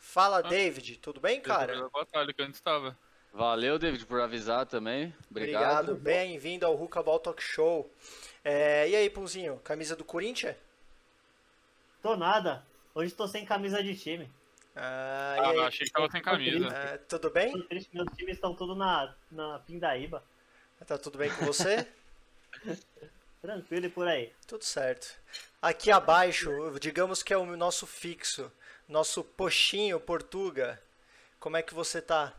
Fala, David, tudo bem, cara? Devolveu a batalha que eu antes estava. Valeu, David, por avisar também. Obrigado, Obrigado. bem-vindo ao Hookah Ball Talk Show. É, e aí, Punzinho, camisa do Corinthians? Tô nada. Hoje tô sem camisa de time. Ah, Ah, e não, aí? achei que tava sem camisa. Ah, tudo bem? Tô triste, meus times estão tudo na, na pindaíba. Tá tudo bem com você? Tranquilo e por aí. tudo certo. Aqui abaixo, digamos que é o nosso fixo, nosso poxinho Portuga. Como é que você tá?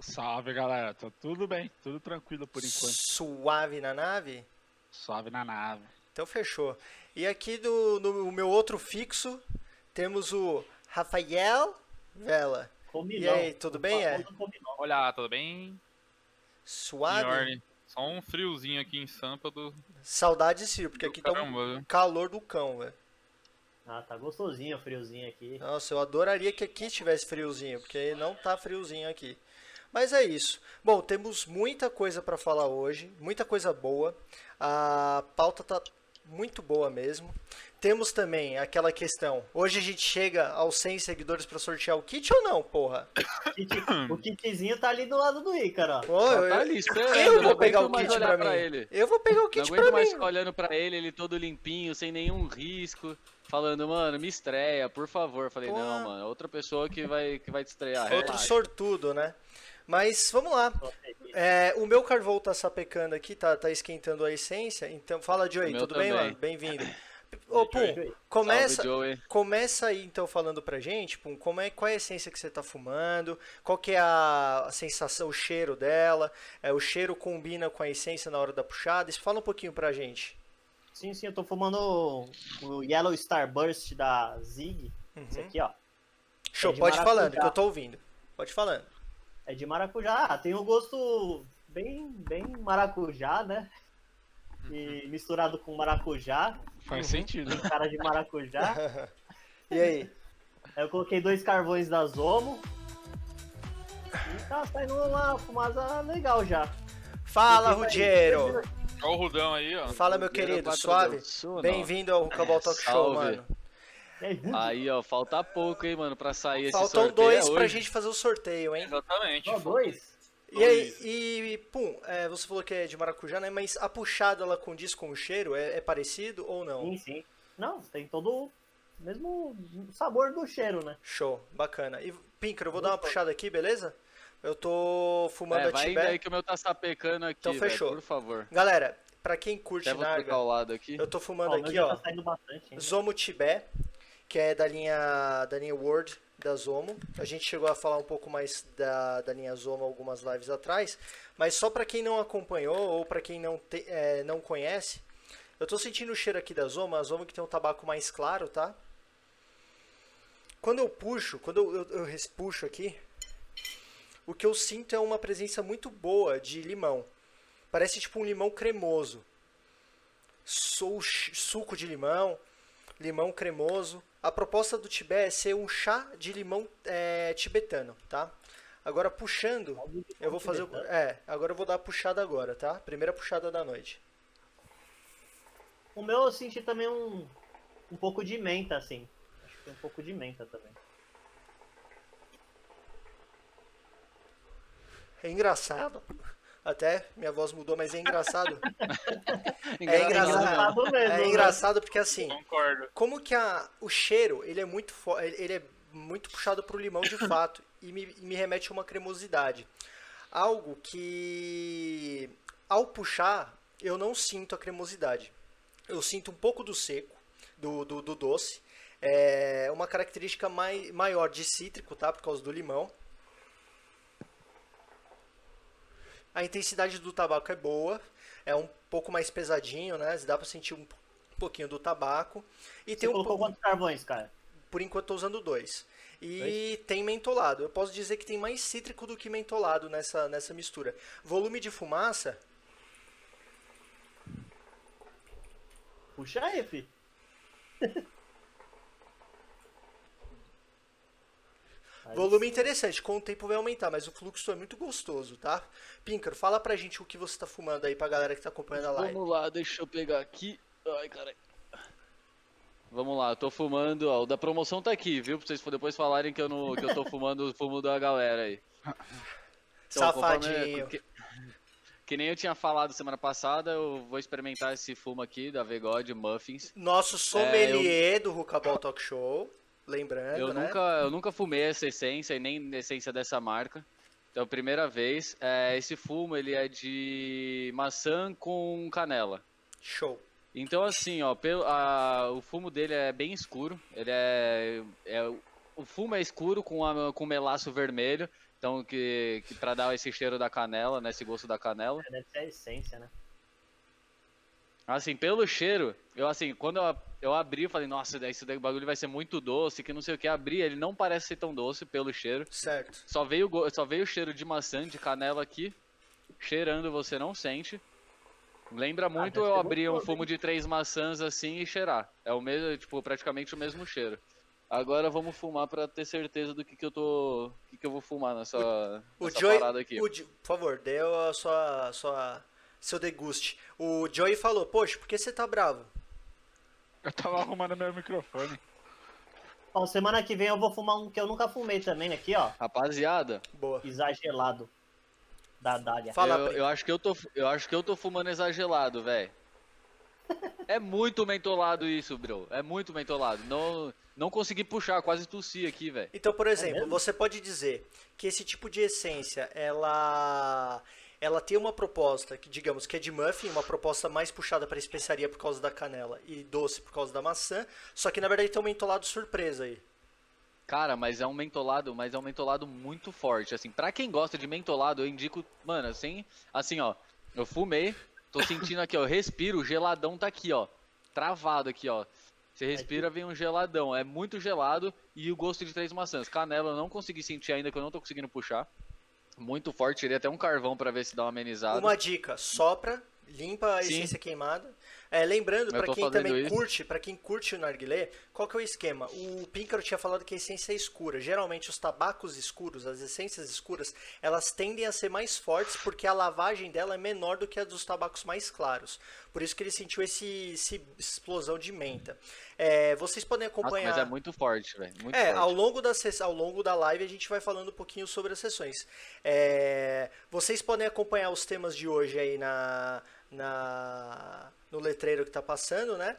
Salve galera, tá tudo bem, tudo tranquilo por enquanto. Suave na nave? Salve na nave. Então fechou. E aqui do, no meu outro fixo, temos o Rafael Vela. Combinão. E aí, tudo bem, é? Famoso combinão. Olha, tudo bem? Suave? Em ordem. Só um friozinho aqui em Sampa do Saudade sim, porque aqui tá um caramba, viu? calor do cão, velho. Ah, tá gostosinho, friozinho aqui. Nossa, eu adoraria que aqui tivesse friozinho, porque não tá friozinho aqui. Mas é isso. Bom, temos muita coisa para falar hoje, muita coisa boa. A pauta tá muito boa mesmo. Temos também aquela questão. Hoje a gente chega aos 100 seguidores para sortear o kit ou não, porra? Kit- O kitzinho tá ali do lado do Ícaro, ó. Ô, Só eu- tá ali eu esperando, não vou aguento pegar o mais kit olhar pra pra mim. ele. Eu vou pegar o Não kit pra aguento mais mim. ficar olhando pra ele, ele todo limpinho, sem nenhum risco, falando, mano, me estreia, por favor. Eu Falei, Porra. não, mano, é outra pessoa que vai, que vai te estrear. Outro relaxa. sortudo, né? Mas vamos lá. É, o meu carvão tá sapecando aqui, tá, tá esquentando a essência. Então, fala, Joey, O meu tudo bem, também. mano? Bem-vindo. Tá Ô, Pum, Joey. começa, Salve, Joey. começa aí então falando pra gente, Pum, como é, qual é a essência que você tá fumando, qual que é a, a sensação, o cheiro dela, é, o cheiro combina com a essência na hora da puxada. Isso Fala um pouquinho pra gente. Sim, sim, eu tô fumando o- o Yellow Starburst da Zig. Uhum. Isso aqui, ó. Show, É Uhum. de pode ir falando, maracujá. que eu tô ouvindo. Pode ir falando. É de maracujá. Ah, tem um gosto bem, bem maracujá, né? E Uhum. misturado com maracujá, Faz sentido. cara de maracujá. E aí? Aí eu coloquei dois carvões da Zomo. E tá saindo uma fumaça legal já. Fala, Fica aí. Rudiero. Olha o Rudão aí, ó. Fala, meu Primeiro querido, quatro suave? deu sono, ó. Bem-vindo ao Rucabal Talk Show, É, Salve. mano. E aí, Aí, ó, falta pouco, hein, mano, pra sair esse Faltam sorteio. é dois hoje. pra gente fazer o sorteio, hein? Exatamente. hum, tipo, só dois? E aí, e, pum, é, você falou que é de maracujá, né? Mas a puxada ela condiz com o cheiro? É, é parecido ou não? Sim, sim. Não, tem todo o mesmo sabor do cheiro, né? Show, bacana. E, Pincro, eu vou dar uma puxada aqui, beleza? Eu tô fumando É, a vai Tibé. indo aí que o meu tá sapecando aqui, Então, velho, fechou. por favor. Galera, pra quem curte Até vou trocar Narga, ao lado aqui. eu tô Ó, fumando o meu aqui, já ó. tá saindo bastante. hein? Zomo Tibé, que é da linha da linha World da Zomo. A gente chegou a falar um pouco mais da, da linha Zomo algumas lives atrás, mas só para quem não acompanhou ou para quem não, te- eh, não conhece, eu tô sentindo o cheiro aqui da Zomo, a Zomo que tem um tabaco mais claro, tá? Quando eu puxo, quando eu, eu, eu respuxo aqui, o que eu sinto é uma presença muito boa de limão. Parece tipo um limão cremoso. Sou suco de limão, limão cremoso. A proposta do Tibé é ser um chá de limão é, tibetano, tá? Agora puxando, eu vou fazer. o- É, agora eu vou dar a puxada agora, tá? Primeira puxada da noite. O meu eu senti também um, um pouco de menta, assim. Acho que tem um pouco de menta também. É engraçado. Até minha voz mudou, mas é engraçado. É engraçado. mesmo. mesmo. É né? engraçado porque assim, Concordo. como que a, o cheiro ele é muito fo- ele ele é muito puxado pro limão de fato e me, e me remete a uma cremosidade algo que ao puxar eu não sinto a cremosidade eu sinto um pouco do seco do, do, do doce é uma característica mai, maior de cítrico tá por causa do limão a intensidade do tabaco é boa é um pouco mais pesadinho né dá pra sentir um pouquinho do tabaco e Você tem um colocou pouco quantos carvões, cara? por enquanto eu tô usando dois. É E tem mentolado. Eu posso dizer que tem mais cítrico do que mentolado nessa, nessa mistura. Volume de fumaça, É Puxa aí, fi. Aí volume interessante. Com o tempo vai aumentar, mas o fluxo é muito gostoso, tá? Pinker, fala pra gente o que você tá Então, fumando aí pra galera que tá acompanhando a live. Vamos lá, deixa eu pegar aqui. Ai, caralho. Vamos lá, eu tô fumando, ó, o da promoção tá aqui, viu? Pra vocês depois falarem que eu, não, que eu tô fumando o fumo da galera aí. Então, conforme- Safadinho. que, que nem eu tinha falado semana passada, eu vou experimentar esse fumo aqui da Vegod Muffins. Nosso sommelier do Rucabol Talk Show. Lembrando, Eu né? nunca, eu nunca fumei essa essência e nem a essência dessa marca. Então, primeira vez. É, esse fumo, ele é de maçã com canela. Show. Então, assim, ó, pelo, a- o fumo dele é bem escuro. Ele é, é- o fumo é escuro com a, com melaço vermelho, então que, que para dar esse cheiro da canela, né, esse gosto da canela. Deve ser a essência, né? Assim, pelo cheiro, eu assim, quando eu, eu abri, eu falei, nossa, daí esse daí- o bagulho vai ser muito doce, que não sei o que. Abri, ele não parece ser tão doce pelo cheiro. Certo. Só veio, o go- só veio o cheiro de maçã, de canela aqui. Cheirando você não sente. Lembra muito Ah, deve eu ser abrir um gostoso, fumo de três maçãs assim e cheirar. É o mesmo, tipo, praticamente o mesmo cheiro. Agora vamos fumar pra ter certeza do que que eu tô, o que que eu vou fumar nessa, O nessa Joey, parada aqui. o Jo- por favor, dê a sua, sua, seu deguste. O Joey falou, poxa, por que você tá bravo? Eu tava arrumando meu microfone. Bom, semana que vem eu vou fumar um que eu nunca fumei também aqui, ó. Rapaziada, Boa. Exagerado. Da Dália. Fala, eu, Pri. eu acho que eu tô, fu- eu acho que eu tô fumando exagerado, velho. É muito mentolado isso, bro. É muito mentolado. Não, não consegui puxar, quase tossi aqui, velho. Então, por exemplo, mesmo? você pode dizer que esse tipo de essência, ela ela tem uma proposta que, digamos, que é de muffin, uma proposta mais puxada para especiaria por causa da canela e doce por causa da maçã, só que na verdade tem um mentolado surpresa aí. Cara, mas é um mentolado, mas é um mentolado muito forte. Assim, pra quem gosta de mentolado, eu indico, mano, assim, assim, ó. Eu fumei, tô sentindo aqui, ó, eu respiro, o geladão tá aqui, ó. Travado aqui, ó. Você respira, vem um geladão. É muito gelado e o gosto de três maçãs. Canela eu não consegui sentir ainda, que eu não tô conseguindo puxar. Muito forte, tirei até um carvão pra ver se dá uma amenizada. Uma dica, sopra, limpa a Sim. essência queimada. É, lembrando, Eu para tô quem fazendo também isso. curte, para quem curte o narguilé, qual que é o esquema? O Píncaro tinha falado que a essência é escura. Geralmente os tabacos escuros, as essências escuras, elas tendem a ser mais fortes porque a lavagem dela é menor do que a dos tabacos mais claros. Por isso que ele sentiu esse, esse explosão de menta. É, vocês podem Nossa, acompanhar... mas é muito forte, velho. Muito É, forte. ao longo, da, ses- ao longo da live a gente vai falando um pouquinho sobre as sessões. É, vocês podem acompanhar os temas de hoje aí na, na- no letreiro que tá passando, né?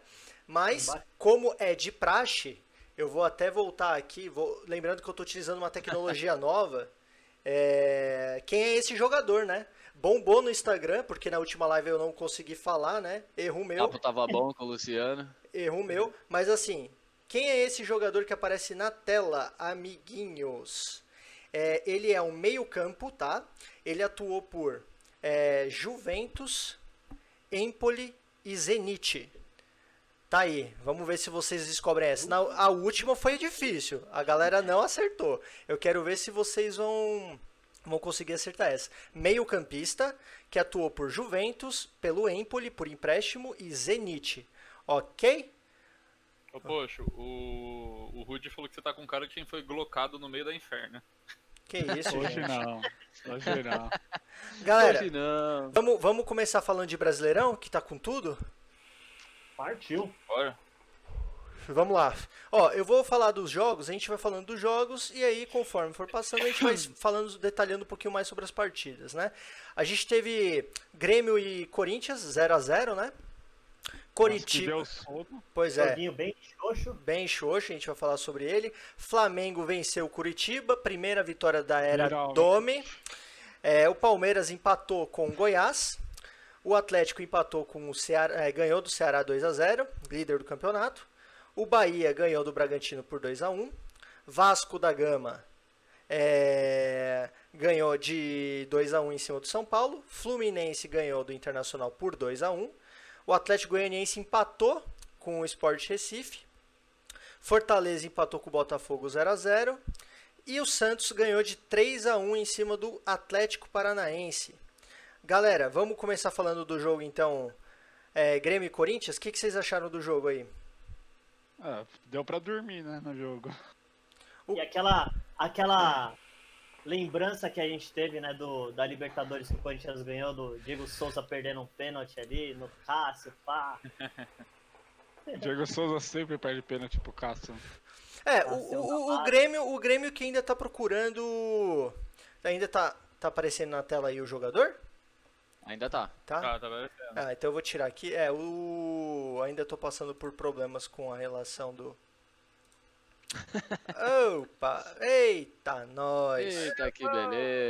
Mas, como é de praxe, eu vou até voltar aqui, vou- lembrando que eu tô utilizando uma tecnologia nova. É, quem é esse jogador, né? Bombou no Instagram, porque na última live eu não consegui falar, né? Erro O meu. papo tava bom com o Luciano. Erro meu, mas assim, quem é esse jogador que aparece na tela, amiguinhos? É, ele é um meio-campo, tá? Ele atuou por é, Juventus, Empoli e Zenit. Tá aí, vamos ver se vocês descobrem essa. Na- a última foi difícil, a galera não acertou. Eu quero ver se vocês vão vão conseguir acertar essa. Meio-campista que atuou por Juventus, pelo Empoli por empréstimo e Zenit. OK? Ô, poxa, o, o Rudy falou que você tá com cara de quem foi glocado no meio da inferno. Que isso, Hoje gente. não. Hoje não. Galera, Hoje não. vamos, vamos começar falando de Brasileirão, que tá com tudo? Partiu. Bora. Vamos lá. Ó, eu vou falar dos jogos, a gente vai falando dos jogos e aí, conforme for passando, a gente vai falando, detalhando um pouquinho mais sobre as partidas, né? A gente teve Grêmio e Corinthians, 0 a 0 né? Se Coritiba, deu soco. pois é, Joguinho bem xoxo. bem xoxo, a gente vai falar sobre ele. Flamengo venceu o Curitiba, primeira vitória da era Geralmente. Domi. É, o Palmeiras empatou com o Goiás. O Atlético empatou com o Ceará, é, ganhou do Ceará 2 a 0, líder do campeonato. O Bahia ganhou do Bragantino por 2 a 1. Vasco da Gama é, ganhou de 2 a 1 em cima do São Paulo. Fluminense ganhou do Internacional por 2 a 1. O Atlético Goianiense empatou com o Sport Recife. Fortaleza empatou com o Botafogo 0 a 0. E o Santos ganhou de 3 a 1 em cima do Atlético Paranaense. Galera, vamos começar falando do jogo então. É, Grêmio e Corinthians, o que, que vocês acharam do jogo aí? Ah, deu pra dormir, né, no jogo. E aquela, aquela lembrança que a gente teve, né, do, da Libertadores que o Corinthians ganhou, do Diego Souza perdendo um pênalti ali, no Cássio, pá. Diego Souza sempre perde pênalti pro Cássio. É, Tá o, sendo o- o, babado. Grêmio, o Grêmio que ainda tá procurando. Ainda tá, tá aparecendo na tela aí o jogador? Ainda tá. Tá? Tá, tá parecendo. Ah, então eu vou tirar aqui. É, o. Ainda tô passando por problemas com a relação do. Opa! Eita, nós! Eita, que beleza.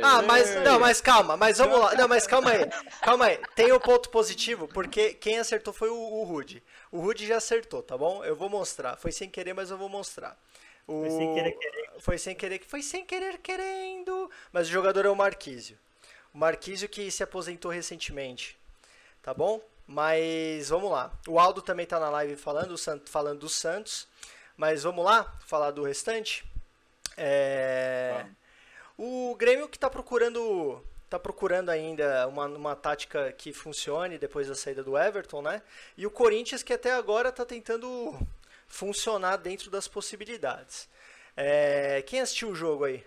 É Ah, mas não, mas calma, mas vamos lá. Não, mas calma aí. Calma aí. Tem o ponto positivo, porque quem acertou foi o, o Rude. O Rude já acertou, tá bom? Eu vou mostrar. Foi sem querer, mas eu vou mostrar. O- Foi sem querer, querer. Foi sem querer que foi sem querer querendo. Mas o jogador é o Marquísio. O Marquísio que se aposentou recentemente. Tá bom? Mas vamos lá. O Aldo também tá na live falando, o Sant- falando do Santos. Mas vamos lá falar do restante. É... Vamos. O Grêmio que tá procurando tá procurando ainda uma, uma tática que funcione depois da saída do Everton, né? E o Corinthians que até agora tá tentando funcionar dentro das possibilidades. É, quem assistiu o jogo aí?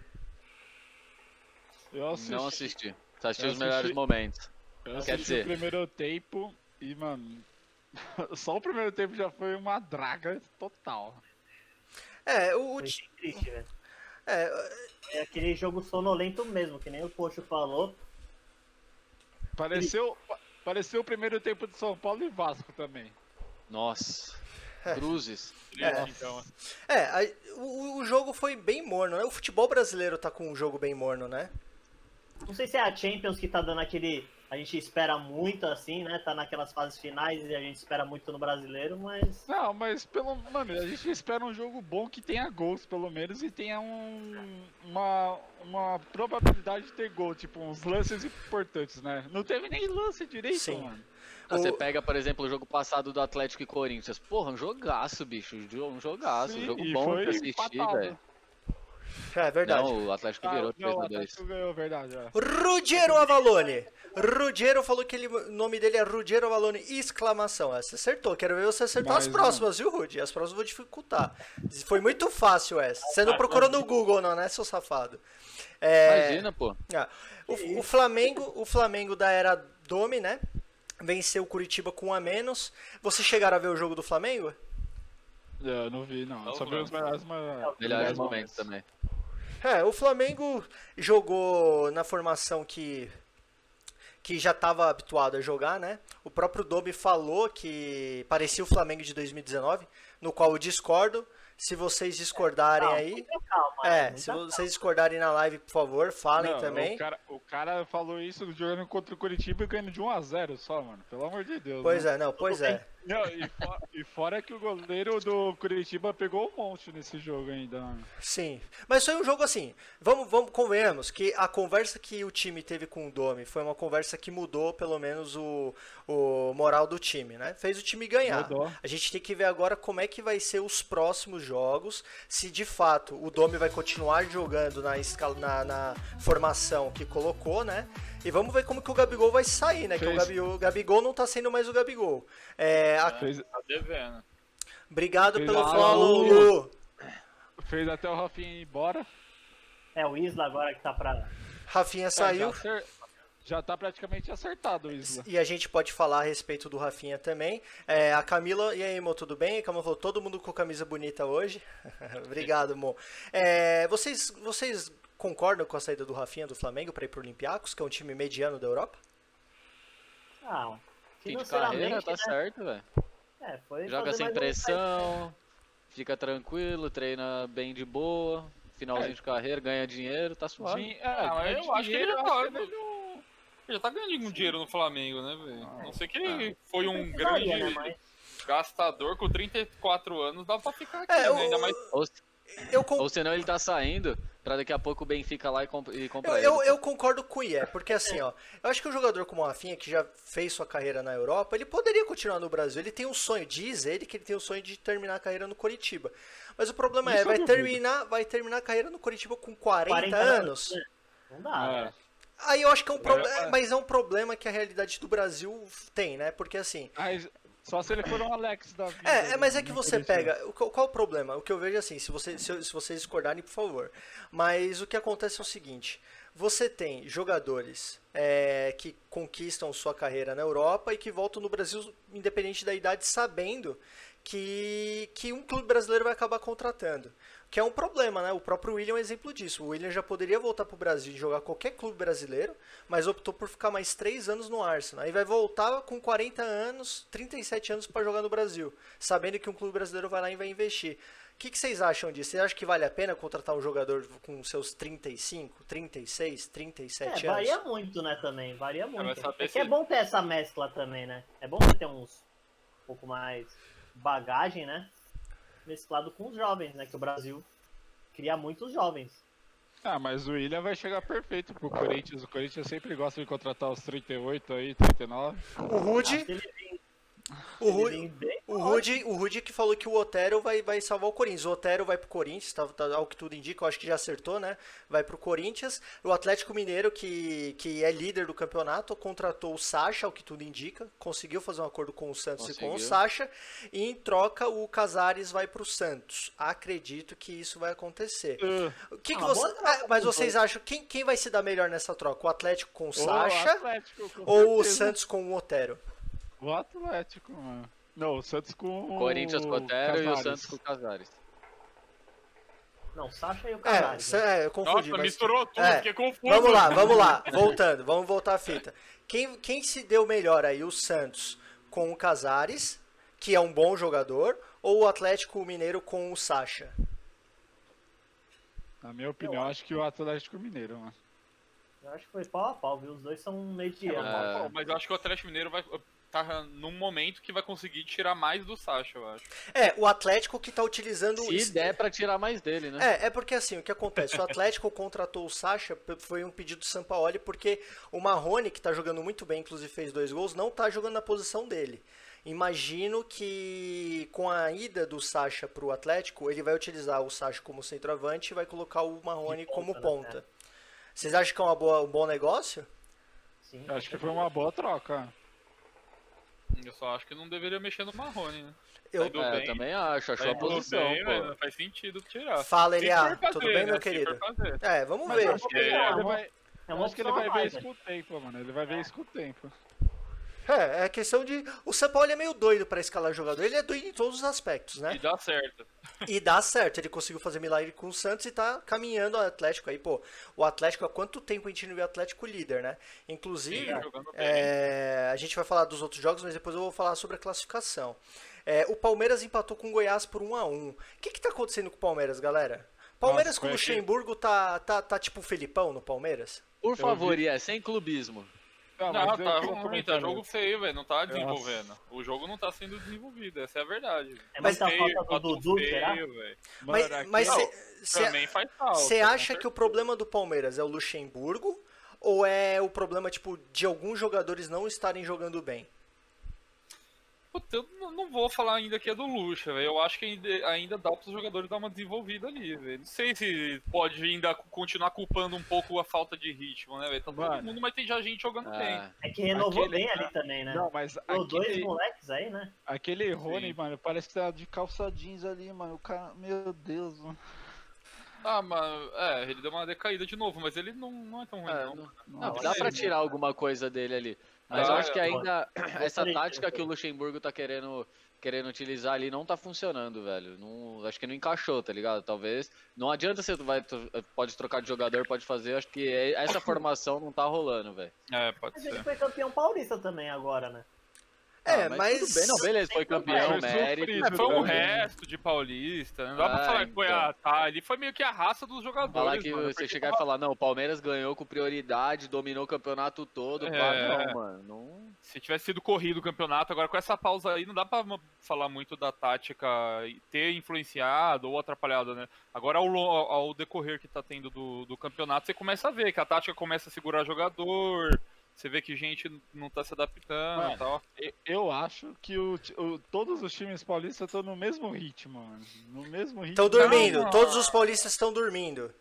Eu assisti, Não assisti. Só assisti Eu os melhores assisti. momentos. eu Quer assisti dizer- o primeiro tempo e, mano, só o primeiro tempo já foi uma draga total. É, o, o Foi ti- triste, velho. é, É aquele jogo sonolento mesmo, que nem o Pocho falou. Pareceu, pa- pareceu o primeiro tempo de São Paulo e Vasco também. Né, Nossa. É. Cruzes. É. Triste, então. é, a- o, o jogo foi bem morno, né? O futebol brasileiro tá com um jogo bem morno, né? Não sei se é a Champions que tá dando aquele. A gente espera muito assim, né? Tá naquelas fases finais e a gente espera muito no brasileiro, mas. Não, mas pelo. Mano, a gente espera um jogo bom que tenha gols, pelo menos, e tenha um, uma, uma probabilidade de ter gol, tipo, uns lances importantes, né? Não teve nem lance direito, Sim. mano. Ah, Você O- pega, por exemplo, o jogo passado do Atlético e Corinthians. Porra, um jogaço, bicho. Jo- Um jogaço. Sim, um jogo e bom foi pra assistir, empatado. velho. É verdade. Não, o Atlético Ah, virou não, o 3x2. Atlético ganhou, verdade. é. Rudiero Avalone. Rudiero falou que ele- o nome dele é Rudiero Avalone, exclamação. Essa acertou. Quero ver você acertar Mais as um. próximas, viu, Rudy? As próximas eu vou dificultar. Foi muito fácil essa. Você não procurou no Google, não, né, seu safado? É, Imagina, pô. ah, o, o Flamengo, o Flamengo da era Domi, né? Venceu o Curitiba com um a menos. Vocês chegaram a ver o jogo do Flamengo? É, Eu não vi, não. Eu Não, só vi mano. os melhores, mas... Melhores momentos também. É, o Flamengo jogou na formação que que já estava habituado a jogar, né? O próprio Domi falou que parecia o Flamengo de 2019, no qual eu discordo. Se vocês discordarem Calma, aí, Calma, é, né? se vocês discordarem na live, por favor, falem Não, também. O cara, o cara falou isso jogando contra o Curitiba e ganhando de 1x0 só, mano. Pelo amor de Deus. Pois né? é, não, pois bem. é. Não, e, fo- e fora que o goleiro do Curitiba pegou um monte nesse jogo ainda, mano. Sim. Mas foi um jogo assim. Vamos, vamos, convenhamos que a conversa que o time teve com o Domi foi uma conversa que mudou pelo menos o, o moral do time, né? Fez o time ganhar. Mudou. A gente tem que ver agora como é que vai ser os próximos jogos, se de fato o Domi vai continuar jogando na, escala, na, na formação que colocou, né? E vamos ver como que o Gabigol vai sair, né? Que o Fez. Gabigol, o Gabigol não tá sendo mais o Gabigol. É, a- Fez, Tá devendo. Obrigado Fez Ah, pelo a- follow, Lu. fez até o Rafinha ir embora. É o Isla agora que tá pra. Rafinha É, Já, saiu. acer- já tá praticamente acertado né? o Isla. E a gente pode falar a respeito do Rafinha também. É, a Camila, e aí, Mo, tudo bem? A Camila falou, todo mundo com camisa bonita hoje. Obrigado, Mo. É, vocês, vocês concordam com a saída do Rafinha do Flamengo para ir pro Olympiacos, que é um time mediano da Europa? Ah, Fim de carreira, tá certo, velho. É, foi Joga né? fazer sem mais um- pressão, fica tranquilo, treina bem de boa, finalzinho É. de carreira, ganha dinheiro, tá suave. Din- é, mas dinheiro, eu acho que ele eu já acho tá, que ele não- Ele já tá ganhando um dinheiro no Flamengo, né, velho? A Não sei é. que Ah. ele foi um grande precisaria, né, mas- gastador com 34 anos, dá pra ficar aqui, É, né? o- Ainda mais Ou, Eu, con- ou senão ele tá saindo, pra daqui a pouco o Benfica lá e, comp e eu, comprar ele. eu, eu concordo com o Ié, porque assim, ó, eu acho que um jogador como o Rafinha, que já fez sua carreira na Europa, ele poderia continuar no Brasil. Ele tem um sonho, diz ele que ele tem o sonho de terminar a carreira no Coritiba. Mas o problema Isso é, eu vai duvido. terminar, vai terminar a carreira no Coritiba com 40, 40 anos. anos, né? Não Ah. dá. É. né? Aí eu acho que é um Mas- problema, mas é um problema que a realidade do Brasil tem, né? Porque assim, Mas só se ele for um Alex da vida. é, é, né? mas é que Não você podia ser. pega. o- Qual, qual o problema? O que eu vejo é assim, se, você, se, eu- se vocês discordarem, por favor. Mas o que acontece é o seguinte: você tem jogadores é, que conquistam sua carreira na Europa e que voltam no Brasil, independente da idade, sabendo que, que um clube brasileiro vai acabar contratando. Que é um problema, né? O próprio William é um exemplo disso. O William já poderia voltar para o Brasil e jogar qualquer clube brasileiro, mas optou por ficar mais três anos no Arsenal. Aí vai voltar com 40 anos, 37 anos para jogar no Brasil, sabendo que um clube brasileiro vai lá e vai investir. O que, que vocês acham disso? Vocês acham que vale a pena contratar um jogador com seus 35, 36, 37 É, anos? varia muito, né, também. Ah, Varia vai muito. saber É que se- é bom ter essa mescla também, né? É bom você ter uns um pouco mais bagagem, né? Mesclado com os jovens, né? Que o Brasil cria muitos jovens. Ah, mas o William vai chegar perfeito pro Corinthians. O Corinthians sempre gosta de contratar os 38 aí, 39. é O Rude, Se um ele vir- o se ele Rude, vir bem, O Rudy, o Rudy que falou que o Otero vai, vai salvar o Corinthians. O Otero vai pro Corinthians, tá, tá- ao que tudo indica, eu acho que já acertou, né? Vai pro Corinthians. O Atlético Mineiro, que, que é líder do campeonato, contratou o Sacha, ao que tudo indica. Conseguiu fazer um acordo com o Santos e com o Conseguiu. Sacha. E em troca, o Casares vai pro Santos. Acredito que isso vai acontecer. É. O que, Ah, que você- boa troca ah, mas com os vocês dois. acham? Quem, quem vai se dar melhor nessa troca? O Atlético com o O Sacha Atlético, com ou o certeza. Santos com o Otero? O Atlético, mano. Não, o Santos com o. Corinthians com o Otero e o Casares. Santos com o Casares. Não, Sacha e o né? É, Casares. sa- é, eu confundi. Nossa, mas- misturou tudo, É, fiquei confuso. Vamos lá, vamos lá. Voltando, vamos voltar à fita. Quem, quem se deu melhor aí? O Santos com o Casares, que é um bom jogador, ou o Atlético Mineiro com o Sacha? Na minha opinião, acho que o Atlético Mineiro, mano. Eu acho que foi pau a pau, viu? Os dois são medianos. É, Tá Bom, Mas eu acho que o Atlético Mineiro vai tá num momento que vai conseguir tirar mais do Sacha, eu acho. É, o Atlético que tá utilizando Se der pra tirar mais dele, né? É, é porque assim, o que acontece? O Atlético contratou o Sacha, p- foi um pedido do Sampaoli, porque o Marrone, que tá jogando muito bem, inclusive fez dois gols, não tá jogando na posição dele. Imagino que com a ida do Sacha pro Atlético, ele vai utilizar o Sacha como centroavante e vai colocar o Marrone De ponta, como né, ponta. cara? Vocês acham que é uma boa- um bom negócio? Sim. Eu acho que foi um- uma boa troca. Eu só acho que não deveria mexer no Marrone, né? Eu- Saindo É, bem. também acho, achou a Saindo posição, bem, pô. mas não faz sentido tirar. Fala, Se Eliá. for fazer, "Ah, Tudo bem, né? meu Se for querido? fazer. É, vamos Mas eu ver. acho que, É, ele vai, É eu uma acho que ele vai opção a ver mais, isso né? com o tempo, mano. Ele vai ver isso com o tempo. É, é questão de. O Sampaoli é meio doido pra escalar jogador. Ele é doido em todos os aspectos, né? E dá certo. E dá certo, ele conseguiu fazer milagre com o Santos e tá caminhando ao Atlético aí, pô. O Atlético, há quanto tempo a gente não vê o Atlético líder, né? Inclusive, Sim, jogando bem. é, a gente vai falar dos outros jogos, mas depois eu vou falar sobre a classificação. É, o Palmeiras empatou com o Goiás por 1 a 1 O que que tá acontecendo com o Palmeiras, galera? Palmeiras com Nossa, o foi aqui. Luxemburgo tá, tá, tá tipo o Felipão no Palmeiras? Por favor, Ié, sem clubismo. Não, Ah, mas eu tá queria ruim, tá comentar jogo isso. feio, velho. Não tá desenvolvendo. O jogo não tá sendo desenvolvido, essa é a verdade. Tá É Mas muita Feio, falta do fato Dudu, feio, será? velho. Mas- Mano, aqui- mas não, você Também faz falta. com acha que o problema do Palmeiras é o Luxemburgo? Ou é o problema, tipo, de alguns jogadores não estarem jogando bem? Puta, eu não- não vou falar ainda que é do Lucha, velho. Eu acho que ainda, ainda dá pros jogadores dar uma desenvolvida ali, velho. Não sei se pode ainda cu- continuar culpando um pouco a falta de ritmo, né, velho? Tá todo Mano. mundo, mas tem já gente jogando bem. Ah, É que renovou Aquele- bem ali também, né? Não, mas Os dois aquele- moleques aí, né? Aquele Rony, mano, parece que tá de calça jeans ali, mano. O cara, meu Deus, mano. Ah, mas. É, ele deu uma decaída de novo, mas ele não, não é tão ruim, É, não. não- Nossa. não, dá pra tirar alguma coisa dele ali. Mas eu Ah, acho que ainda essa é Gostaria de tática ter. que o Luxemburgo tá querendo, querendo utilizar ali não tá funcionando, velho. Não, acho que não encaixou, tá ligado? Talvez. Não adianta você vai, tu- pode trocar de jogador, pode fazer. Acho que é- essa formação não tá rolando, velho. É, pode Mas ele ser. foi campeão paulista também agora, né? É, Ah, mas- Tudo bem, não, beleza, foi campeão, Foi mérito. sofrido, É, foi um Tudo bem. resto de paulista, né? Não dá pra Ah, falar que foi então. a. Tá, ele foi meio que a raça dos jogadores. Falar que né, mano, você porque chegar e falar, não, o Palmeiras ganhou com prioridade, dominou o campeonato todo, pá, É. não, mano. Não, Se tivesse sido corrido o campeonato, agora com essa pausa aí, não dá pra mo- falar muito da tática e ter influenciado ou atrapalhado, né? Agora, ao, lo- ao decorrer que tá tendo do, do campeonato, você começa a ver que a tática começa a segurar jogador, você vê que gente não tá se adaptando e Mano, tal. Eu- Eu acho que o ti- o- todos os times paulistas estão no mesmo ritmo, mano. No mesmo ritmo. Estão dormindo, não. todos os paulistas estão dormindo.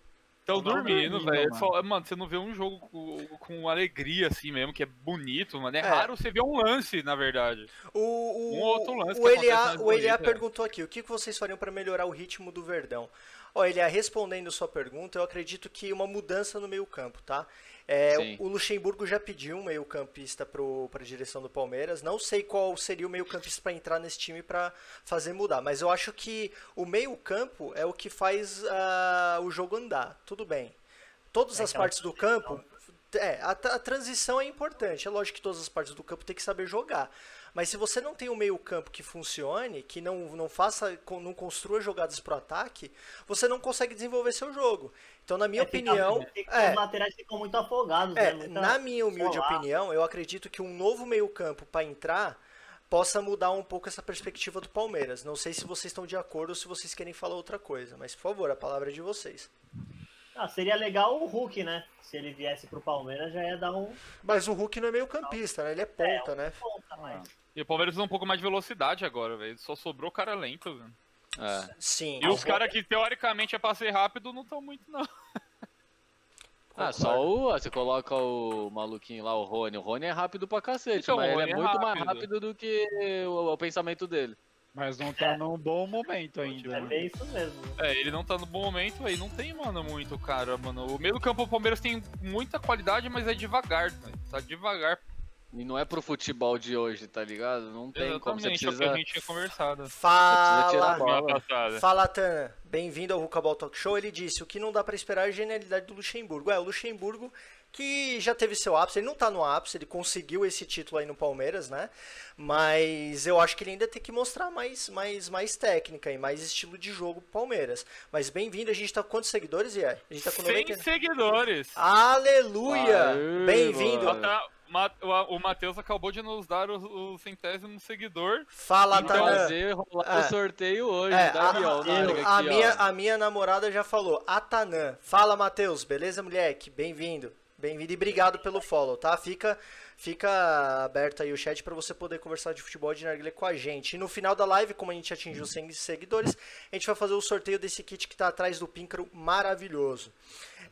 Tão não dormindo, dormindo, velho. mano. Só- Mano, você não vê um jogo com, com alegria assim mesmo, que é bonito, mano. É, É. raro você ver um lance, na verdade. O, o, Um outro lance o que acontece é. LA, nas o LA corridas. perguntou aqui, o que que vocês fariam para melhorar o ritmo do Verdão? Ó, ele respondendo sua pergunta, eu acredito que uma mudança no meio-campo, tá? É, Sim. o Luxemburgo já pediu um meio-campista para a direção do Palmeiras. Não sei qual seria o meio-campista para entrar nesse time para fazer mudar, mas eu acho que o meio-campo é o que faz ah, o jogo andar. Tudo bem. Todas É as aquela partes do campo. É, a, tra- a transição é importante. É lógico que todas as partes do campo tem que saber jogar. Mas se você não tem um meio-campo que funcione, que não, não faça, con- não construa jogadas pro ataque, você não consegue desenvolver seu jogo. Então, na minha É, fica- opinião. fica- é, Os laterais ficam muito afogados, é, né? Muita- na minha humilde solar. opinião, eu acredito que um novo meio-campo para entrar possa mudar um pouco essa perspectiva do Palmeiras. Não sei se vocês estão de acordo ou se vocês querem falar outra coisa, mas por favor, a palavra é de vocês. Ah, seria legal o Hulk, né? Se ele viesse pro Palmeiras, já ia dar um Mas o Hulk não é meio-campista, né? Ele é ponta, né? ponta mais. Ah, E o Palmeiras usa um pouco mais de velocidade agora, velho. Só sobrou cara lento, velho. É. Sim. E os caras que teoricamente é pra ser rápido não estão muito, não. Ah, só o. Você coloca o maluquinho lá, o Rony. O Rony é rápido pra cacete, Então, o mas ele é, Rony é muito mais rápido. rápido do que o, o pensamento dele. Mas não tá num bom momento ainda. É né? bem isso mesmo. É, ele não tá no bom momento aí. Não tem, mano, muito, cara, mano. O meio do campo do Palmeiras tem muita qualidade, mas é devagar, velho. Tá devagar. E não é pro futebol de hoje, tá ligado? Não tem como. Você Exatamente, é o que precisa. a gente tinha conversado. Você precisa tirar a Fala, bola. Semana passada. fala Tan. Bem-vindo ao Rucabal Talk Show. Ele disse: o que não dá pra esperar é a genialidade do Luxemburgo. É, o Luxemburgo que já teve seu ápice, ele não tá no ápice, ele conseguiu esse título aí no Palmeiras, né? Mas eu acho que ele ainda tem que mostrar mais, mais, mais técnica e mais estilo de jogo pro Palmeiras. Mas bem-vindo, a gente tá com quantos seguidores, Ié? A gente tá com 100 90. seguidores. Ah, Aleluia! Aê, Bem-vindo! mano. Mata- Ma- o- O Matheus acabou de nos dar o, o centésimo seguidor. Fala, Então, Tanã! Fazer rolar o É. sorteio hoje, É, da a, Biel, eu- larga a aqui, ó. minha, a minha namorada já falou, Atanã. Fala, Matheus, beleza, moleque? Bem-vindo. Bem-vindo e obrigado pelo follow, tá? Fica, fica aberto aí o chat pra você poder conversar de futebol de narguilé com a gente. E no final da live, como a gente atingiu 100 seguidores, a gente vai fazer o sorteio desse kit que tá atrás do píncaro maravilhoso.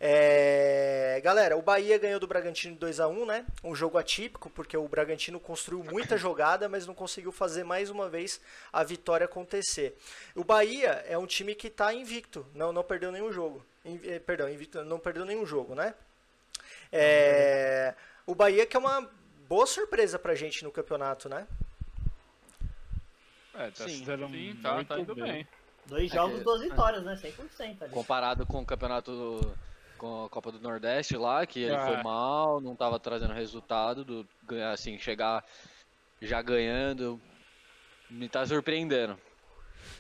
É, Galera, o Bahia ganhou do Bragantino 2 a 1 né? Um jogo atípico, porque o Bragantino construiu muita jogada, mas não conseguiu fazer mais uma vez a vitória acontecer. O Bahia é um time que tá invicto, não, não perdeu nenhum jogo. In- eh, perdão, invicto, não perdeu nenhum jogo, né? É, O Bahia que é uma boa surpresa pra gente no campeonato, né? É, tá Sim, se dando Sim, tá, tá muito indo bem. É Dois jogos, duas vitórias, né? 100% ali. Comparado com o campeonato com a Copa do Nordeste lá, que ele Ah. foi mal, não tava trazendo resultado, do, ganhar, assim, chegar já ganhando, me tá surpreendendo.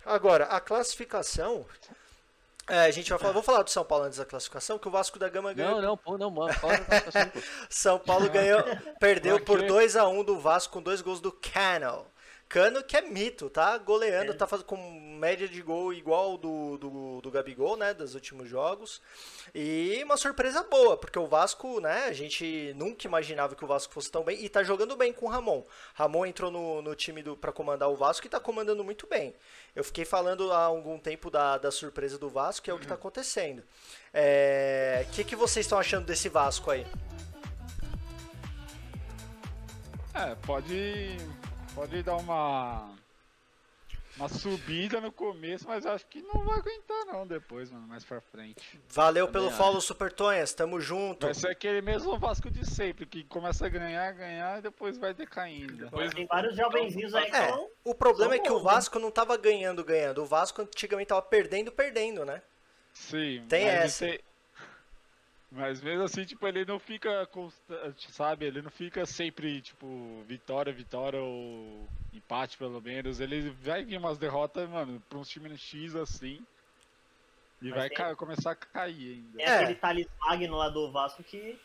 Agora, a classificação. é, a gente vai falar. Vou falar do São Paulo antes da classificação, que o Vasco da Gama ganhou Não, não, pô, não, mano, fala da classificação, pô. São Paulo ganhou, perdeu Pra por quê? 2 a 1 do Vasco com dois gols do Cano. Cano que é mito, tá? É. Goleando, tá fazendo com média de gol igual do, do, do Gabigol, né? Dos últimos jogos. E uma surpresa boa, porque o Vasco, né? A gente nunca imaginava que o Vasco fosse tão bem. E tá jogando bem com o Ramon. Ramon entrou no, no time do, pra comandar o Vasco e tá comandando muito bem. Eu fiquei falando há algum tempo da, da surpresa do Vasco, que é o que Uhum. tá acontecendo. O que, que vocês estão achando desse Vasco aí? É, pode. Pode dar uma. Uma subida no começo, mas acho que não vai aguentar não depois, mano, mais pra frente. Valeu Também pelo acho. follow, Super Tonhas. Tamo junto. Vai ser aquele mesmo Vasco de sempre, que começa a ganhar, ganhar e depois vai decaindo. Pois Tem vários jovenzinhos aí que É, estão o problema é que o bons, né? Vasco não tava ganhando, ganhando. O Vasco antigamente tava perdendo, perdendo, né? Sim. Tem mas essa. ele tem- Mas mesmo assim, tipo, ele não fica constante, sabe? Ele não fica sempre, tipo, vitória, vitória ou empate, pelo menos. Ele vai vir umas derrotas, mano, pra uns times X assim. E Mas vai tem- ca- começar a cair ainda. É, aquele Thales Magno lá do Vasco que.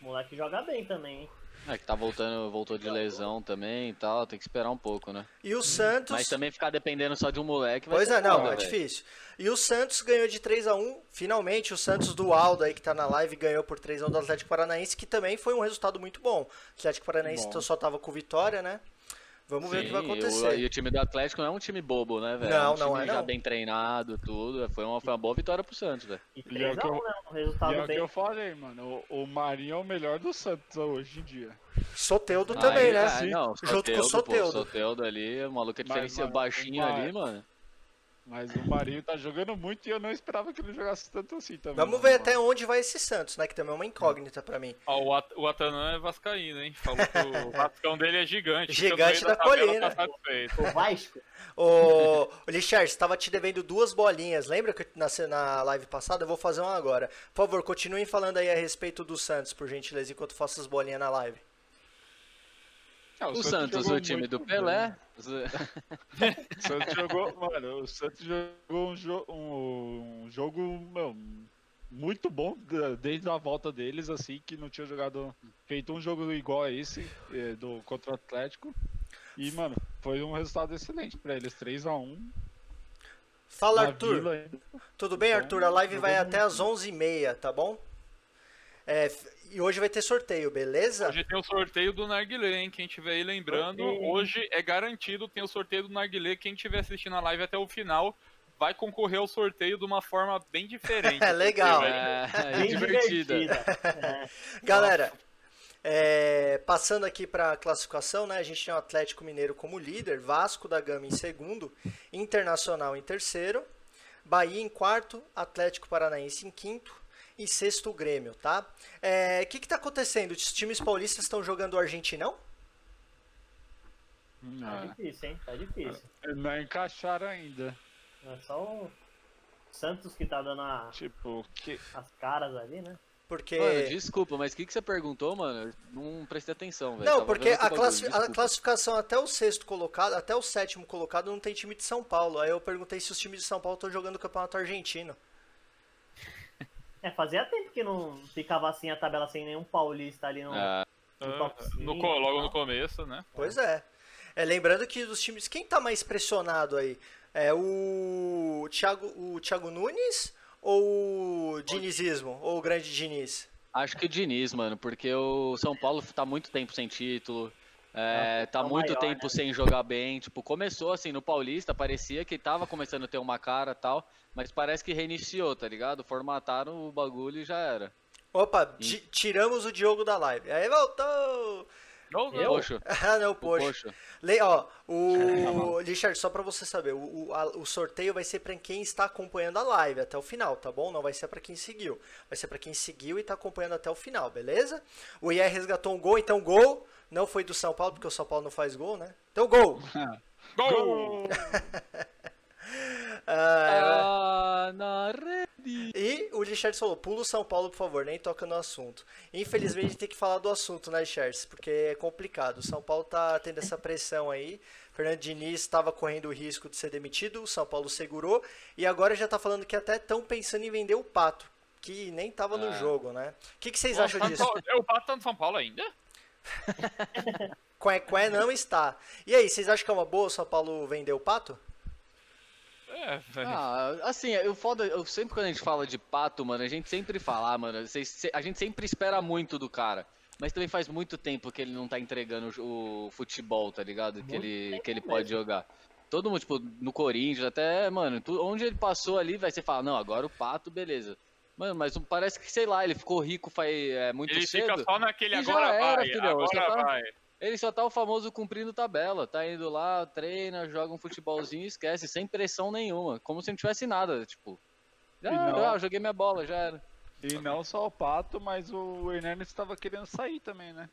O moleque joga bem também, hein? É que tá voltando, voltou de lesão também e tal, tem que esperar um pouco, né? E o Santos. Mas também ficar dependendo só de um moleque vai Então Pois ser é, não, foda, é velho. difícil. E o Santos ganhou de 3 a 1 Finalmente, o Santos do Aldo aí que tá na live ganhou por 3 a 1 do Atlético Paranaense, que também foi um resultado muito bom. O Atlético Paranaense Bom. só tava com vitória, né? Vamos ver o que vai Sim, e o- acontecer. E o, time do Atlético não é um time bobo, né, velho? é Não, um não time é, já não. bem treinado, tudo. Foi uma, foi uma boa vitória pro Santos, velho. E E é o 3 a 1 que eu- né? Um E é resultado o que bem. eu falei, mano. O, o Marinho é o melhor do Santos hoje em dia. Soteudo também, Aí, né? ah, não, Junto com o Soteldo, pô, Soteldo. Soteldo ali, o maluco é Mas, diferenciado, mano, baixinho uma- ali, mano. Mas o Marinho tá jogando muito e eu não esperava que ele jogasse tanto assim também. Vamos ver até onde vai esse Santos, né? Que também é uma incógnita pra mim. Ó, o, At o Atanã é vascaíno, hein? Falou que o Vascão dele é gigante. Gigante Tanto ele da tabela colina. Tá satisfeito. O Vasco? Ô, ô Lixar, você tava te devendo duas bolinhas. Lembra que na, ce- na live passada? Eu vou fazer uma agora. Por favor, continuem falando aí a respeito do Santos, por gentileza, enquanto eu faço as bolinhas na live. Ah, O Santos, jogou o time muito do bem. Pelé. É, O Santos jogou, mano, o Santos jogou um, jo- um- um jogo meu, muito bom da- desde a volta deles, assim, que não tinha jogado feito um jogo igual a esse eh, do contra o Atlético. E, mano, foi um resultado excelente pra eles, 3x1. Fala, na Arthur. Vila ainda. Tudo bem, Então, Arthur? A live jogou vai muito, até às 11h30, tá bom? É, f- e hoje vai ter sorteio, beleza? Hoje tem o sorteio do Narguilé, hein? Quem tiver aí lembrando, hoje é garantido, tem o sorteio do Narguilé. Quem tiver assistindo a live até o final vai concorrer ao sorteio de uma forma bem diferente. né, É legal. É, Bem divertida. divertida. Galera, é, passando aqui para a classificação, né? A gente tem o Atlético Mineiro como líder, Vasco da Gama em segundo, Internacional em terceiro, Bahia em quarto, Atlético Paranaense em quinto e sexto o Grêmio, tá? É, O que que tá acontecendo? Os times paulistas estão jogando o Argentinão? Tá Não, difícil, hein? Tá difícil. não encaixaram ainda. É só o Santos que tá dando a- Tipo, que, as caras ali, né? Porque... Mano, desculpa, mas o que, que você perguntou, mano? Não prestei atenção, velho. Não, Tava porque vendo outro a, bagulho, classi- a desculpa. classificação até o sexto colocado, até o sétimo colocado, não tem time de São Paulo. Aí eu perguntei se os times de São Paulo estão jogando o campeonato argentino. É, fazia tempo que não ficava assim a tabela sem nenhum paulista ali no. Ah, no top cinco, No, co- logo no não. começo, né? Pois é. É, lembrando que dos times, quem tá mais pressionado aí? É o Thiago, o Thiago Nunes ou o Dinizismo? Ou o grande Diniz? Acho que o Diniz, mano, porque o São Paulo tá muito tempo sem título. é, tá tá muito maior, tempo né? sem jogar bem. Tipo, começou assim no Paulista, parecia que tava começando a ter uma cara e tal, mas parece que reiniciou, tá ligado? Formataram o bagulho e já era. Opa, ti- tiramos o Diogo da live. Aí voltou! Não, não. Poxa, Ah, não, É poxa. poxa. Le- ó, o Richard, só pra você saber, o, o- a- o sorteio vai ser pra quem está acompanhando a live até o final, tá bom? Não vai ser pra quem seguiu. Vai ser pra quem seguiu e tá acompanhando até o final, beleza? O IR resgatou um gol, então gol. Não foi do São Paulo, porque o São Paulo não faz gol, né? Então gol. Gol! Ah, Ah, na rede. e o Richard falou: pula o São Paulo, por favor, nem toca no assunto. Infelizmente tem que falar do assunto, né, Richard? Porque é complicado. O São Paulo tá tendo essa pressão aí. Fernando Diniz estava correndo o risco de ser demitido, o São Paulo segurou. E agora já tá falando que até estão pensando em vender o pato, que nem tava no Ah. jogo, né? O que, que vocês acham Tá no disso? São- Eu bato tá no São Paulo ainda? Qué, qué é, não está. E aí, vocês acham que é uma boa o São Paulo vender o pato? É, velho. Ah, assim, eu foda, eu sempre quando a gente fala de pato, mano, a gente sempre fala, ah, mano, vocês- cê- a gente sempre espera muito do cara. Mas também faz muito tempo que ele não tá entregando o jo- o futebol, tá ligado? Que Muito ele, tempo que ele mesmo. pode jogar. Todo mundo, tipo, no Corinthians, até, mano, tu- onde ele passou ali, vai você fala, não, agora o pato, beleza. Mano, mas parece que, sei lá, ele ficou rico faz, é, muito Ele cedo. fica só naquele E já agora era, vai, filhão, já agora tá- vai. Ele só tá o famoso cumprindo tabela, tá indo lá, treina, joga um futebolzinho e esquece, sem pressão nenhuma, como se não tivesse nada, tipo. Já E não. era, ah, eu joguei minha bola, já era. e não só o Pato, mas o Hernandes tava querendo sair também, né?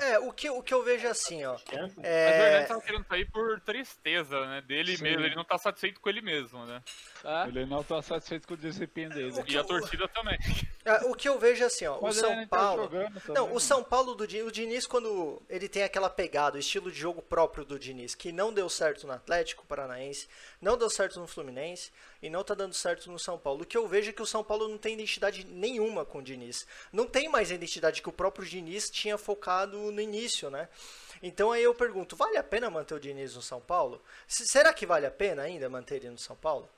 É, o que, o que eu vejo é assim, ó. Chance. É, Mas o Hernandes tava querendo sair por tristeza, né? Dele Sim. mesmo, ele não tá satisfeito com ele mesmo, né? Ah, Ele não tá satisfeito com é o desempenho dele. O que E a o- torcida também. é, o que eu vejo é assim, ó. O Mas São ele tá Paulo. jogando também, Não, mano. o São Paulo do Diniz, o Diniz quando ele tem aquela pegada, o estilo de jogo próprio do Diniz, que não deu certo no Atlético Paranaense, não deu certo no Fluminense e não tá dando certo no São Paulo. O que eu vejo é que o São Paulo não tem identidade nenhuma com o Diniz. Não tem mais a identidade que o próprio Diniz tinha focado no início, né? Então aí eu pergunto, vale a pena manter o Diniz no São Paulo? S- será que vale a pena ainda manter ele no São Paulo?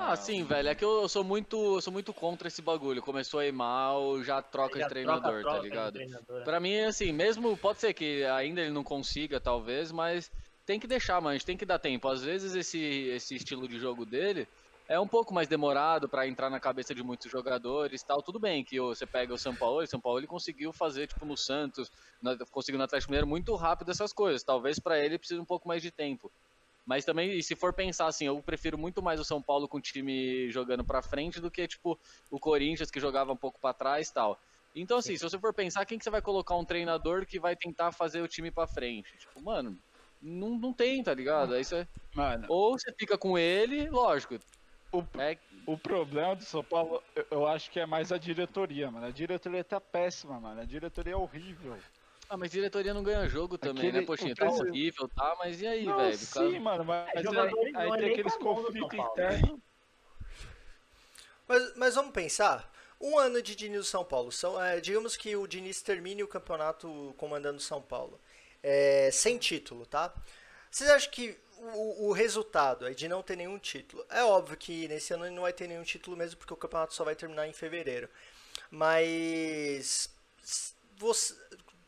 ah, sim, velho, é que eu, eu sou muito, eu sou muito contra esse bagulho. Começou a ir mal, já troca É, Já de treinador, troca, troca tá de ligado? treinador, é. Pra mim, assim, mesmo pode ser que ainda ele não consiga, talvez, mas tem que deixar, mano. A gente tem que dar tempo. Às vezes esse, esse estilo de jogo dele é um pouco mais demorado pra entrar na cabeça de muitos jogadores e tal. Tudo bem que ô, você pega o São Paulo, o São Paulo ele conseguiu fazer, tipo, no Santos, na, conseguiu no Atlético Mineiro muito rápido essas coisas. Talvez pra ele precise um pouco mais de tempo. Mas também, e se for pensar assim, eu prefiro muito mais o São Paulo com o time jogando pra frente do que, tipo, o Corinthians que jogava um pouco pra trás e tal. Então, assim, se você for pensar, quem que você vai colocar um treinador que vai tentar fazer o time pra frente? Tipo, mano, não, não tem, tá ligado? Aí você... Mano, Ou você fica com ele, lógico. o, É, o problema do São Paulo, eu, eu acho que é mais a diretoria, mano. A diretoria tá péssima, mano. A diretoria é horrível. ah, mas diretoria não ganha jogo também, Aquele- né, Poxinha? o Tá presidente- horrível, tá? Mas e aí, Não, velho? sim, Cara- mano, mas É, aí, jogadores aí não é tem nem aqueles famoso no São conflitos Paulo, internos. Mas, mas vamos pensar. Um ano de Diniz no São Paulo. São, é, digamos que o Diniz termine o campeonato comandando São Paulo. É, sem título, tá? Vocês acham que o, o resultado é de não ter nenhum título? É óbvio que nesse ano ele não vai ter nenhum título mesmo, porque o campeonato só vai terminar em fevereiro. Mas s- você-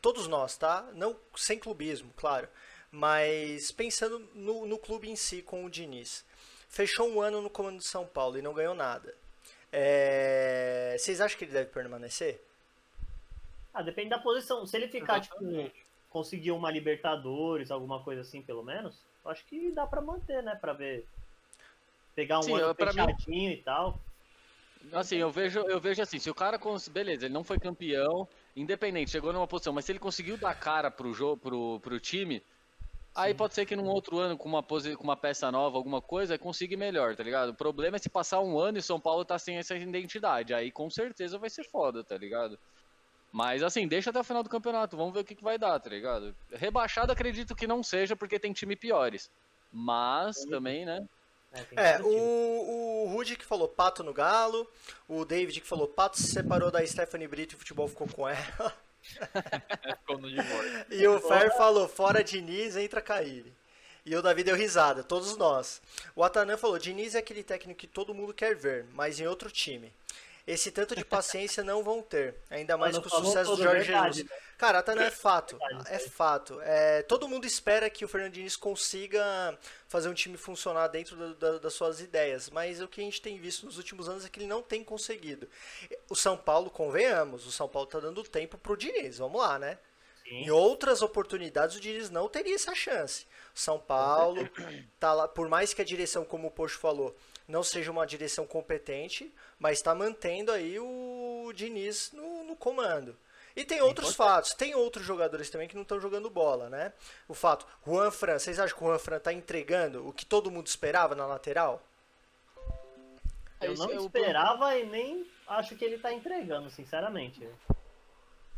todos nós, tá? Não sem clubismo, claro. Mas pensando no, no clube em si com o Diniz. Fechou um ano no comando de São Paulo e não ganhou nada. É, Vocês acham que ele deve permanecer? Ah, depende da posição. Se ele ficar, tipo, conseguir uma Libertadores, alguma coisa assim, pelo menos, eu acho que dá pra manter, né? Pra ver. Pegar um Sim, ano eu- pra mim- fechadinho e tal. Assim, eu vejo, eu vejo assim, se o cara cons... beleza, ele não foi campeão, independente, chegou numa posição, mas se ele conseguiu dar cara pro jogo, pro, pro time, aí pode ser que num outro ano com uma posi... com uma peça nova, alguma coisa, consiga ir melhor, tá ligado? O problema é se passar um ano e São Paulo tá sem essa identidade, aí com certeza vai ser foda, tá ligado? Mas assim, deixa até o final do campeonato, vamos ver o que, que vai dar, tá ligado? Rebaixado acredito que não seja, porque tem time piores. Mas também, né? né, tem É, todo time. o, o Rudy que falou pato no galo, o David que falou pato se separou da Stephanie Brito e o futebol ficou com ela, É, ficou no divórcio. e o Fer falou fora Diniz, entra Caíri. E o Davi deu risada, todos nós. O Atanã falou, Diniz é aquele técnico que todo mundo quer ver, mas em outro time. Esse tanto de paciência não vão ter, ainda mais Mano, com o falou sucesso do toda Jorge verdade, Jesus. né? Cara, Atanã é fato. Verdade, É fato. É, todo mundo espera que o Fernando Diniz consiga fazer um time funcionar dentro da- da- das suas ideias, mas o que a gente tem visto nos últimos anos é que ele não tem conseguido. O São Paulo, convenhamos, o São Paulo tá dando tempo pro Diniz, vamos lá, né? Sim. Em outras oportunidades, o Diniz não teria essa chance. O São Paulo, tá lá, por mais que a direção, como o Pocho falou, não seja uma direção competente, mas está mantendo aí o Diniz no, no comando. E tem outros fatos, tem outros jogadores também que não estão jogando bola, né? O fato, Juan Fran, vocês acham que o Juan Fran tá entregando o que todo mundo esperava na lateral? Eu Esse não é o problema. esperava e nem acho que ele tá entregando, sinceramente.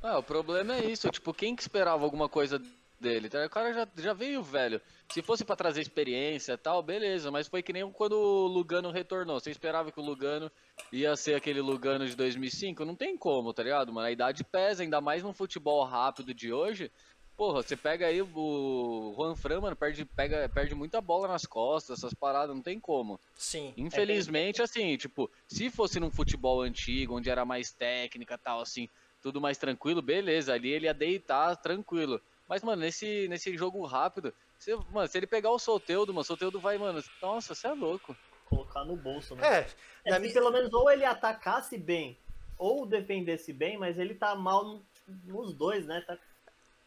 Ah, o problema é isso, tipo, quem que esperava alguma coisa dele? tá? O cara já, já veio velho. Se fosse pra trazer experiência e tal, beleza, mas foi que nem quando o Lugano retornou. Você esperava que o Lugano ia ser aquele Lugano de 2005? Não tem como, tá ligado, mano? A idade pesa, ainda mais no futebol rápido de hoje. Porra, você pega aí o Juan Fran, mano, perde, pega, perde muita bola nas costas, essas paradas, não tem como. Sim. é Infelizmente, assim, tipo, se fosse num futebol antigo, onde era mais técnica tal, assim, tudo mais tranquilo, beleza, ali ele ia deitar tranquilo. Mas, mano, nesse, nesse jogo rápido, se, mano, se ele pegar o Soteudo, mano, o Soteudo vai, mano, nossa, você é louco. Colocar no bolso, né? É, É na que minha- pelo menos ou ele atacasse bem ou defendesse bem, mas ele tá mal no- nos dois, né? Tá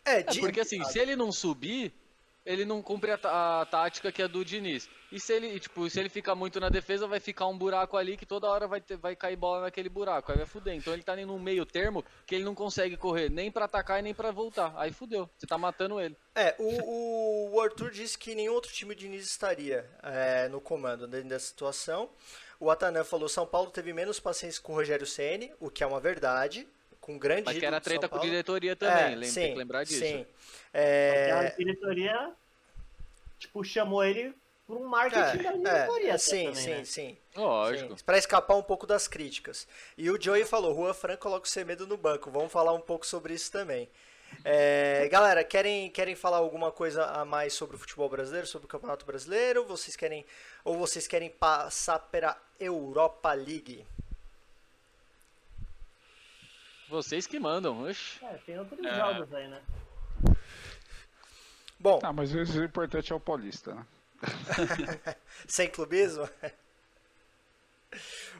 é, É, Di- porque assim, se ele não subir, ele não cumpre a, tá- a tática que é do Diniz. E se ele, tipo, se ele fica muito na defesa, vai ficar um buraco ali que toda hora vai, ter- vai cair bola naquele buraco, aí vai fuder. Então ele tá ali num meio termo que ele não consegue correr nem pra atacar e nem pra voltar. Aí fudeu, você tá matando ele. É, o, o Arthur disse que nenhum outro time de Diniz estaria é, no comando dentro dessa situação. O Atanã falou São Paulo teve menos paciência com o Rogério Ceni, o que é uma verdade, com grande Mas que ídolo era do treta São com Paulo. diretoria É, também, lembra, tem sim, que lembrar disso. Sim. Porque a É, diretoria, tipo, chamou ele por um marketing da diretoria. é, até sim, também, sim, né? sim. Lógico. Para escapar um pouco das críticas. E o Joey falou: Juan Fran coloca o Semedo no banco. Vamos falar um pouco sobre isso também. É, galera, querem, querem falar alguma coisa a mais sobre o futebol brasileiro, sobre o Campeonato Brasileiro? Vocês querem ou vocês querem passar para Europa League? Vocês que mandam, oxe. É, tem outros jogos aí, né? Bom, Tá. Ah, mas o importante é o Paulista, né? sem clubismo.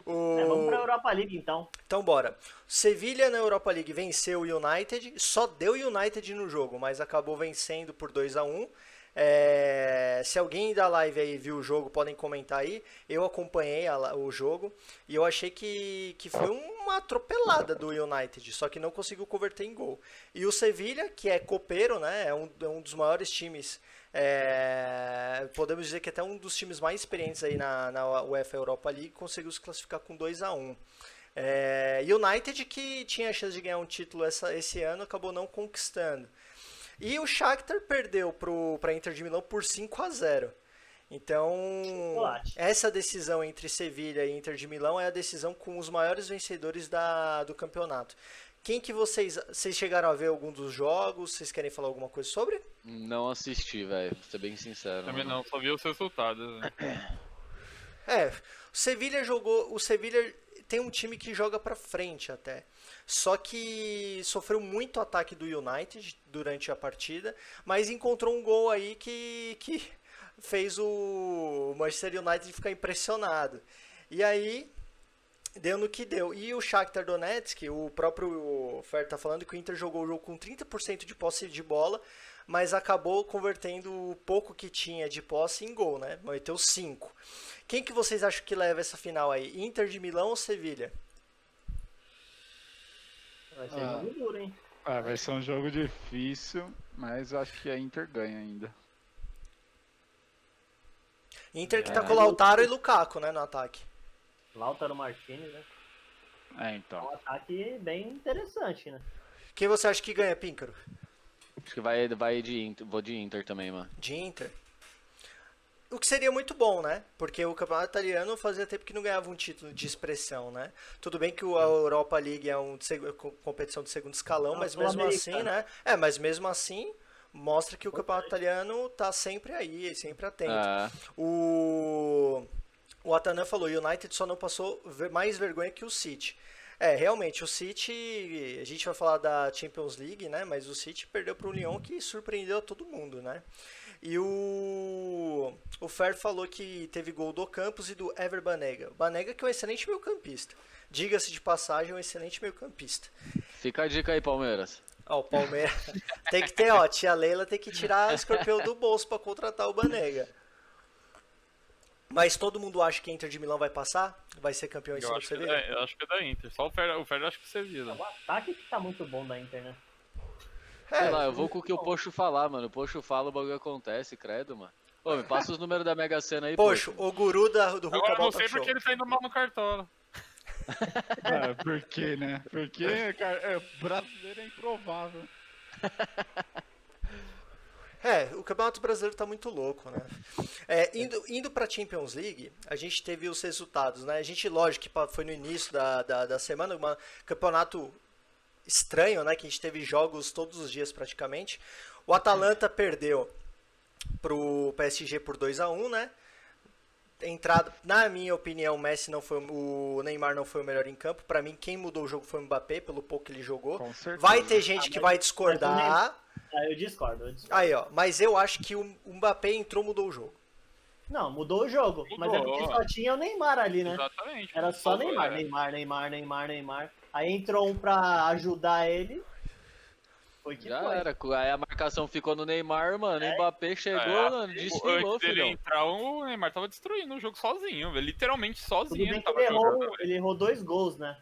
O- É, vamos pra Europa League, então. Então bora. Sevilha na Europa League venceu o United, só deu United no jogo, mas acabou vencendo por 2 a 1. É, se alguém da live aí viu o jogo, podem comentar aí. Eu acompanhei a la- o jogo e eu achei que, que foi uma atropelada do United, só que não conseguiu converter em gol. E o Sevilha, que é copeiro, né? É um, é um dos maiores times. é, podemos dizer que até um dos times mais experientes aí na, na UEFA Europa League conseguiu se classificar com 2 a 1 é, United que tinha a chance de ganhar um título essa, esse ano acabou não conquistando. E o Shakhtar perdeu para Inter de Milão por 5 a 0. Então, Chocolate. essa decisão entre Sevilha e Inter de Milão é a decisão com os maiores vencedores da, do campeonato. Quem que vocês, vocês chegaram a ver algum dos jogos? Vocês querem falar alguma coisa sobre? Não assisti, velho. Pra ser bem sincero. Também não, só vi os resultados. né? É, o Sevilha jogou. O Sevilha tem um time que joga pra frente até. Só que sofreu muito ataque do United durante a partida, mas encontrou um gol aí que, que fez o Manchester United ficar impressionado. E aí deu no que deu. E o Shakhtar Donetsk, o próprio Fer tá falando que o Inter jogou o jogo com 30% de posse de bola, mas acabou convertendo o pouco que tinha de posse em gol, né? Meteu 5. Quem que vocês acham que leva essa final aí? Inter de Milão ou Sevilha? Vai ser Ah. jogo duro, hein? Ah, vai ser um jogo difícil, mas eu acho que a Inter ganha ainda. Inter que tá É. com Lautaro e Lukaku, né, no ataque. Lautaro Martinez, né? É, É então. um ataque bem interessante, né? Quem você acha que ganha, Píncaro? Acho que vai, vai de Inter. Vou de Inter também, mano. De Inter? O que seria muito bom, né? Porque o campeonato italiano fazia tempo que não ganhava um título de expressão, né? Tudo bem que o- a Europa League é uma competição de segundo escalão, Ah, mas pela mesmo América. assim, né? É, mas mesmo assim mostra que o campeonato italiano tá sempre aí, sempre atento. Ah, O, o Atanã falou, o United só não passou ver- mais vergonha que o City. É, realmente, o City, a gente vai falar da Champions League, né? Mas o City perdeu para o Lyon, que surpreendeu a todo mundo, né? E o, o Fer falou que teve gol do Campos e do Ever Banega. Banega que é um excelente meio campista. Diga-se de passagem, um excelente meio campista. fica a dica aí, Palmeiras. Ó, o Palmeiras tem que ter, ó, tia Leila tem que tirar o escorpião do bolso pra contratar o Banega. Mas todo mundo acha que a Inter de Milão vai passar? Vai ser campeão em Eu cima do acho, que Sevilha? é, eu acho que é da Inter. Só o Fer, o Fer eu acho que você viu. O ataque que tá muito bom da Inter, né? É. é. Sei lá, eu tipo, vou com o que o Poxo falar, mano. O Poxo fala, o bagulho acontece, credo, mano. Ô, me passa os números da Mega Sena aí, Poxa, Poxo. o guru da, do Hulk Agora eu não Bota sei Show. porque ele tá indo mal no cartola. Ah, por quê, né? Porque, cara, é, brasileiro é improvável. É, o Campeonato Brasileiro tá muito louco, né? É, indo, indo pra Champions League, a gente teve os resultados, né? A gente, lógico que pa- foi no início da, da, da semana, um campeonato estranho, né? Que a gente teve jogos todos os dias praticamente. O Atalanta perdeu pro PSG por 2 a 1 né? Entrada, na minha opinião, o Messi não foi o o Neymar não foi o melhor em campo. Pra mim, quem mudou o jogo foi o Mbappé, pelo pouco que ele jogou. Com certeza. Vai ter gente Ah, que mas- vai discordar. Ah, eu discordo, eu discordo. Aí, ó. Mas eu acho que o Mbappé entrou, mudou o jogo. Não, mudou o jogo. Mas é porque só tinha o Neymar ali, né? Exatamente. Era só Por favor, Neymar, é. Neymar, Neymar, Neymar, Neymar. Aí entrou um pra ajudar ele. Foi que Já foi. era, cu- aí a marcação ficou no Neymar, mano. É. Mbappé chegou, É, mano, antes desfilou, dele filhão. entrar, o Neymar tava destruindo o jogo sozinho, velho. Literalmente Tudo sozinho bem ele que tava ele errou, jogando. ele errou dois gols, né?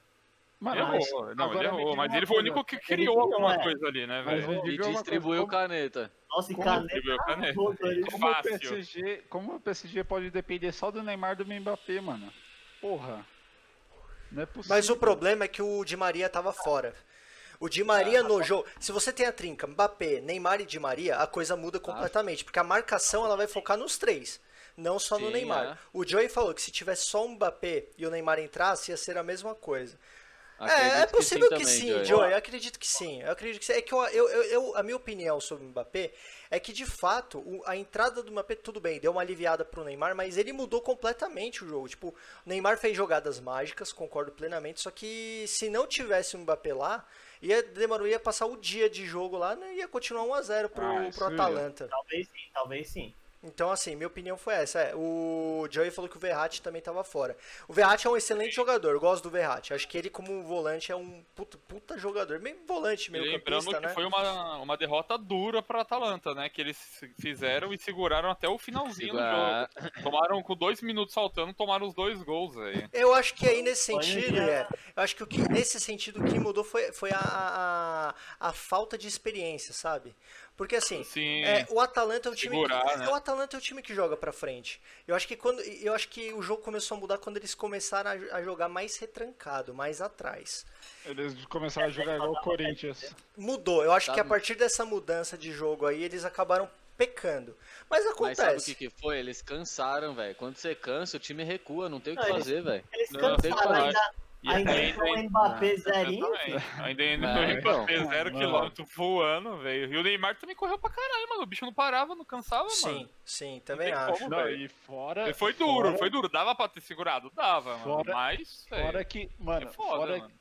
Mano, Errou, mas não, ele agora me errou, diga mas uma ele foi coisa. o único que Ele criou criou, alguma é. coisa ali, né, Mas velho? me E diga uma distribuiu coisa, caneta. Nossa, e tá Como distribuiu caneta. a caneta? gol, dois. Como o, Fácil. PSG, como o PSG pode depender só do Neymar e do Mbappé, mano? Porra. Não é possível. Mas o problema é que o Di Maria tava fora. O Di Ah, Maria tá no jogo. Se você tem a trinca Mbappé, Neymar e Di Maria, a coisa Ah. muda completamente. Porque a marcação ela vai focar nos três. Não só no Sim, Neymar. é. O Joey falou que se tivesse só o Mbappé e o Neymar entrasse, ia ser a mesma coisa. Acredito é, é possível que também, sim, Joey. Joey. Eu acredito que sim. Eu acredito que sim. É que eu, eu- eu- eu- a minha opinião sobre o Mbappé é que, de fato, o- a entrada do Mbappé, tudo bem, deu uma aliviada pro Neymar, mas ele mudou completamente o jogo. Tipo, o Neymar fez jogadas mágicas, concordo plenamente, só que se não tivesse o Mbappé lá, ia, demorou, ia passar o dia de jogo lá, né, ia continuar 1x0 pro, Ah, isso pro ia. Atalanta. Talvez sim, talvez sim. Então, assim, minha opinião foi essa. É, o Joey falou que o Verratti também tava fora. O Verratti é um excelente jogador, eu gosto do Verratti. Acho que ele, como volante, é um puta, puta jogador. Meio volante, meio Lembrando campista, que né? foi uma, uma derrota dura pra Atalanta, né? Que eles se- fizeram e seguraram até o finalzinho Segura- do jogo. Tomaram com dois minutos saltando, tomaram os dois gols aí. Eu acho que é aí nesse Foi um sentido, dia- é, eu acho que, o que nesse sentido o que mudou foi, foi a, a, a- a falta de experiência, sabe? Porque assim, Sim. é, o Atalanta é o time que, segurar, né? o Atalanta é o time que joga pra frente. Eu acho que quando eu acho que o jogo começou a mudar quando eles começaram a, jo- a jogar mais retrancado, mais atrás. Eles começaram a jogar igual o Corinthians. Mudou. Eu acho Tá que a bom. partir dessa mudança de jogo aí eles acabaram pecando. Mas Mas acontece. sabe o que, que foi? Eles cansaram, velho. Quando você cansa, o time recua, não tem o que Não, eles- fazer, velho. Eles Não, cansaram tem que ainda. E Ainda entrou o Ah, Mbappé zerinho. Exatamente. Ainda ainda Ah, o Mbappé então. zero Não. quilômetro voando, velho. E o Neymar também correu pra caralho, mano. O bicho não parava, não cansava, Sim, é? mano. sim, também tem acho. como. Não, velho. e fora. E foi duro, fora- foi duro. Dava pra ter segurado? Dava, mano. Fora- Mas, velho, Fora que, mano, é foda, fora, mano.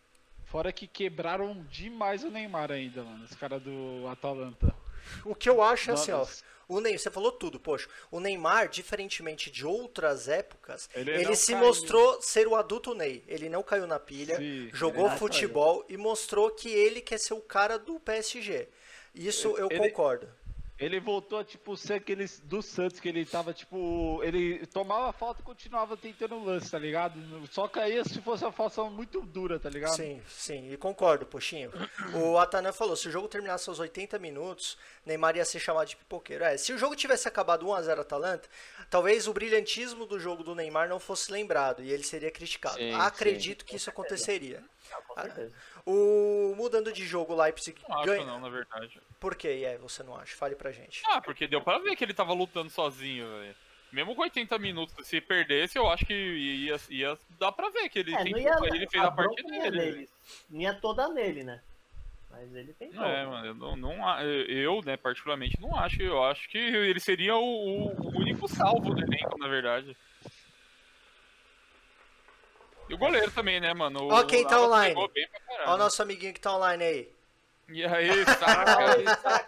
fora que quebraram demais o Neymar ainda, mano. Os caras do Atalanta. O que eu acho é assim, ó. Mano, O Neymar, você falou tudo, poxa. O Neymar, diferentemente de outras épocas, ele, Ele não se caiu. mostrou ser o adulto Ney. Ele não caiu na pilha, Sim, jogou ele não futebol e mostrou que ele quer ser o cara do PSG. Isso eu Ele- concordo. Ele voltou a, tipo, ser aqueles do Santos, que ele tava, tipo, ele tomava falta e continuava tentando o lance, tá ligado? Só caía se fosse uma falta muito dura, tá ligado? Sim, sim, e concordo, Poxinho. O Atanã falou: se o jogo terminasse aos 80 minutos, Neymar ia ser chamado de pipoqueiro. É, se o jogo tivesse acabado 1x0 Atalanta, talvez o brilhantismo do jogo do Neymar não fosse lembrado e ele seria criticado. Sim, Acredito que isso aconteceria. Ah, com certeza. O mudando de jogo, o Leipzig Não acho, ganha. não, na verdade. Por que, é, você não acha? Fale pra gente. Ah, porque deu pra ver que ele tava lutando sozinho, velho. Mesmo com 80 minutos, se perdesse, eu acho que ia, ia dar pra ver que ele, É, não tentou, ia, ele fez a, parte bronca não ia dele. né? velho. nele. Não ia toda nele, né? Mas ele tem Não, É, mano, eu, não, não a- eu, né, particularmente, não acho. Eu acho que ele seria o, o único salvo do elenco, na verdade. E o goleiro também, né, mano? O, Ó quem o tá Navas online. pegou bem pra caralho. Olha o nosso amiguinho que tá online aí. E aí, saca?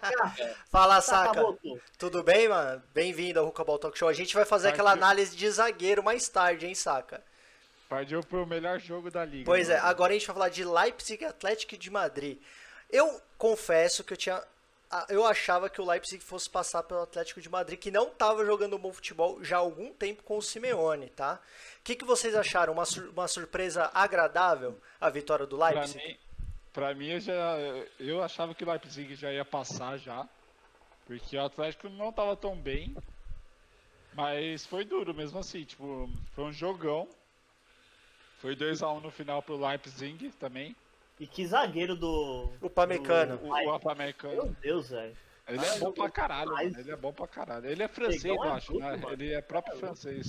Fala, Saca, Saca. voltou. Tudo bem, mano? Bem-vindo ao Hucabal Talk Show. A gente vai Tá fazer aquela Partiu. análise de zagueiro mais tarde, hein, Saca? Partiu pro melhor jogo da liga. Pois é, mano. agora a gente vai falar de Leipzig e Atlético de Madrid. Eu confesso que eu tinha. a- Eu achava que o Leipzig fosse passar pelo Atlético de Madrid, que não estava jogando bom futebol já há algum tempo com o Simeone, tá? O que, que vocês acharam? Uma, sur- uma surpresa agradável a vitória do pra Leipzig? mim, pra mim eu já. Eu achava que o Leipzig já ia passar já. Porque o Atlético não tava tão bem. Mas foi duro mesmo assim, tipo, foi um jogão. Foi 2x1 no final pro Leipzig também. E que zagueiro do. O Pamecano. do- O, Ai, o Upamecano. Meu Deus, velho. Ele é bom pra caralho, Mas- mano. Ele é bom pra caralho. Ele é francês, Negão eu é acho, bruto, né? mano. Ele é próprio francês.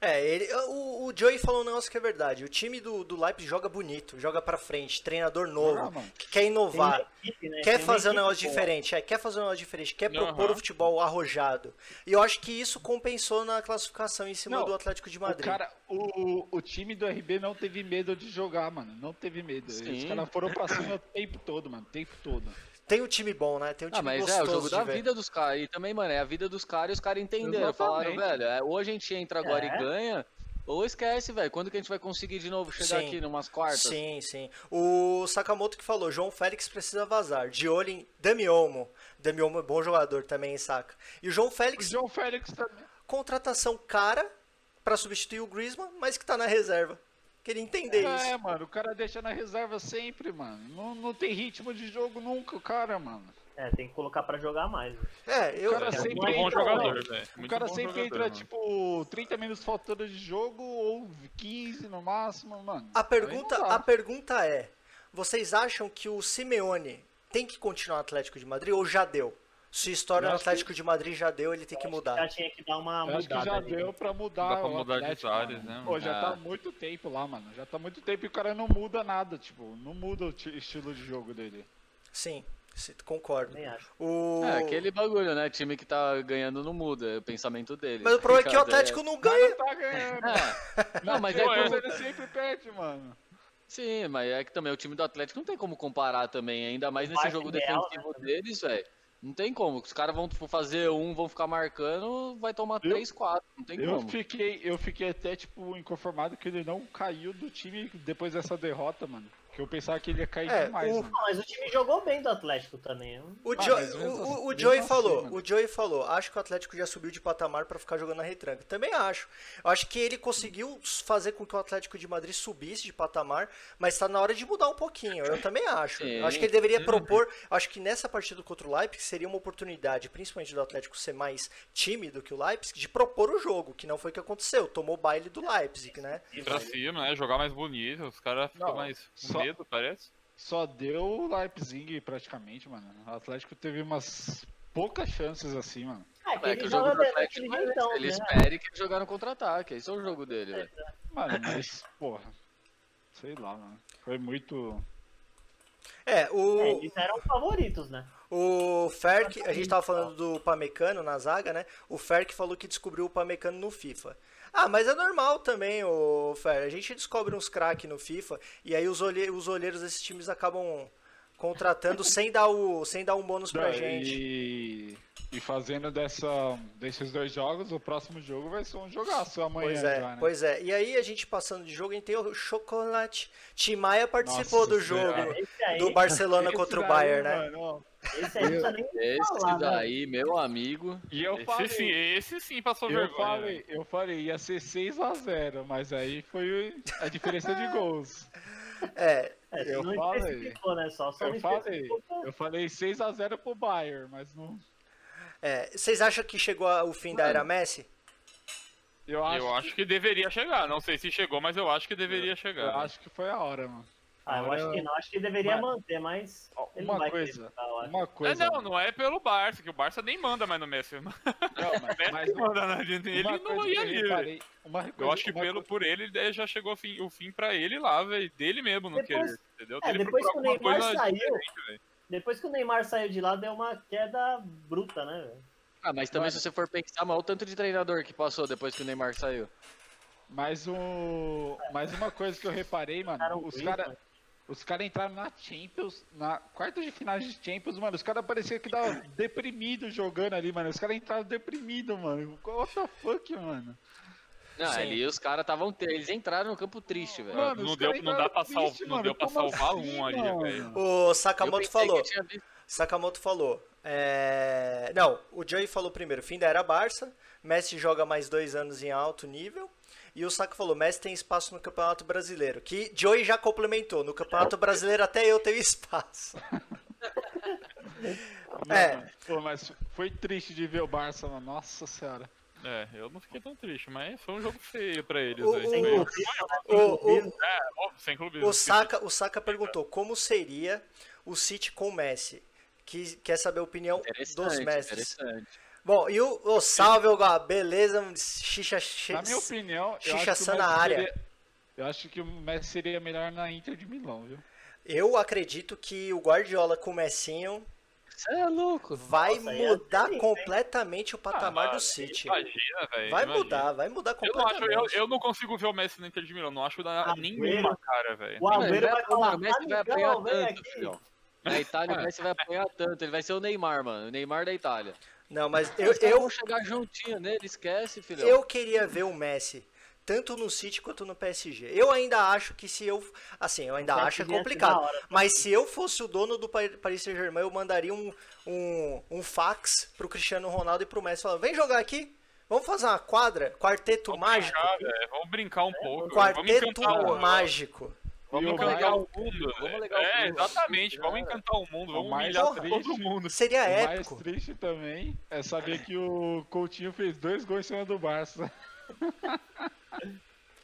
É, ele, o, o Joey falou um negócio que é verdade. O time do, do Leipzig joga bonito, joga pra frente, treinador Ah, novo, mano. que quer Tem uma inovar. equipe, né? Tem Quer uma fazer um equipe negócio boa. diferente, é, quer fazer um negócio diferente, quer propor um Aham. futebol arrojado. E eu acho que isso compensou na classificação em cima Não, do Atlético de O Madrid. cara, o, o- o time do RB não teve medo de jogar, mano. Não teve medo. Os Sim. caras foram pra cima o tempo todo, mano. O tempo todo. Tem um time bom, né? Tem um time Ah, mas é gostoso o jogo de da ver. vida dos caras. E também, mano, é a vida dos caras e os caras entenderam. Falaram, Exatamente. velho, é, ou a gente entra agora É. e ganha, ou esquece, velho. Quando que a gente vai conseguir de novo chegar Sim. aqui numas quartas? Sim, sim. O Sakamoto que falou, João Félix precisa vazar. De olho em Damiomo. Damiomo é bom jogador também, hein, saca? E o João O Félix, João Félix também. contratação cara pra substituir o Griezmann, mas que tá na reserva. Queria entender isso. É, mano. O cara deixa na reserva sempre, mano. Não, não tem ritmo de jogo nunca, o cara, mano. É, tem que colocar pra jogar mais. É, eu... O cara É sempre muito bom entra, jogador, mano. velho. o Muito cara bom sempre jogador, entra, mano. tipo, 30 minutos faltando de jogo ou 15 no máximo, mano. A Aí pergunta, não dá. a pergunta é: vocês acham que o Simeone tem que continuar no Atlético de Madrid ou já deu? Se história Eu no acho que- Atlético de Madrid já deu, ele tem que Já mudar. tinha que dar uma Eu acho que mudada. É, já ali. deu pra mudar. Dá pra o mudar de Atlético, áreas, mano. né, mano? Pô, já tá Ah. há muito tempo lá, mano. Já tá há muito tempo e o cara não muda nada, tipo, não muda o ti- estilo de jogo dele. Sim, se- concordo. Nem acho. O... É, aquele bagulho, né? Time que tá ganhando não muda, é o pensamento dele. Mas o problema é que o Brincadeira. Atlético não Mas ganha. não tá ganhando. É. Não, mas é Pô, como- que. ele sempre perde, mano. Sim, mas é que também o time do Atlético não tem como comparar também, ainda mais nesse Marca jogo ideal, né? defensivo deles, velho. Não tem como. Os caras vão tipo, fazer um, vão ficar marcando, vai tomar Eu- três, quatro. Não tem Eu como. fiquei, eu fiquei até, tipo, inconformado que ele não caiu do time depois dessa derrota, mano. Que eu pensava que ele ia cair É, demais, o- mano. Não, mas o time jogou bem do Atlético também. É, eu- O, Ah, Jo- mas mesmo o- o- o assim, Joey mesmo falou, assim, mano. o Joey falou, acho que o Atlético já subiu de patamar pra ficar jogando na retranca. Também acho. Eu acho que ele conseguiu s- fazer com que o Atlético de Madrid subisse de patamar, mas tá na hora de mudar um pouquinho. Eu também acho. Sim. Eu acho que ele deveria propor, eu acho que nessa partida contra o Leipzig seria uma oportunidade, principalmente do Atlético ser mais time do que o Leipzig, de propor o jogo, que não foi o que aconteceu. Tomou o baile do Leipzig, né? Ir pra cima, né? Jogar mais bonito, os caras ficam Não, mais com só- medo, parece. Só deu o Leipzig praticamente, mano. O Atlético teve umas poucas chances assim, mano. Ah, É que o jogo do Atlético não é esse, né? ele espere que ele jogar no contra-ataque. Esse é o jogo dele, velho. Mano, mas, porra. Sei lá, mano. Foi muito. É, É, o, eles eram favoritos, né? O Ferk, a gente tava falando do Pamecano na zaga, né? O Ferk falou que descobriu o Pamecano no FIFA. Ah, mas é normal também, o Fer. A gente descobre uns craques no FIFA e aí os, olhe os olheiros desses times acabam contratando sem dar o sem dar um bônus pra gente. E, e fazendo dessa, desses dois jogos, o próximo jogo vai ser um jogaço amanhã Pois é, já, né? pois é. E aí a gente passando de jogo, a gente tem o Chocolate. Tim Maia participou Nossa do Senhora. jogo Esse aí, do Barcelona Esse é, contra o daí, Bayern, né? é mano, ó. esse aí não precisa nem Esse falar, né? daí, meu amigo. E eu falei, Esse sim, esse sim passou eu vergonha. né? falei, eu falei, ia ser 6x0, mas aí foi o- a diferença de gols. É, É, Eu não falei. especificou, né? Só, só Eu não falei, especificou pra- eu falei 6x0 pro Bayern, mas não. é. Vocês acham que chegou a- o fim da era Messi? Eu acho, Eu acho que deveria chegar. Não sei se chegou, mas eu acho que deveria chegar. eu acho que foi a hora, mano. Ah, eu Agora- acho que não. Acho que deveria Mano, manter, mas. Ó, ele Uma vai coisa, ter, eu acho. uma É, coisa. não, não é pelo Barça, que o Barça nem manda mais no Messi. não, mas, mas Messi manda na gente, ele uma não coisa que eu ia ali. reparei- uma Eu coisa- acho que uma pelo, coisa- por ele, ele já chegou o fim, o fim pra ele lá, velho. Dele mesmo não Depois- querer, entendeu? É, Dele depois que o procurar alguma Neymar coisa saiu. diferente, velho. Depois que o Neymar saiu de lá, deu uma queda bruta, né, velho? Ah, mas também Mano. se você for pensar, mas olha o tanto de treinador que passou depois que o Neymar saiu. Mas o. Mas uma coisa que eu reparei, Cara, mano, o os Griezmann- caras. Os caras entraram na Champions, na quarta de finais de Champions, mano. Os caras pareciam que tava deprimido jogando ali, mano. Os caras entraram deprimido, mano. What the fuck, mano? Não, Sim. ali os caras estavam. te- Eles entraram no campo triste, velho. Mano, não os deu- caras não dá pra entraram salv- triste, não deu pra Como assim, salvar um ali, mano? velho. O Eu Sakamoto pensei falou. que tinha visto- Sakamoto falou. é, Não, o Joey falou primeiro, fim da era Barça, Messi joga mais dois anos em alto nível. E o Saka falou, Messi tem espaço no Campeonato Brasileiro. Que Joey já complementou, no Campeonato Brasileiro até eu tenho espaço. Não, É. mano. Pô, mas foi triste de ver o Barça, mano. Nossa senhora. É, eu não fiquei tão triste, mas foi um jogo feio pra eles, O- velho. o- Foi- O, o, ó, sem clubismo. o, Saka, o Saka perguntou, como seria o City com o Messi? Que, quer saber a opinião dos Interessante, mestres. interessante. Bom, e o, o salve, o Gá, beleza, xixa, Na minha xixa, opinião, eu acho, que o Chichaçã na Messi área. seria- eu acho que o Messi seria melhor na Inter de Milão, viu? Eu acredito que o Guardiola com o Messinho Você é louco. vai Nossa, aí é mudar diferente, completamente o Ah, patamar do mano, City. Imagina, velho. Vai imagina. mudar, vai mudar Eu não, completamente. acho, eu, eu não consigo ver o Messi no Inter de Milão. Não acho da, Ah, nenhuma cara, velho. O Agüero vai Mano, falar, o Messi vai "Amigão, apanhar vem tanto, aqui." filhão. Na Itália, o Messi vai apanhar tanto. Ele vai ser o Neymar, mano. O Neymar da Itália. Não, mas eu, é Os caras eu, vão chegar juntinho nele, esquece, filhão. eu queria ver o Messi tanto no City quanto no PSG. Eu ainda acho que se eu, assim, eu ainda O acho é PSG é complicado, da hora. mas se eu fosse o dono do Pa- Paris Saint-Germain, eu mandaria um, um, um fax pro Cristiano Ronaldo e pro Messi falando: "Vem jogar aqui, vamos fazer uma quadra, quarteto mágico, brincar, Tá velho. Vamos brincar um pouco. vamos né? quarteto encantar, o- mágico". E Vamos o é encantar o Bayern- mundo. Vamos velho. legal o É, mundo. exatamente. Vamos Cara. encantar o mundo. Vamos O mais humilhar triste- todo mundo. Seria o mais É épico. triste também é saber que o Coutinho fez dois gols em cima do Barça.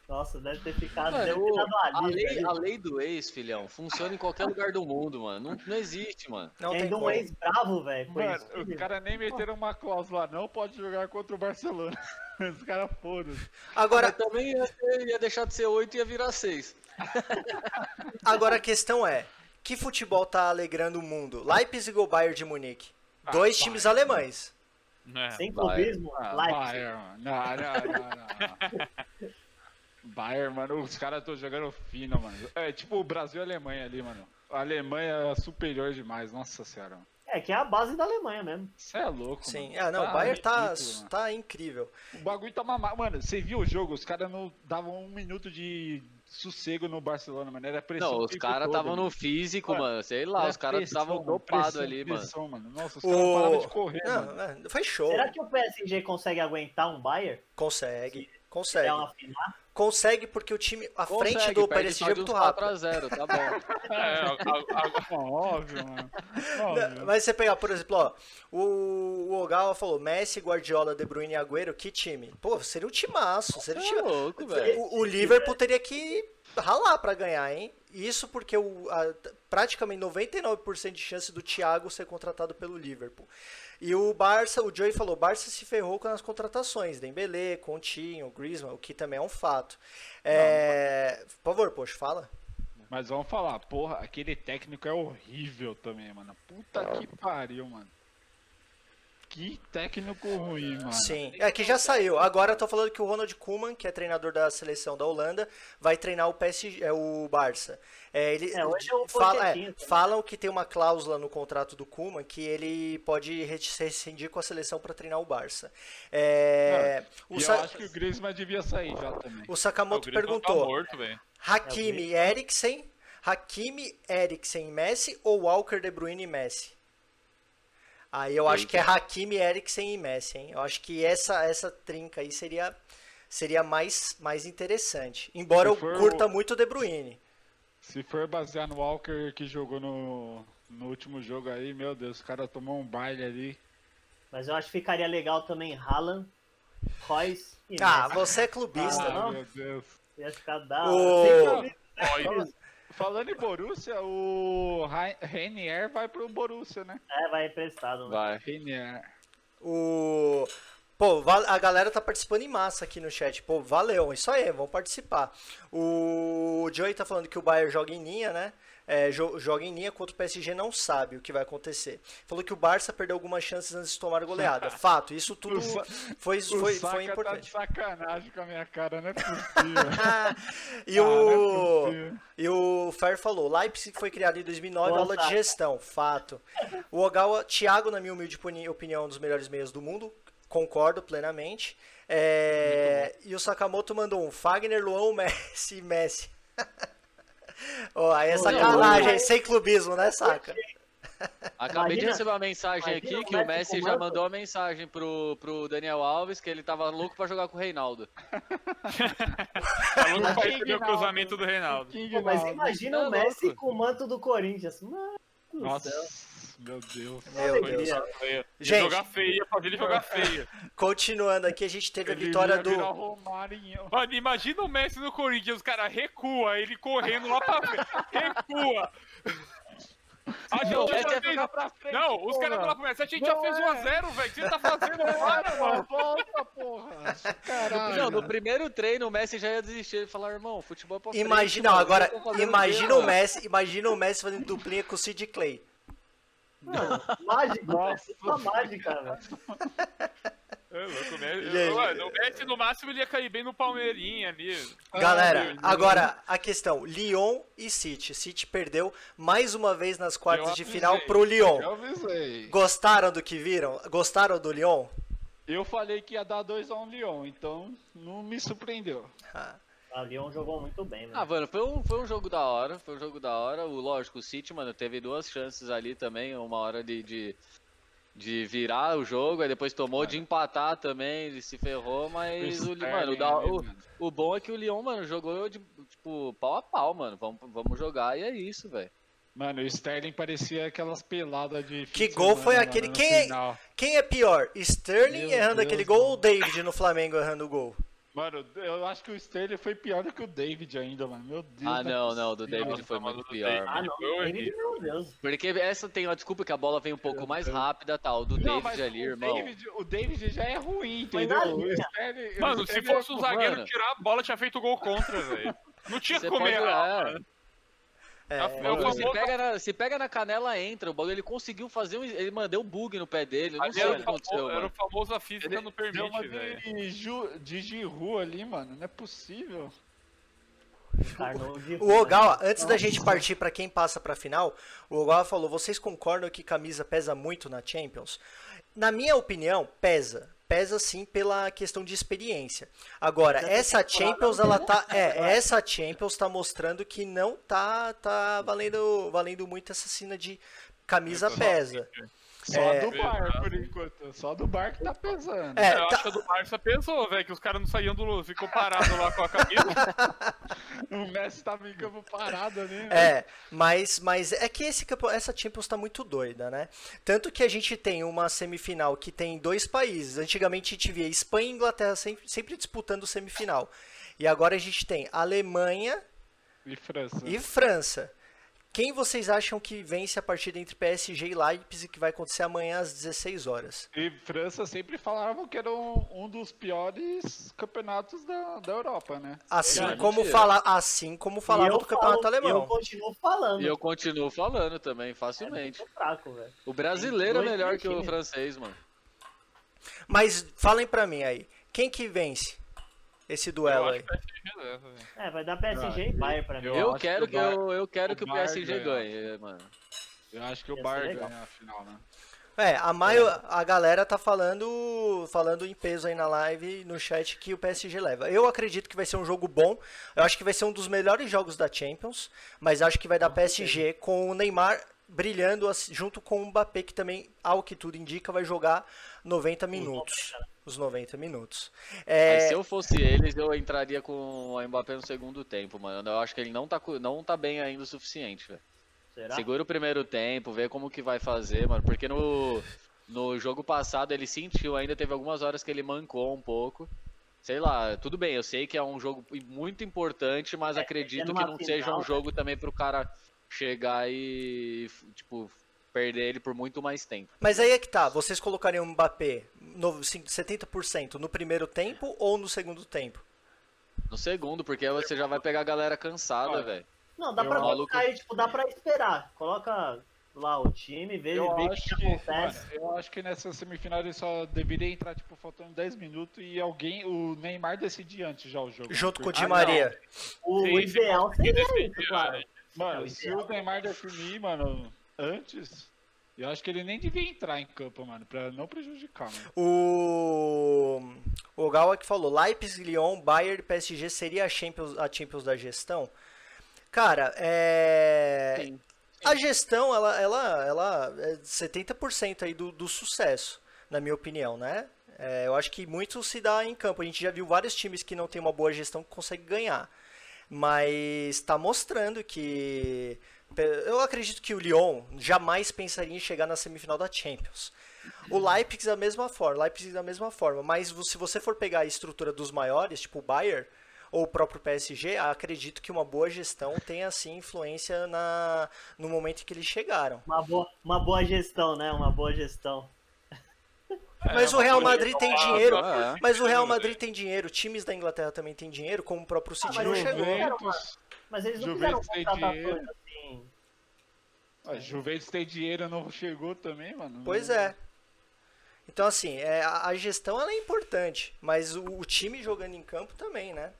Nossa, deve ter ficado. Mano, deve ter dado a, ali. lei, a lei do ex, filhão, funciona em qualquer lugar do mundo, mano. Não, não existe, mano. Não E tem ainda um como. ex bravo, velho. Foi Mano, isso. os caras nem meteram uma cláusula, não pode jogar contra o Barcelona. Os caras foram. Agora, Mas também ia, ser- ia deixar de ser 8 e ia virar 6. Agora a questão é, que futebol tá alegrando o mundo? Leipzig ou Bayern de Munique? Dois times alemães. É. Sem Vai. clubismo, Ah, Leipzig. Bayern, mano. Não, não, não, não. Bayern, mano, os caras estão jogando fino, mano. É tipo o Brasil e a Alemanha ali, mano. A Alemanha é superior demais, nossa senhora. mano. É que é a base da Alemanha mesmo. Você é louco. Sim. mano. Ah, não, o Bayern tá, ridículo, mano. tá incrível. O bagulho tá mamado. Mano, você viu o jogo? Os caras não davam um minuto de sossego no Barcelona, mano. Era pressão. Não, o os tempo caras todo, né? estavam mano. no físico, Mano, mano. Sei lá, Era os caras pressão, estavam mano, dopados pressão, ali, mano. pressão, mano. Nossa, os O- caras não paravam de correr, mano. Não, é, foi show. Será que o PSG consegue aguentar um Bayern? Consegue. Consegue. É uma final? Consegue porque o time à frente Consegue, do perde PSG só é de muito uns rápido. 4x0, tá bom. É, a- a- Ó, Tá Óbvio, mano. Óbvio. Mas você pegar, por exemplo, ó, o, o Ogawa falou Messi, Guardiola, De Bruyne e Agüero, que time? Pô, seria um timaço, É, seria um Tá time... louco, velho. O, o Liverpool teria que ralar pra ganhar, hein? Isso porque o, a- t- praticamente 99% de chance do Thiago ser contratado pelo Liverpool. E o Barça, o Joey falou, o Barça se ferrou com as contratações, Dembélé, Continho, Griezmann, o que também é um fato. É, Por favor, poxa, fala. Mas vamos falar, porra, aquele técnico é horrível também, mano. Puta que É. pariu, mano. Que técnico ruim, mano. Sim, é que já saiu. Agora eu tô falando que o Ronald Koeman, que é treinador da seleção da Holanda, vai treinar o PSG, é, o Barça. É, ele É, hoje é o fala, é, Pochettino também. falam que tem uma cláusula no contrato do Koeman que ele pode re- se rescindir com a seleção pra treinar o Barça. É, E o, eu Sa- acho que é o Griezmann devia sair já também. o o Sakamoto Griezmann tá perguntou: morto, velho. É Hakimi, Eriksen, Hakimi, Eriksen, Messi ou Walker, De Bruyne e Messi? Aí eu acho que é Hakimi, Eriksen e Messi, hein? Eu acho que essa essa trinca aí seria seria mais mais interessante. Embora eu Se for curta o- muito o De Bruyne. Se for basear no Walker que jogou no, no último jogo aí, meu Deus, o cara tomou um baile ali. Mas eu acho que ficaria legal também Haaland, Royce e Ah, Messi. você é clubista. Ah, não. meu Deus. Ia ficar da Ah, hora. Ô. Sem camisa. Ó, Falando em Borussia, o Ra- Renier vai pro Borussia, né? É, vai emprestado. mano. Vai. Renier. O Pô, val- a galera tá participando em massa aqui no chat. Pô, valeu, é isso aí, vão participar. O Joey tá falando que o Bayern joga em linha, né? É, jo- joga em linha contra o PSG, não sabe o que vai acontecer. Falou que o Barça perdeu algumas chances antes de tomar goleada. Fato, isso tudo O Sa- foi, O foi, Saka foi tá de importante. sacanagem com a minha cara, não é Ah, possível. e, Ah, não é o, possível. e o Fer falou: Leipzig foi criado em 2009, Boa aula de safra. gestão. Fato. O Ogawa, Thiago, na minha humilde opini- opinião, um dos melhores meias do mundo. Concordo plenamente. É, e o Sakamoto mandou um Fagner, Luan, Messi e Messi. Ó, aí é Ô, sacanagem, não, sem clubismo, né, saca? Acabei de Imagina- receber uma mensagem imagina aqui o que o Messi Messi com o já Manto. mandou uma mensagem pro, pro Daniel Alves que ele tava louco pra jogar com o Reinaldo. Falou que vai King perder o não, cruzamento do Reinaldo. King Pô, mas não. imagina Tá o Messi louco. com o manto do Corinthians. Mano do Nossa, céu. meu Deus. Meu Foi Deus. jogar é feia. Gente. tá Jogar feia, fazer ele jogar feia. Continuando aqui, a gente teve a Ele vitória ia do. virar um Romarinho. Mano, imagina o Messi no Corinthians, cara, recua, ele correndo lá pra frente. Recua! A gente Não, já Messi ia fez- Joga é pra frente, Não, os porra. caras falam pro Messi, a gente já Não fez é. 1x0, velho. O que você tá fazendo? Para, mano, volta, porra. Ah, Caralho. Não, no primeiro treino o Messi já ia desistir e falar, irmão, futebol é pra frente, Imagina, mano, agora, eu tô fazendo imagina gelo." o Messi, imagina o Messi fazendo duplinha com o Sid Clay. Mano, mágico. Nossa. Uma mágica, velho. É louco, o Messi- Gente. Mano, o Messi no máximo ele ia cair bem no Palmeirinha ali. Galera, agora a questão: Lyon e City. City perdeu mais uma vez nas quartas Eu de avisei, final pro Lyon. Eu avisei. Gostaram do que viram? Gostaram do Lyon? Eu falei que ia dar 2 a 1 um Lyon, então não me surpreendeu. Ah, O Lyon jogou muito bem, Ah, mano. mano, foi um, foi um jogo da hora, foi um jogo da hora. O, lógico, o City, mano, teve duas chances ali também, uma hora de, de, de virar o jogo, aí depois tomou É. de empatar também, ele se ferrou, mas o, Sterling mano, o, da- ali, o, mano. o bom é que o Lyon, mano, jogou de, tipo, pau a pau, mano. Vamos, vamos jogar e é isso, velho. Mano, o Sterling parecia aquelas peladas de. fim Que de gol foi semana, aquele? mano, no Quem é- final. Quem é pior? Sterling Meu errando Deus, aquele gol mano. ou David no Flamengo errando o gol? Mano, eu acho que o Sterling foi pior do que o David ainda, mano. Meu Deus. é Ah, não, não, do possível. David foi mas muito o David- pior. mano. Ah, não. Eu errei. Ele, meu Deus. Porque essa tem uma desculpa que a bola vem um pouco mais rápida tal. Do Não, mas David ali, o irmão. David, o David já é ruim, Foi entendeu? na O linha. Sterling, o Mano, se Sterling fosse um é- zagueiro mano. tirar a bola, tinha feito gol contra, velho. Não tinha Você como pode- errar. é. mano. É, Tá é, Eu Mano, vou- se, pega na, se pega na canela, entra. O bagulho ele conseguiu fazer um. Ele mandou um bug no pé dele. Eu não Ali sei o era, que o famoso, aconteceu, era o mano. famoso a física não Deu uma permite, velho. é de, Ju, de Giroud ali, mano. Não é possível. Encarnou de O Ogawa, antes da gente partir pra quem passa pra final, o Ogawa falou: "Vocês concordam que camisa pesa muito na Champions?" Na minha opinião, pesa. Pesa sim pela questão de experiência. Agora, Mas essa essa temporada Champions não ela tá, é, essa Champions tá mostrando que não tá tá valendo valendo muito essa cena de camisa pesa. Só É. a do bar, por enquanto. Só a do bar que tá pesando. É, eu tá- acho que a do Barça pensou, velho, que os caras não saíam do. ficou parado lá com a camisa. O Messi tava em campo parado ali. né? É, Uhum. mas, mas é que esse, campo- essa Champions tá muito doida, né? Tanto que a gente tem uma semifinal que tem dois países. Antigamente a gente via Espanha e Inglaterra sem- sempre disputando semifinal. E agora a gente tem Alemanha E França. Uhum. e França. Quem vocês acham que vence a partida entre PSG e Leipzig que vai acontecer amanhã às 16 horas? E França sempre falavam que era um, um dos piores campeonatos da, da Europa, né? Assim Cara, como mentira. fala, assim como falava É, E eu do campeonato falo- alemão. Eu continuo falando. E eu continuo falando também, É facilmente. muito fraco, velho. O brasileiro é Dois melhor que o times. francês, mano. Mas falem pra mim aí, quem que vence esse Eu duelo acho aí? que vai ser reserva, velho. É, vai dar PSG e Bayern pra mim. eu Eu acho que quero o que Bar- eu, eu quero o que o Bar PSG ganha. ganhe, mano. Eu acho que o Ia ser Bar legal. ganha a final, né? É, a, maio, a galera tá falando, falando em peso aí na live, no chat, que o PSG leva. Eu acredito que vai ser um jogo bom. Eu acho que vai ser um dos melhores jogos da Champions, mas acho que vai dar PSG com o Neymar brilhando as- junto com o Mbappé, que também, ao que tudo indica, vai jogar 90 minutos. Os 90 minutos. É, Mas se eu fosse eles, eu entraria com o Mbappé no segundo tempo, mano. Eu acho que ele não tá, cu- não tá bem ainda o suficiente, velho. Será? Segura o primeiro tempo, vê como que vai fazer, mano. Porque no, no jogo passado ele sentiu ainda, teve algumas horas que ele mancou um pouco. Sei lá, tudo bem, eu sei que é um jogo muito importante, mas É, é acredito numa que não seja final, um né? jogo também pro cara chegar e, tipo, perder ele por muito mais tempo. Mas aí é que tá, vocês colocariam o Mbappé no, cin- 70% no primeiro tempo ou no segundo tempo? No segundo, porque aí você já vai pegar a galera cansada, Olha, velho. Não, dá Eu pra maluco. colocar aí, tipo, dá pra esperar. Coloca lá o time, vê Eu vê o acho que, que, acontece. mano, eu acho que nessa semifinal ele só deveria entrar, tipo, faltando 10 minutos e alguém, o Neymar decidir antes já o jogo. Junto com o Porque- Di Ah, Maria. O, Sim, o sim. ideal E seria decidir, isso, cara. velho. não. É, o Mano, se ideal. o Neymar definir, mano, antes, eu acho que ele nem devia entrar em campo, mano, pra não prejudicar, mano. O o Ogawa que falou, Leipzig, Lyon, Bayern, PSG seria a Champions, a Champions da gestão? Cara, é... Sim. a gestão, ela, ela, ela é 70% aí do, do sucesso, na minha opinião, né? É, eu acho que muito se dá em campo. A gente já viu vários times que não tem uma boa gestão que conseguem ganhar. Mas tá mostrando que. Eu acredito que o Lyon jamais pensaria em chegar na semifinal da Champions. O Leipzig da mesma forma, Leipzig da mesma forma, mas vo- se você for pegar a estrutura dos maiores, tipo o Bayern ou o próprio PSG, acredito que uma boa gestão tenha assim influência na no momento em que eles chegaram. Uma boa, uma boa gestão, né? Uma boa gestão. Mas o É uma Real coisa Madrid que tem falar, dinheiro, pra- Ah, é. Mas o Real né? Madrid tem dinheiro, times da Inglaterra também tem dinheiro, como o próprio City mas Ah, não o chegou. né, Juventus, Mas eles não fizeram Juventus tem contratações dinheiro. assim. a Juventus tem dinheiro, não chegou também, mano. Pois é. Então, assim, é, a a gestão ela é importante, mas o, o time jogando em campo também, né?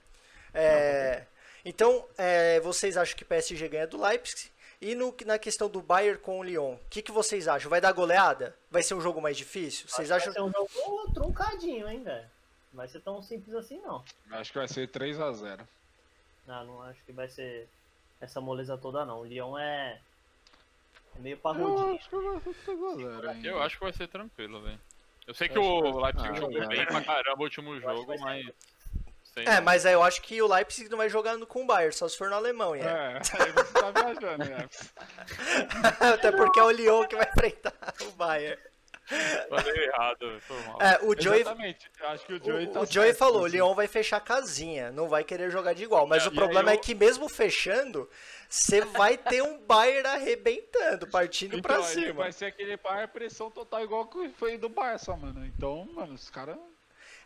É, então, é, vocês acham que PSG ganha do Leipzig? E no- na questão do Bayern com o Lyon, o que, que vocês acham? Vai dar goleada? Vai ser um jogo mais difícil? Vocês acham? Vai ser um jogo truncadinho, hein, velho. Não vai ser tão simples assim, não. Acho que vai ser 3x0. Ah, não acho que vai ser essa moleza toda, não. O Leão é, é meio parrudinho. Eu acho que vai ser 3x0 ainda. Eu acho que vai ser tranquilo, velho. Eu sei que Eu o Leipzig Ah, jogou mano. bem pra caramba o último Eu acho que jogo, vai ser- mas. Sei É, lá. mas aí eu acho que o Leipzig não vai jogar no- com o Bayern, só se for na Alemanha. É, aí você tá viajando, né? Até porque é o Lyon que vai enfrentar o Bayern. Falei errado, velho, foi mal. É, o Joey, Exatamente. Eu acho que o Joey O, tá o Joey certo, falou, o assim. Leon vai fechar a casinha, não vai querer jogar de igual. Mas É, o e problema aí é eu- que mesmo fechando, você vai ter um Bayern arrebentando, partindo Então, pra aí cima. Vai ser aquele par pressão total igual que foi do Barça, mano. Então, mano, os caras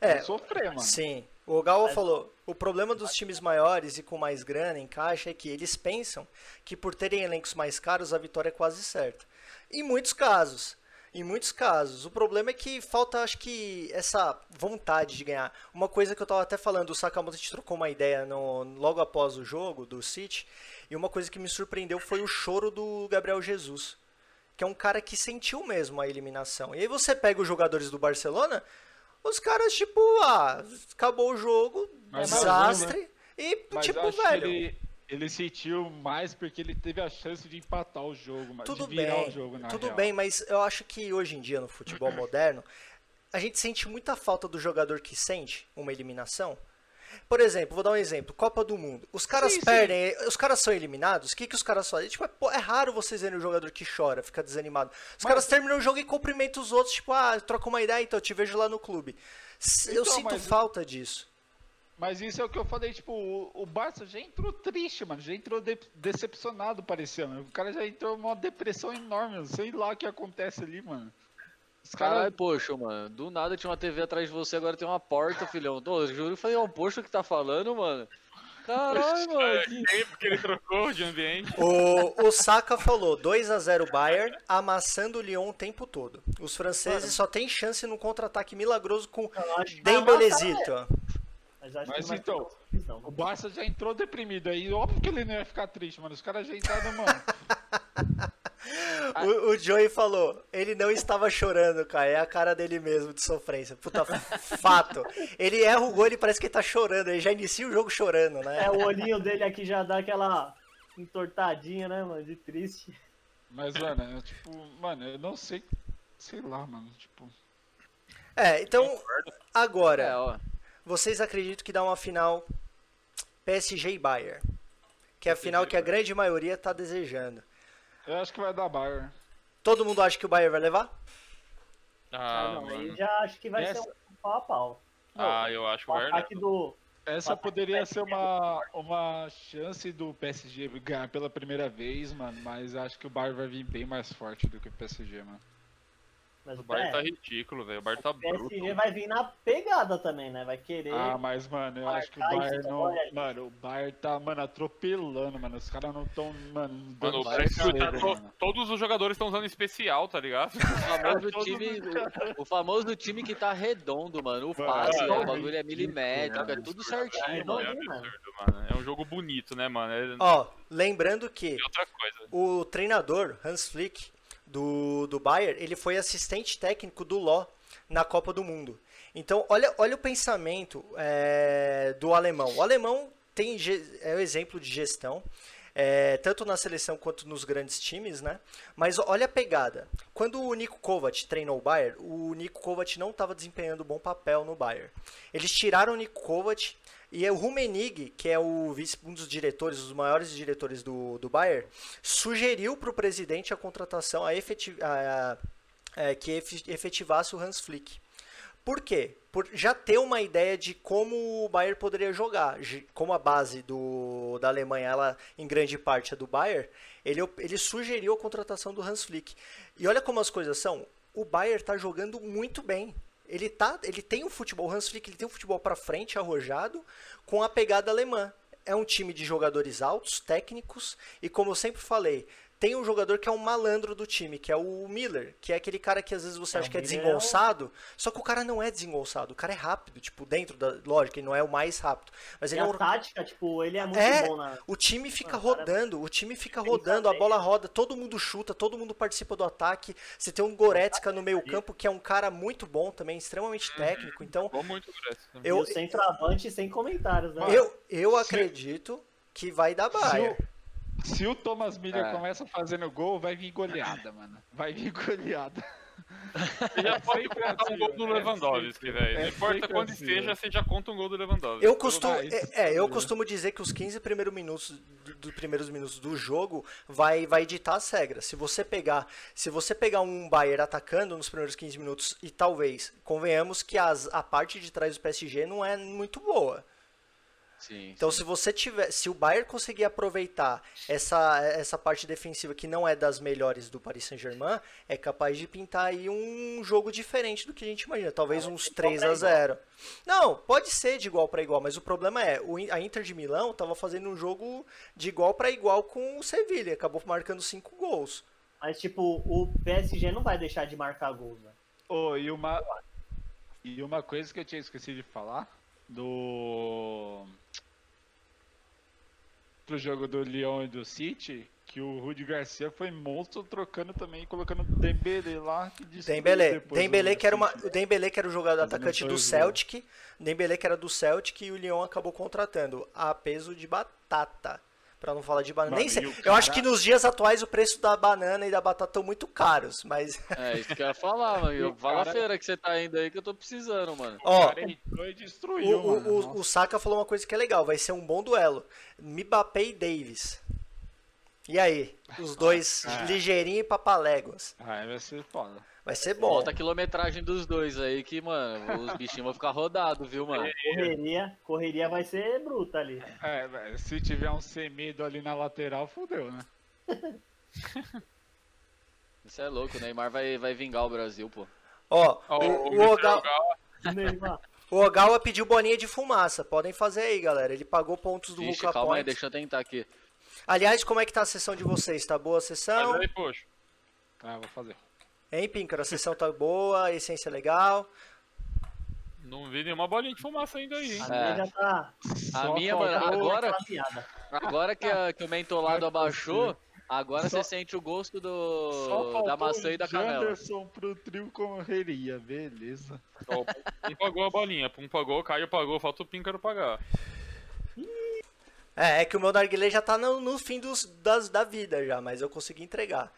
É, vão sofrer, mano. Sim. O Ogawa Mas- falou: o problema dos times maiores e com mais grana em caixa é que eles pensam que por terem elencos mais caros a vitória é quase certa. Em muitos casos. Em muitos casos. O problema é que falta, acho que, essa vontade de ganhar. Uma coisa que eu tava até falando, o Sakamoto te trocou uma ideia no- logo após o jogo do City, e uma coisa que me surpreendeu foi o choro do Gabriel Jesus, que é um cara que sentiu mesmo a eliminação. E aí você pega os jogadores do Barcelona, os caras, tipo, ah, acabou o jogo, Mas mais um, desastre, e, Mas eu tipo, acho velho. que ele, ele sentiu mais porque ele teve a chance de empatar o jogo, mas Tudo de virar bem, o jogo, na tudo real. bem, mas eu acho que hoje em dia no futebol moderno a gente sente muita falta do jogador que sente uma eliminação. Por exemplo, vou dar um exemplo, Copa do Mundo. Os caras Sim, sim. perdem, os caras são eliminados, o que, que os caras fazem? Tipo, é, pô, é raro vocês verem um jogador que chora, fica desanimado. Os caras terminam o jogo e cumprimentam os outros, tipo, ah, troca uma ideia, então eu te vejo lá no clube. S- eu Então, sinto mas- falta disso. Mas isso é o que eu falei, tipo, o, o Barça já entrou triste, mano, já entrou de- decepcionado, parecia, mano. O cara já entrou numa depressão enorme, eu sei lá o que acontece ali, mano. Os Caralho, caras... poxa, mano. Do nada tinha uma TV atrás de você, agora tem uma porta, filhão. Ô, Eu juro, eu falei, é o poxa que tá falando, mano. Caralho, mano. que- Tempo que ele trocou de ambiente. O, o Saka falou 2 a 0 Bayern, amassando o Lyon o tempo todo. Os franceses só tem chance num contra-ataque milagroso com Eu acho que vai Dembelezito. ó. Mas, eu acho Mas que não vai ter então, confusão, O não. Barça já entrou deprimido aí, óbvio que ele não ia ficar triste, mano. Os caras já entraram, mano. O, o Joey falou, ele não estava chorando, cara, é a cara dele mesmo de sofrência. Puta, fato. Ele erra o gol, ele parece que ele tá chorando, ele já inicia o jogo chorando, né? É, o olhinho dele aqui já dá aquela entortadinha, né, mano? De triste. Mas, mano, eu, tipo, mano, eu não sei. Sei lá, mano. Tipo. É, então, É, agora, ó. vocês acreditam que dá uma final PSG e Bayern? Que é a final que a grande maioria tá desejando. Eu acho que vai dar Bayern. Todo mundo acha que o Bayern vai levar? Ah, Ah, não, aí mano. já acho que vai Essa- ser um pau a pau. ah eu acho que O o Bayern. ataque do. Essa poderia ser uma, uma chance do PSG ganhar pela primeira vez, mano. Mas acho que o Bayern vai vir bem mais forte do que o PSG, mano. Mas O o Bayern tá PS- ridículo, velho. O Bayern tá é. o bruto. PSG vai vir na pegada também, né? Vai querer. Ah, mas, mano, eu acho que o Ai, Bayern gente, não. olha. Mano, o Bayern tá, mano, atropelando, mano. Os caras não tão, mano, Mano, dando o chance, Brasil tá- mano. to- todos os jogadores estão usando especial, tá ligado? O famoso time, o, o famoso time que tá redondo, mano. O Mano, passe, é ó, o bagulho é ridículo, milimétrico, é tudo É, certinho, não, mano, mano. é mano. absurdo, mano. É um jogo bonito, né, mano? É, Ó, lembrando que é outra coisa. o treinador Hans Flick do, do Bayern, ele foi assistente técnico do Ló na Copa do Mundo. Então, olha, olha o pensamento é, do alemão. O alemão tem, ge- é o exemplo de gestão, é, tanto na seleção quanto nos grandes times, né? Mas olha a pegada. Quando o Nico Kovac treinou o Bayern, o Nico Kovac não estava desempenhando um bom papel no Bayern. Eles tiraram o Nico Kovac e é o Rummenigge, que é o vice, um dos diretores, os maiores diretores do, do Bayern, sugeriu para o presidente a contratação, a efeti- a- a- é, que efe- efetivasse o Hans Flick. Por quê? Por já ter uma ideia de como o Bayern poderia jogar, ge- como a base do, da Alemanha, ela em grande parte é do Bayern, ele, op- ele sugeriu a contratação do Hans Flick. E olha como as coisas são, o Bayern está jogando muito bem. Ele, tá, ele tem um futebol, o Hans Flick ele tem um futebol para frente, arrojado, com a pegada alemã. É um time de jogadores altos, técnicos, e como eu sempre falei, tem um jogador que é um malandro do time, que é o Miller, que é aquele cara que às vezes você É, acha o que é Miller é um- desengonçado desengonçado, só que o cara não é desengonçado, o cara é rápido, tipo, dentro da lógica, ele não é o mais rápido, mas E ele é a um... tática, tipo, ele é muito É, bom na. o time fica Ah, o cara- rodando, o time fica Ele rodando, tá a bem. bola roda, todo mundo chuta, todo mundo participa do ataque. Você tem um Goretzka no meio-campo, que é um cara muito bom também, extremamente técnico. Então, Ficou muito graça. Eu... E eu, o centroavante sem comentários, né? eu, eu acredito que vai dar Bayern. Se o Thomas Miller É. começa fazendo gol, vai vir goleada, mano. Vai vir goleada. Você já pode sempre contar um assim, gol do velho. É Lewandowski, velho. Não É importa sempre quando assim, esteja, velho. você já conta um gol do Lewandowski. Eu costumo, Ah, isso é, é, eu sim, né? costumo dizer que os 15 primeiros minutos do- dos primeiros minutos do jogo vai vai ditar as regras. Se você pegar, se você pegar um Bayern atacando nos primeiros 15 minutos e talvez, convenhamos que as- a parte de trás do PSG não é muito boa. Sim. Então se você tiver, se o Bayern conseguir aproveitar essa essa parte defensiva que não é das melhores do Paris Saint-Germain, é capaz de pintar aí um jogo diferente do que a gente imagina, talvez uns 3 a 0. Não, pode ser de igual para igual, mas o problema é, o In- a Inter de Milão tava fazendo um jogo de igual para igual com o Sevilha, acabou marcando cinco gols. Mas, tipo, o PSG não vai deixar de marcar gols, né? Oh, e uma e uma coisa que eu tinha esquecido de falar do pro jogo do Lyon e do City, que o Rudy Garcia foi monstro trocando também e colocando o Dembele lá que destruiu Dembele, depois né? o Dembele que era uma, City. o Dembele que era o jogador Mas não atacante foi do o jogo. Celtic, Dembele que era do Celtic e o Lyon acabou contratando a peso de batata. Pra não falar de banana. Mano, Nem sei. e o Eu acho cara- que nos dias atuais o preço da banana e da batata estão muito caros, mas. É, isso que eu ia falar, mano. o Fala a cara- feira que você tá indo aí que eu tô precisando, mano. Ó, Cara, entrou e o, destruiu, o, mano. o- Nossa. o Saka falou uma coisa que é legal, vai ser um bom duelo. Mbappé e Davis. E aí? Os dois Ah. ligeirinho e papaléguas. Ah, vai ser foda. Vai ser bom. Bota a quilometragem dos dois aí que, mano, os bichinhos vão ficar rodados, viu, mano? Correria, correria vai ser bruta ali. É, velho, se tiver um semido ali na lateral, fodeu, né? Isso é louco, o Neymar vai, vai vingar o Brasil, pô. Ó, Ó, o, o, Mr. Oga- Ogawa, Neymar, o Ogawa pediu bolinha de fumaça. Podem fazer aí, galera. Ele pagou pontos do Vixe, Luca calma aí, Point. deixa eu tentar aqui. Aliás, como é que tá a sessão de vocês? Tá boa a sessão? Mas aí, poxa. Ah, vou fazer. Hein, Píncaro? A sessão tá boa, a essência é legal. Não vi nenhuma bolinha de fumaça ainda aí, hein? a É. minha já tá. A Só minha, faltou mano, agora, aquela piada. agora que, a- que o mentolado abaixou, agora você sente o gosto Só do, faltou da maçã e da o canela. Janderson pro trio correria, beleza. Ó, o Pum Um pagou a bolinha, Pum pagou, o Caio pagou, falta o Píncaro pagar. É, é que o meu narguilé já tá no, no fim dos, das, da vida já, mas eu consegui entregar.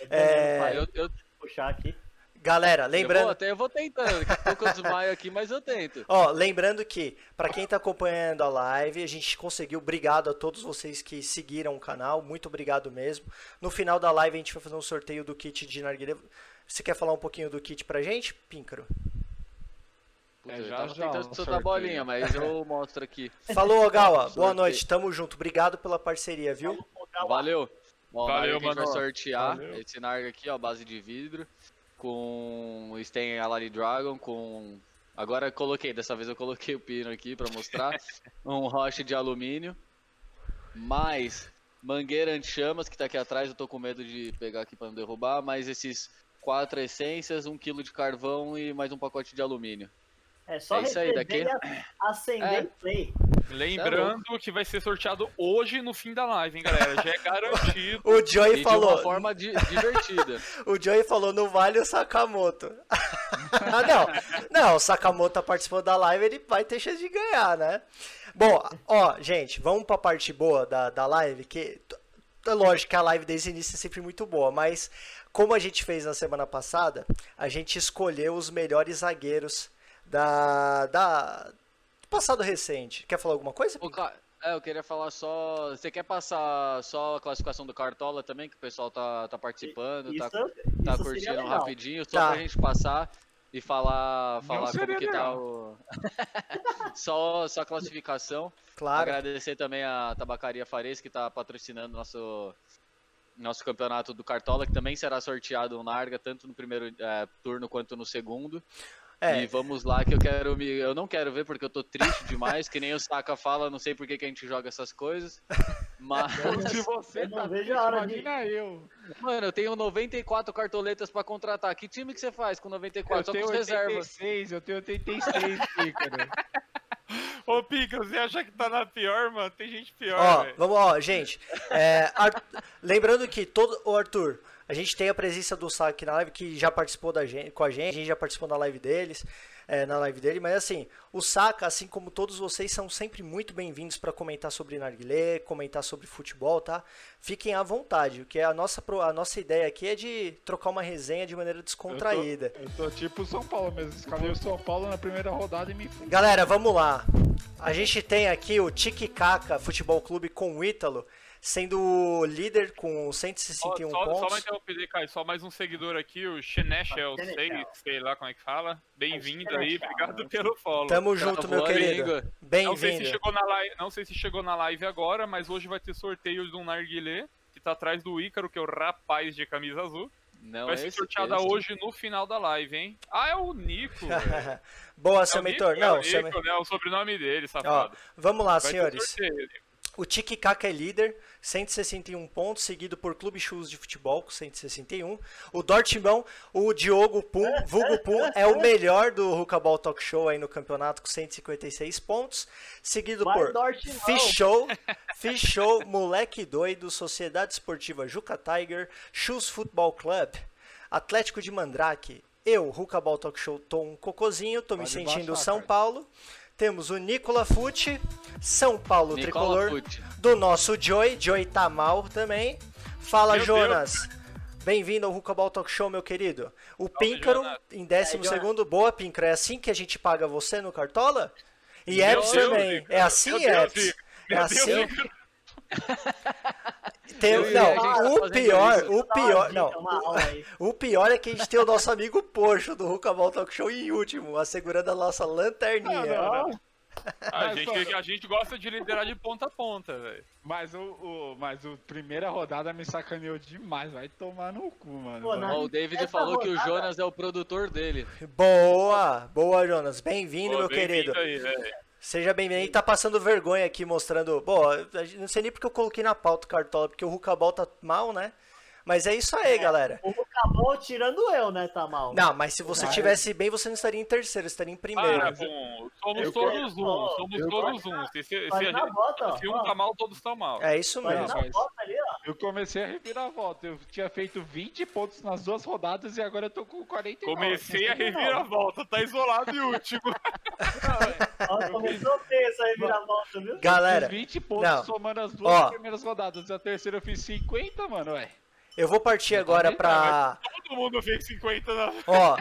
Eu tô É. vendo, pai, eu Eu, eu, vou puxar aqui. Galera, eu, vou, lembrando... até, eu vou tentando, daqui a pouco eu desmaio aqui, mas eu tento. Ó, lembrando que, pra quem tá acompanhando a live, a gente conseguiu. Obrigado a todos vocês que seguiram o canal, muito obrigado mesmo. No final da live, a gente vai fazer um sorteio do kit de narguilé. Você quer falar um pouquinho do kit pra gente, Píncaro? Puta, É, eu já, tava já, tentando um soltar sorteio. a bolinha, mas eu mostro aqui. Falou, Ogawa. Boa Sorteio. noite, tamo junto. Obrigado pela parceria, viu? Valeu. Bom, Valeu, Valeu, mano. A gente vai mano. sortear Valeu. esse narga aqui, ó, base de vidro, com Stain Alali Dragon, com... Agora eu coloquei, dessa vez eu coloquei o pino aqui pra mostrar. um roche de alumínio, mais mangueira anti-chamas, que tá aqui atrás, eu tô com medo de pegar aqui pra não derrubar, mais esses quatro essências, um quilo de carvão e mais um pacote de alumínio. É só É isso aí, receber daqui- e a- acender É. e play. Lembrando que vai ser sorteado hoje no fim da live, hein, galera? Já é garantido. O E Joey de falou. uma forma di- divertida. O Joey falou, não vale o Sakamoto. ah, não. Não, o Sakamoto tá participando da live, ele vai ter chance de ganhar, né? Bom, ó, gente, vamos pra parte boa da, da live, que. t- É lógico que a live desde o início é sempre muito boa, mas como a gente fez na semana passada, a gente escolheu os melhores zagueiros da. da do passado recente. Quer falar alguma coisa? Ô, Ca- é, eu queria falar só. Você quer passar só a classificação do Cartola também, que o pessoal tá, tá participando, Isso, tá, isso tá seria curtindo legal. rapidinho, só Tá. pra gente passar e falar, falar como seria que tá legal. o. só, só a classificação. Claro. Agradecer também a Tabacaria Fares, que tá patrocinando nosso. Nosso campeonato do Cartola, que também será sorteado um Narga, tanto no primeiro eh, turno quanto no segundo. É, E vamos lá que eu quero me. Eu não quero ver porque eu tô triste demais, que nem o Saka fala, não sei por que, que a gente joga essas coisas. Mas, Se você eu não tá vejo triste, a hora de- imagina eu. mano, eu tenho 94 cartoletas pra contratar. Que time que você faz com 94? Eu Só com tenho os reservas. 86, eu tenho 86, Pícaro. Ô, Píncaro, você acha que tá na pior, mano? Tem gente pior, Ó, velho. vamos, ó, gente. é, Ar- Lembrando que todo o Arthur, a gente tem a presença do Sá aqui na live, que já participou da gente, com a gente, a gente já participou na live deles, é, na live dele, mas assim, o Saka, assim como todos vocês, são sempre muito bem-vindos para comentar sobre narguilé, comentar sobre futebol, tá? Fiquem à vontade, que é a nossa, pro- a nossa ideia aqui é de trocar uma resenha de maneira descontraída. Eu tô tipo São Paulo mesmo. Escalei o São Paulo na primeira rodada e me fui. Galera, vamos lá. A gente tem aqui o Titicaca Futebol Clube com o Ítalo, sendo o líder com Ó, 161 só, só pontos. mais interromper, Caio, só mais um seguidor aqui, o Xenechel 6, sei lá como é que fala. Bem-vindo aí, Xenechel. obrigado pelo follow. Tamo Tá junto, meu voando, querido. Igor? Não sei, se Bem-vindo. chegou na live, não sei se chegou na live agora, mas hoje vai ter sorteio de um narguilé, que tá atrás do Ícaro, que é o rapaz de camisa azul. Não, é vai ser Então esse sorteada texto. hoje no final da live, hein? Ah, é o Nico, velho. Boa, É o seu mentor. Nico, é o Não, seu Nico, né? É o sobrenome dele, Ó, safado. vamos lá, Vai ter senhores. sorteio, Nico. O Tiki Kaka é líder, 161 pontos, seguido por Clube Chus de Futebol, com 161. O Dortimão, o Diogo Pum, Vulgo Pum, é o melhor do Hucaball Talk Show aí no campeonato, com 156 pontos. Seguido Vai, por Dortimão! Fichou, Fichou, Moleque Doido, Sociedade Esportiva Juca Tiger, Shoes Football Club, Atlético de Mandrake, eu, Hucaball Talk Show, tô um cocozinho, tô me Pode sentindo baixar, São cara. Paulo. Temos o Nicola Fucci, São Paulo Nicola Tricolor, Pucci. do nosso Joy, Joy tá mal também. Fala, Meu Jonas. Bem-vindo ao Hucaball Talk Show, meu querido. O Píncaro, Jonas. em décimo Jonas. segundo, boa, Píncaro. É assim que a gente paga você no Cartola? E Meu Eps Deus, também. Ícaro. É assim, Meu Deus, Eps? Ícaro. É Meu Deus, assim? Ícaro. Tem- Eu e a gente tá Não, o fazendo pior, isso. o Dá uma pior, dica, não. uma aula aí. O pior é que a gente tem o nosso amigo Porsche do Rucabal Talk Show em último, assegurando a nossa lanterninha. Ah, Então, A Mas, gente, mano. a gente gosta de liderar de ponta a ponta, velho. Mas o, o, mas o primeira rodada me sacaneou demais, vai tomar no cu, mano. Pô, né? Vai. não. Ó, o David Essa falou que o rodada- Jonas é o produtor dele. Boa, boa, Jonas. Bem-vindo, Pô, meu bem-vindo querido. aí, velho. Seja bem-vindo. A gente tá passando vergonha aqui mostrando. Bom, a gente- não sei nem porque eu coloquei na pauta o cartola, porque o Rucabal tá mal, né? Mas é isso aí, galera. o acabou tirando eu, né, tá mal. Não, mas se você Vai. tivesse bem, você não estaria em terceiro, você estaria em primeiro. Para, Ah, é bom. Somos Eu todos quero- um, ó, somos eu todos um. Se, se- se a Faz na gente- bota, ó. se um tá mal, todos estão mal. É isso Faz mesmo. na mas- bota ali, ó. Eu comecei a revirar a volta. Eu tinha feito 20 pontos nas duas rodadas e agora eu tô com 49. Comecei a Não, reviravolta, tá isolado e último. Ó, começou bem essa reviravolta, viu? Galera, Fiz 20 pontos não. somando as duas Ó. primeiras rodadas. A terceira eu fiz 50, mano, ué. eu vou partir agora também, pra. Todo mundo fez 50 na. né? Ó,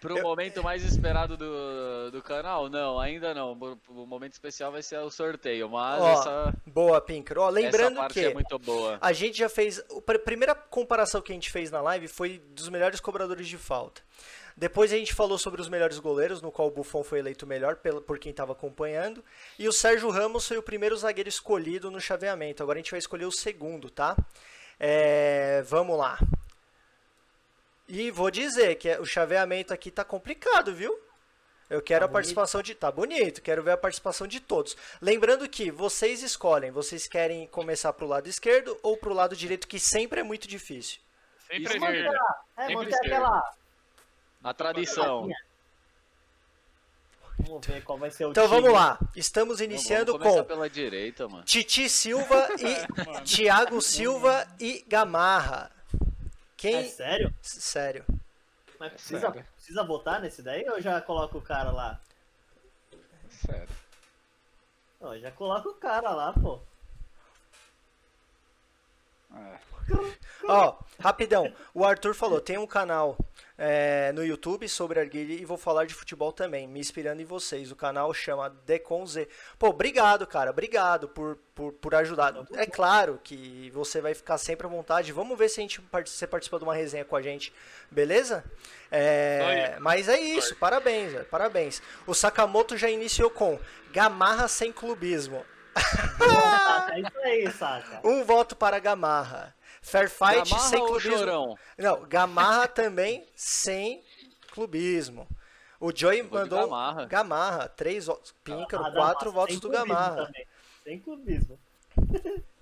Pro momento mais esperado do, do canal? Não, ainda não. O- O momento especial vai ser o sorteio, mas Ó, essa, boa, Pinker. Ó, essa lembrando parte que. é muito boa. A gente já fez. A pr- primeira comparação que a gente fez na live foi dos melhores cobradores de falta. Depois a gente falou sobre os melhores goleiros, no qual o Buffon foi eleito melhor pela- por quem estava acompanhando. E o Sérgio Ramos foi o primeiro zagueiro escolhido no chaveamento. Agora a gente vai escolher o segundo, tá? É, vamos lá. E vou dizer que é, o chaveamento aqui tá complicado, viu? Eu quero a participação de. Tá bonito, quero ver a participação de todos. Lembrando que vocês escolhem, vocês querem começar pro lado esquerdo ou pro lado direito, que sempre é muito difícil. Sempre Isso, esquerda. É, Sempre manter esquerda. aquela. A tradição. Vamos ver qual vai ser o Então time. vamos lá. Estamos iniciando Não, vamos começar com pela direita, mano. Titi Silva e Thiago Silva e Gamarra. É Quem. sério? S- Sério. É Mas precisa, Sério. precisa votar nesse daí ou já coloca o cara lá? Sério. Não, já coloca o cara lá, pô. É. Ó, rapidão. O Arthur falou: tem um canal é, no YouTube sobre Arguile e vou falar de futebol também, me inspirando em vocês. O canal chama Decon Z. Pô, obrigado, cara. Obrigado por, por, por ajudar. É claro que você vai ficar sempre à vontade. Vamos ver se a gente parti- você participa de uma resenha com a gente, beleza? É, mas é isso. Parabéns, velho. Parabéns. O Sakamoto já iniciou com Gamarra sem clubismo. É isso aí, saca. Um voto para Gamarra. Fair Fight Gamarra sem ou clubismo. Chorão? Não, Gamarra também sem clubismo. O Joey vou de mandou Gamarra. Gamarra, três votos. Píncaro, Ah, dá quatro massa. votos Sem do clubismo né? Gamarra. também. Sem clubismo.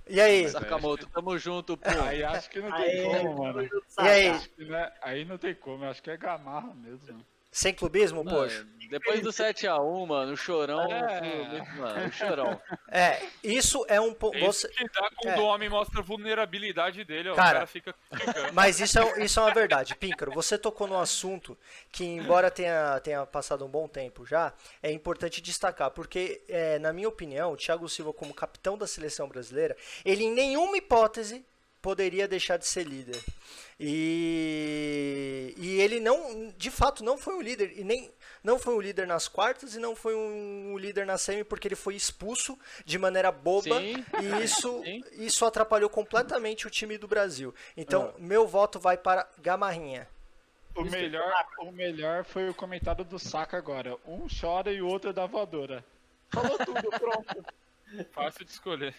E aí? Sakamoto, tamo junto, pô. Aí acho que não tem Aê, como, mano. saca. E aí? Acho que não é- Aí não tem como, eu acho que é Gamarra mesmo. Sem clubismo, Mano, poxa? depois do 7x1, mano, o chorão. É. foi- Mano, o chorão. É, isso é um ponto. Isso que dá quando É. o homem mostra a vulnerabilidade dele, ó, Cara. o cara fica criticando. Mas isso é, isso é uma verdade. Píncaro, você tocou num assunto que, embora tenha, tenha passado um bom tempo já, é importante destacar, porque, é, na minha opinião, o Thiago Silva, como capitão da seleção brasileira, ele em nenhuma hipótese poderia deixar de ser líder. E, e ele não, de fato, não foi um líder, e nem não foi um líder nas quartas e não foi um líder na semi, porque ele foi expulso de maneira boba Sim. e isso, Sim. isso atrapalhou completamente o time do Brasil. Então, Ah. meu voto vai para Gamarrinha. O melhor, o melhor foi o comentário do Saka agora. Um chora e o outro é da voadora. Falou tudo, pronto, Fácil de escolher.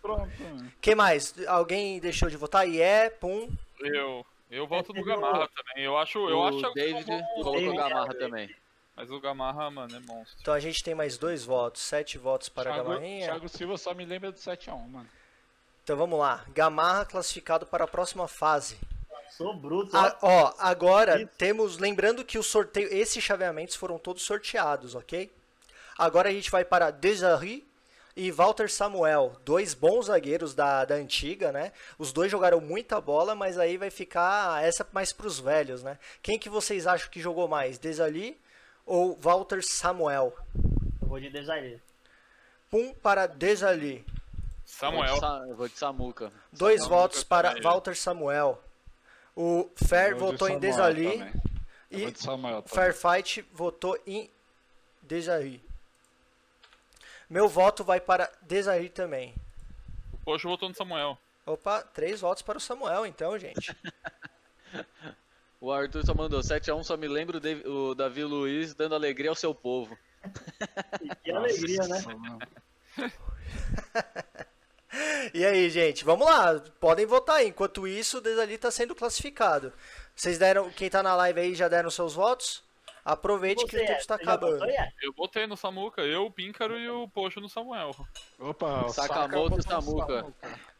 pronto. mano. Quem mais? Alguém deixou de votar? E é, pum. Eu, eu volto no Gamarra também. Eu acho, eu o acho que David é um bom- colocou David- Gamarra também. Mas o Gamarra, mano, é monstro. Então a gente tem mais dois votos, sete votos para a Thiago, Gamarrinha. Thiago Silva só me lembra do 7x1, mano. Então vamos lá. Gamarra classificado para a próxima fase. Sou bruto. A- ó, agora Isso. temos. Lembrando que o sorteio. Esses chaveamentos foram todos sorteados, ok? Agora a gente vai para Desarri e Walter Samuel. Dois bons zagueiros da, da antiga, né? Os dois jogaram muita bola, mas aí vai ficar essa mais para os velhos, né? Quem que vocês acham que jogou mais? Desarri ou Walter Samuel? Eu vou de Desaire. Um para Desarri. Samuel. Eu vou de Sa- eu vou de Samuca. Dois Samuel votos para também. Walter Samuel. O Fer Eu vou de votou em Samuel Desarri também. Eu vou e de Samuel também. Firefight votou em Desari. Meu voto vai para Desari também. Poxa, voltou no Samuel. Opa, três votos para o Samuel, então, gente. O Arthur só mandou 7x1, só me lembro o Davi- o Davi Luiz dando alegria ao seu povo. Que alegria, né? Nossa, mano. E aí, gente, vamos lá. Podem votar aí. Enquanto isso, o Desari está sendo classificado. Vocês deram. Quem tá na live aí já deram seus votos? Aproveite que o Você tempo é, está você já acabando. votou, é? Eu botei no Samuca, eu, o Píncaro e o Poxa no Samuel. É Opa, o Sakamoto e Saka botou Samuca.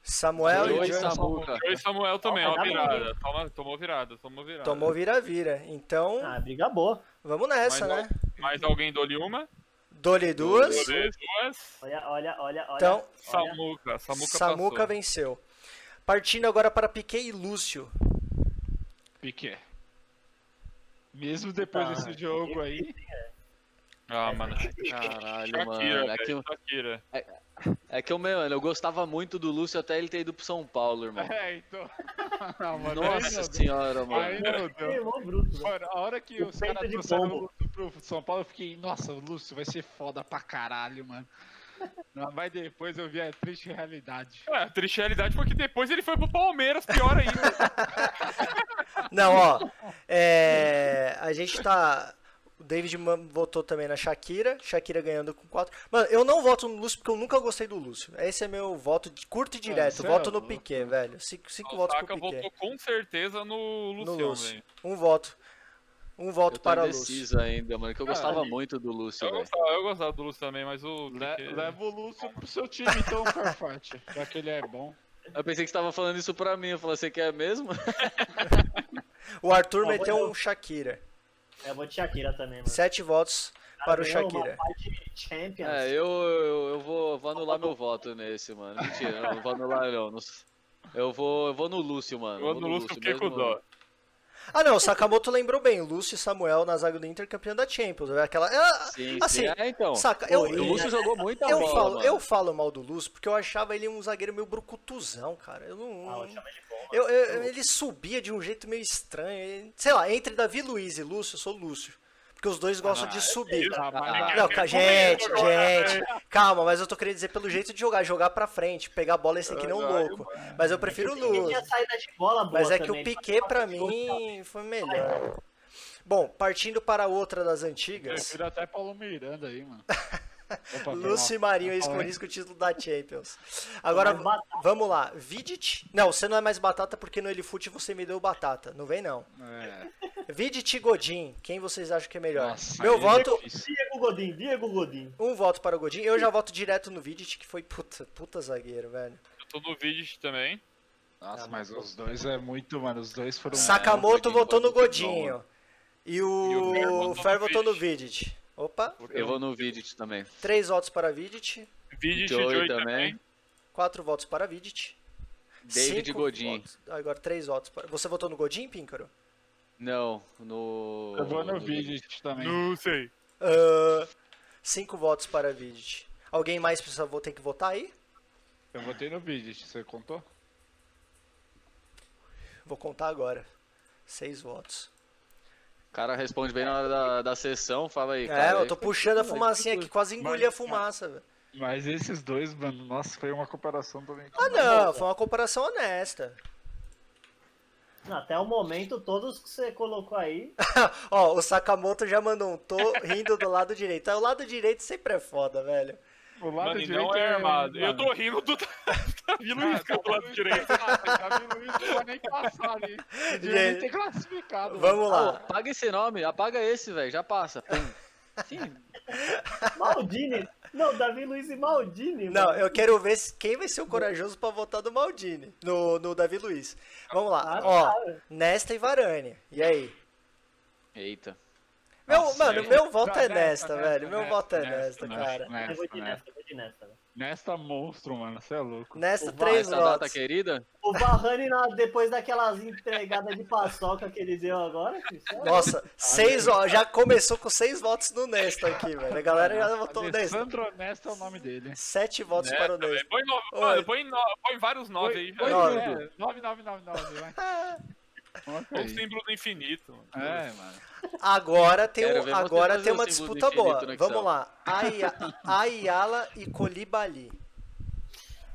Samuel e Dois Johnny Samuca. Eu e Samuel também, ó, tá Toma, a dá virada. Toma, tomou virada, tomou virada. tomou vira-vira. Então, Ah, briga boa. vamos nessa, mais, né? al- mais alguém dole uma? Dole duas. Dole duas. Olha, olha, olha, olha. Então, olha. Samuca, Samuca, Samuca passou. venceu. Partindo agora para Piquet e Lúcio. Piquet. Mesmo depois Ah, Tá. desse jogo aí, Ah, mano. Caralho, Shakira, mano. velho, É que, Shakira. é que eu, mano, eu gostava muito do Lúcio até ele ter ido pro São Paulo, irmão. é, então. Ah, mano, Nossa aí senhora, não- aí mano. não Ih, deu. mó bruto, né? velho. Mano, a hora que O os peito caras de trouxeram o pombo. Lúcio pro São Paulo, eu fiquei, nossa, o Lúcio vai ser foda pra caralho, mano. Não, Mas depois eu vi a triste realidade. Ué, É, a triste realidade foi que depois ele foi pro Palmeiras, pior ainda. Não, ó. é, a gente tá. O David Man- votou também na Shakira. Shakira ganhando com 4. Mano, eu não voto no Lúcio porque eu nunca gostei do Lúcio. Esse é meu voto de curto e direto. você é voto no louco, Piquet, velho. Cinco, cinco o votos pro Saka Piquet. votou com certeza No no Luciano, Lúcio. velho. Um voto. Um voto Eu tô para o Lúcio. indeciso ainda, mano, que eu gostava Caralho. muito do Lúcio, Eu velho. gostava, eu gostava do Lúcio também, mas o. Le- Piquet- leva o Lúcio pro seu time, então, Farfate. Já que ele é bom. Eu pensei que você tava falando isso pra mim, eu falei, você quer mesmo? O Arthur Não, meteu vou eu. um Shakira. Eu vou de Shakira também, mano. Sete votos Cara, é para o Ah, ganhou Shakira. Uma fight de Champions. É, eu, eu, eu vou, vou anular meu voto nesse, mano. Mentira, não, não vou anular não. não s- Eu vou, eu vou no Lúcio, mano. Eu no Lúcio fiquei com mesmo- dó. Ah, não, o Sakamoto lembrou bem. Lúcio e Samuel na zaga do Inter, campeão da Champions. Aquela. Ah, Sim, assim, sim. É, então. saca, Pô, eu- o Lúcio jogou muita eu, bola, falo, mano. eu falo mal do Lúcio porque eu achava ele um zagueiro meio brucutuzão, cara. Eu não. Ah, eu chamo ele de bom, mano. eu- eu- ele subia de um jeito meio estranho. ele- sei lá, entre Davi Luiz e Lúcio, eu sou Lúcio. Porque os dois gostam de subir. Ah, Ah, mas Não, quer ca- comer gente, agora, gente. Calma, mas eu tô querendo dizer pelo jeito de jogar, jogar pra frente, pegar a bola esse aqui não um louco. Mas eu prefiro o Ele tinha Lúcio. saída de bola boa Mas é que o também, ele Piquet fazia pra bastante gol, cara. mim foi melhor. Bom, partindo para outra das antigas. Prefiro até Paulo Miranda aí, mano. Opa, Lúcio e perdão. Marinho Tá ex falando. com o título da Champions. Agora, mais batata. vamos lá. Vidic. Não, você não é mais batata porque no Elifute você me deu batata. Não vem, não. É. Vidic e Godin. Quem vocês acham que é melhor? Nossa, Meu aí é voto, difícil. Diego Godin, Diego Godin. um voto para o Godin. Eu já voto direto no Vidic, que foi puta, puta zagueiro, velho. Eu tô no vídeo também. Nossa, mas os dois é muito, mano. Os dois foram. Sakamoto Godin votou no foi muito bom, Godinho. E E o Fer o, votou Fer no votou no Vidic. Opa, Eu vou no Vidic também. três votos para Vidic, Vídeo de Joey Joey também. também. quatro votos para Vidic. David cinco Godin. votos- Agora três votos para... Você votou no Godin, Píncaro? Não, no. Eu vou no Vidic também. Não sei. Ah, cinco votos para Vidic. Alguém mais precisa vo- ter que votar aí? Eu votei no Vidic, você contou? Vou contar agora. Seis votos. O cara responde bem na hora da, da sessão, fala aí. É, cara, eu tô puxando a fumacinha aqui, quase Mas- engoli a fumaça, velho. Mas esses dois, mano, nossa, foi uma comparação também. Ah não, foi uma comparação honesta. Não, Até o momento, todos que você colocou aí. Ó, o Sakamoto já mandou um tô rindo do lado direito. Ah, O lado direito sempre é foda, velho. O lado Mano, e direito não é armado. Eu tô mano, rindo do tá, Davi Ah, Luiz, tá que é do lado direito. Ah, Davi Luiz tá não vai nem passar ali. Podia nem Gente, ter classificado. mano. Vamos Ah, Pô, lá. apaga esse nome, apaga esse, velho, já passa. Pum. Sim, Maldini! Não, Davi Luiz e Maldini. Não, mano. eu quero ver se- quem vai ser o corajoso pra votar do Maldini, no, no Davi Luiz. Vamos lá, Ah, ó, tá. Nesta e Varane, e aí? Eita. Meu, Nossa, mano, é. meu voto é Nesta, nesta, Nesta, velho, meu Nesta, voto é Nesta, nesta, Nesta, cara. Nesta, Eu vou de É, Nesta. nesta, eu vou de nesta. né? velho. Nesta monstro, mano, você é louco. Nesta, Vai, três Essa data votos. querida? O Varane, na- depois daquelas entregadas de paçoca que ele deu agora, filho, é sério? Nossa, seis, ó, já começou com seis votos no Nesta aqui, velho. A galera já votou no Nesta. Alessandro Nesta é o nome dele. Sete votos né, É, para o também. Nesta. Põe, nove, Oi. mano, põe, no- põe vários nove aí, já. põe- é Nove. é, 9999, vai. Coloca um aí. símbolo do infinito. mano. Ah, É, mano. Agora tem, Quero um- ver você agora fazer tem o uma símbolo do disputa infinito boa. no Excel. Vamos lá. Aya- Ayala e Colibali.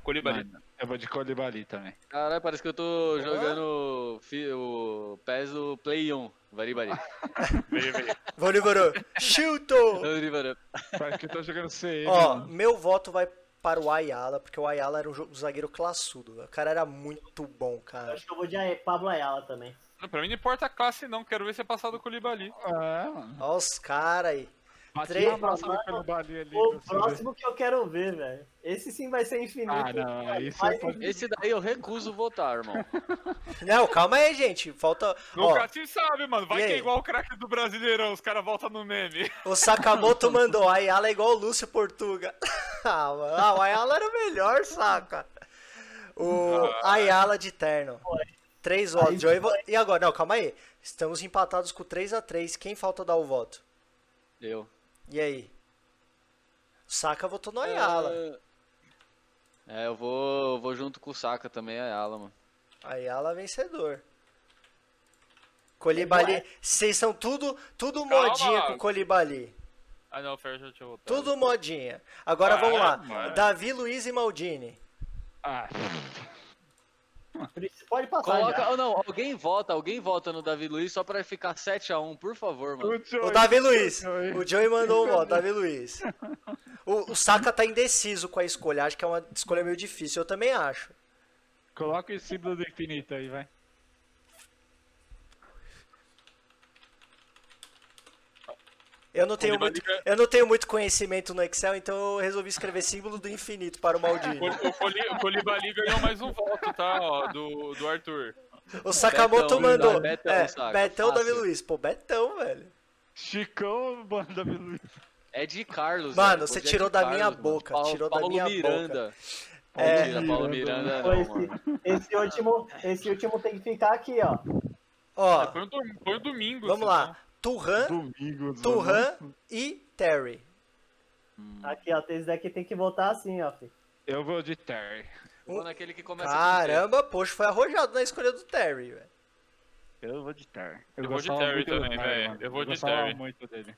Colibali. Mano, Eu vou de Colibali também. Caralho, parece que eu tô jogando fi- o PES do Play 1. Varibari. Veio, veio. Vamos, vamos. Chuto! Varibari. Parece que eu tô jogando CM. Ó, mano. meu voto vai para o Ayala, porque o Ayala era um jo- zagueiro classudo. velho. O cara era muito bom, Eu cara. acho que eu vou de Ae- Pablo Ayala também. Não, pra mim não importa a classe, não. Quero ver você passar do Colibali. É, mano. Ó os caras aí. Bati Três- um, na massa do Colibali ali. O pra você ver. próximo que eu quero ver, velho. Esse sim vai ser infinito. Ah, não, aí você Mas- pode- Esse daí eu recuso votar, irmão. Não, calma aí, gente. Falta. Nunca se sabe, mano. Vai e que é aí? igual o craque do Brasileirão. Os caras voltam no meme. Ó, o Sakamoto mandou. Ayala é igual o Lúcio Portuga. ah, mano. Ah, o Ayala era melhor, saca? O Ah. Ayala de terno. Três votos. Joey, vo- E agora? Não, calma aí. Estamos empatados com 3 a 3 Quem falta dar o voto? Eu. E aí? O Saka votou no Ayala. É, eu vou, eu vou junto com o Saka também, Ayala, mano. Ayala vencedor. Colibali. Vocês são tudo, tudo Calma. modinha com o Colibali. Ah, não. O Fer já tinha votado. Tudo modinha. Agora Ah, vamos lá. mano. Davi, Luiz e Maldini. Ah, Pode passar. Coloca. já. Ou não, alguém vota, alguém vota no Davi Luiz só pra ficar 7x1, por favor, mano. O Joey- Davi Luiz. Joey. O Joey mandou um voto, Davi Luiz. O, o Saka tá indeciso com a escolha. Acho que é uma escolha meio difícil. Eu também acho. Coloca o símbolo do infinito aí, vai. Eu não, tenho Colibali muito, eu não tenho muito conhecimento no Excel, então eu resolvi escrever símbolo do infinito para o Maldini. O, Coli- o Colibali ganhou mais um voto, tá? Ó, do, do Arthur. O Sakamoto Betão, mandou. né? Betão, é, Saka, Betão fácil. Davi Luiz. Pô, Betão, velho. Chicão, mano, Davi Luiz. É de Carlos. Mano, velho. você Hoje é de tirou da minha Carlos, mano. boca, Paulo- tirou da Paulo minha Miranda. É. Mentira, Paulo Miranda Pô, não, esse, mano. esse último, esse último tem que ficar aqui, ó. Ó, Põe o, um dom- põe o domingo. vamos assim, lá. Turhan, Domingo, mano. Turhan e Terry. Aqui, ó. Esse daqui tem que voltar assim, ó. Filho. Eu vou de Terry. Eu vou naquele que começa Caramba, poxa, foi arrojado na escolha do Terry, velho. Eu vou de Terry. Eu vou de gostava Terry muito do também, Terry, velho. mano. Eu vou de gostava Terry. muito dele.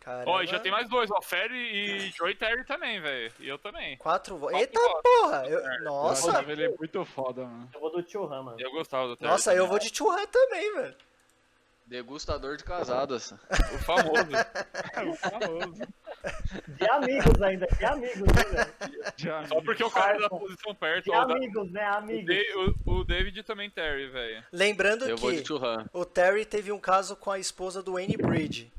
Caramba. Ó, e já tem mais dois, ó. Fer e e Joey Terry também, velho. E eu também. Quatro votos. Quatro Eita votos. porra! eu- Eu Nossa, achava ele muito foda, mano. Eu vou do tio Han, mano. Eu gostava do Terry. nossa, eu também. vou de Turhan também, velho. Degustador de assim. casadas. O famoso. É Famoso. De amigos ainda, de amigos, né, velho? Já Só porque o cara é da posição perto. De ó, o da- amigos, né? o, Amigos. Da- o- o David também Terry, velho. Lembrando Eu vou de que Churran. o Terry teve um caso com a esposa do Wayne Bridge,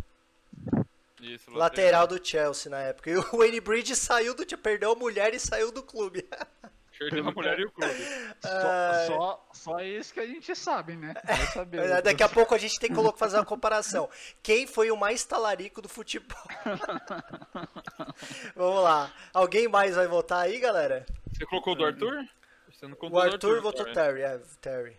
Isso, lateral do Chelsea na época. E o Wayne Bridge saiu do perdeu a mulher e saiu do clube. Perdeu a é mulher e o clube. Ai. Só, só, só esse que a gente sabe, né? Vai saber. É. É, Daqui a pouco a gente tem que colo- fazer uma comparação. Quem foi o mais talarico do futebol? Vamos lá. Alguém mais vai votar aí, galera? Você colocou o do Arthur? Você não É. O contou Arthur votou também. Terry. É, Terry.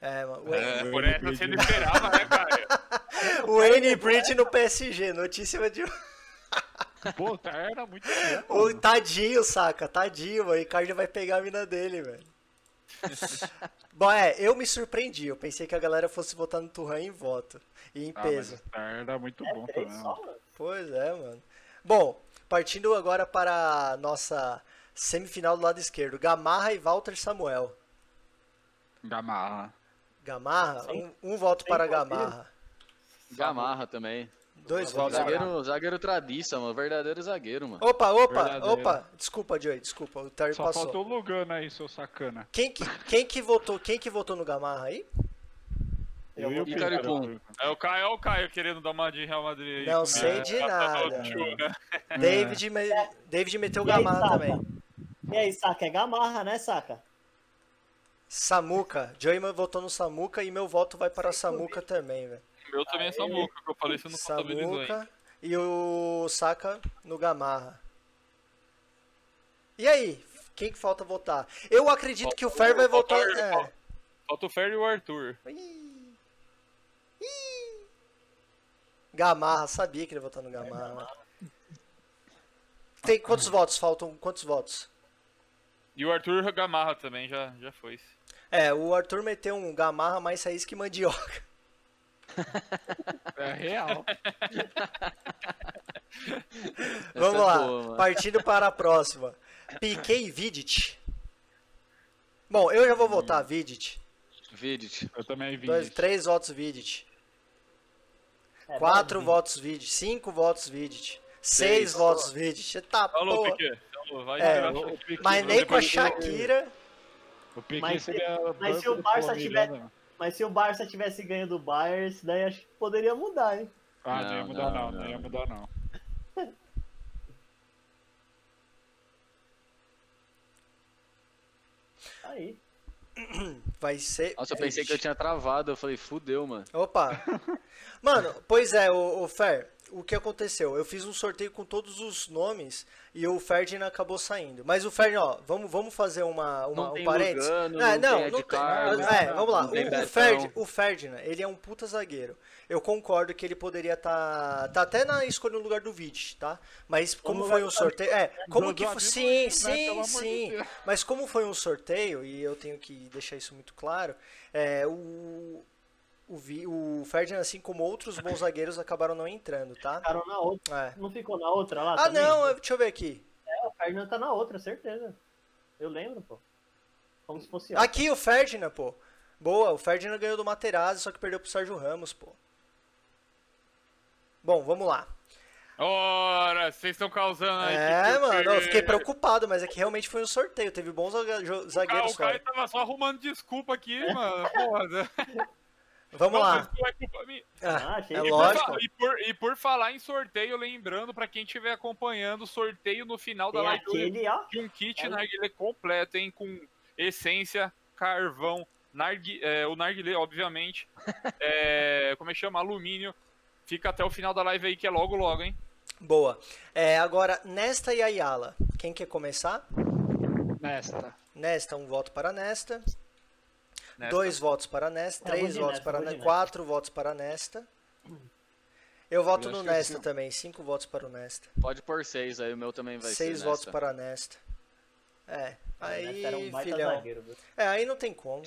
É, mano, o É, Wayne- por essa você não esperava, né, cara? o Wayne Bridge no PSG. Notícia de. um- Pô, o Terry era muito bom. O tadinho, saca? Tadinho, o Ricardo vai pegar a mina dele, velho. Bom, é, eu me surpreendi. Eu pensei que a galera fosse votar no Turhan em voto. E em Ah, mas peso. o Terry era muito bom Três também. só, mano. É mano. Pois é, mano. Bom, partindo agora para a nossa semifinal do lado esquerdo. Gamarra e Walter Samuel. Gamarra. Gamarra, um, Sim. um voto Sim, para sim. Gamarra. Gamarra também. Dois votos para Gamarra. Zagueiro, zagueiro tradiça, mano. Verdadeiro zagueiro, mano. Opa, opa, Verdadeiro. opa. Desculpa, Joey, desculpa. O Terry Só passou. faltou o Lugano aí, seu sacana. Quem, que, quem que votou? Quem que votou no Gamarra aí? Eu e o Icaro e Pum. Pedro. É o Caio, é o Caio querendo dar uma de Real Madrid. aí. Não sei É, de tá nada. falando tio, né? David, me... David meteu E aí, gamar Saka? também. E aí, Saca? É Gamarra, né, Saca? Samuca. Joeyman votou no Samuca e meu voto vai para Samuca também, velho. Meu também é Samuca, que eu falei, você não contabilizou aí. Samuca e o Saka no Gamarra. E aí? Quem que falta votar? Eu acredito Falta que o Fer o- vai falta votar. o- É. Falta o Fer e o Arthur. Ih. Ih. Gamarra, sabia que ele ia votar no Gamarra. Tem quantos votos? Faltam quantos votos? E o Arthur Gamarra também, já, já foi. É, o Arthur meteu um Gamarra mais raiz que mandioca. É real. Essa Vamos é lá, boa, mano. partindo para a próxima. Piquet e Vidic. Bom, eu já vou Hum. votar Vidic. Vidic. Eu também vi. Dois, isso. três votos Vidic. É, Quatro votos Vidic. Cinco votos Vidic. Seis Seis. votos Vidic. Tá, Alô, porra. Piquet. Alô, vai É, esperar. O- o Piquet- Mas nem com a Depois- Shakira. O Piquet Mas se- seria mas se banco o do Barça Palmeiras, tiver- né? Mas se o Barça tivesse ganho do Bayern, isso daí acho que poderia mudar, hein? Ah, não ia Não, mudar não, não, não ia não. mudar não. Aí. Vai ser. Nossa, eu pensei que eu tinha travado, eu falei, fudeu, mano. Opa! Mano, pois é, o, Fer, o que aconteceu? Eu fiz um sorteio com todos os nomes e o Ferdinand acabou saindo. Mas o Ferdinand, ó, vamos, vamos fazer uma, uma- Não um tem parênteses? Lugano, É, não tem Ed Carlos, é, vamos lá. não tem O- O, Betão. Ferd, o Ferdinand, ele é um puta zagueiro. Eu concordo que ele poderia estar. Tá, tá até na escolha no lugar do Vid, tá? Mas como Como foi vai um tá sorteio. É, como Do- que. do fo- amigo, Sim, né, pelo sim, amor de sim. Deus. Mas como foi um sorteio, e eu tenho que deixar isso muito claro, é, o, o, Vi- o Ferdinand, assim como outros bons zagueiros, acabaram não entrando, tá? Ficaram na outra. É. Não ficou na outra lá? Ah, Ah, também? não, eu- deixa eu ver aqui. É, o Ferdinand tá na outra, certeza. Eu lembro, pô. Como se fosse ontem. Aqui o Ferdinand, pô. Boa, o Ferdinand ganhou do Materazzi, só que perdeu pro Sérgio Ramos, pô. Bom, vamos lá. Ora, vocês estão causando aí. É, que- mano, eu fiquei que- preocupado, mas é que realmente foi um sorteio. Teve bons zaga- jo- Ah, zagueiros o só. Caio tava só arrumando desculpa aqui, mano. Porra. né? Vamos Não, lá. mas não é culpa minha. Ah, Ah, achei é que- E por lógico. fa- E por, e por falar em sorteio, lembrando pra quem estiver acompanhando, o sorteio no final da Tem live do aquele, ó. de um kit narguilé completo, hein? Com essência, carvão, nargui, é, o narguilé, obviamente. é, como é que chama? Alumínio. Fica até o final da live aí, que é logo logo, hein? Boa. É, agora, Nesta e Ayala. Quem quer começar? Nesta. Nesta, um voto para Nesta. Nesta. Dois votos para Nesta. É, vou Três de votos Nesta, para vou de Nesta. Nesta. Quatro votos para Nesta. Eu voto Eu no acho que Nesta sim. também. Cinco votos para o Nesta. Pode pôr seis aí, o meu também vai ser. Seis nesta. votos para Nesta. É. Aí, Nesta era um baita filhão. zagueiro, viu? É, aí não tem como.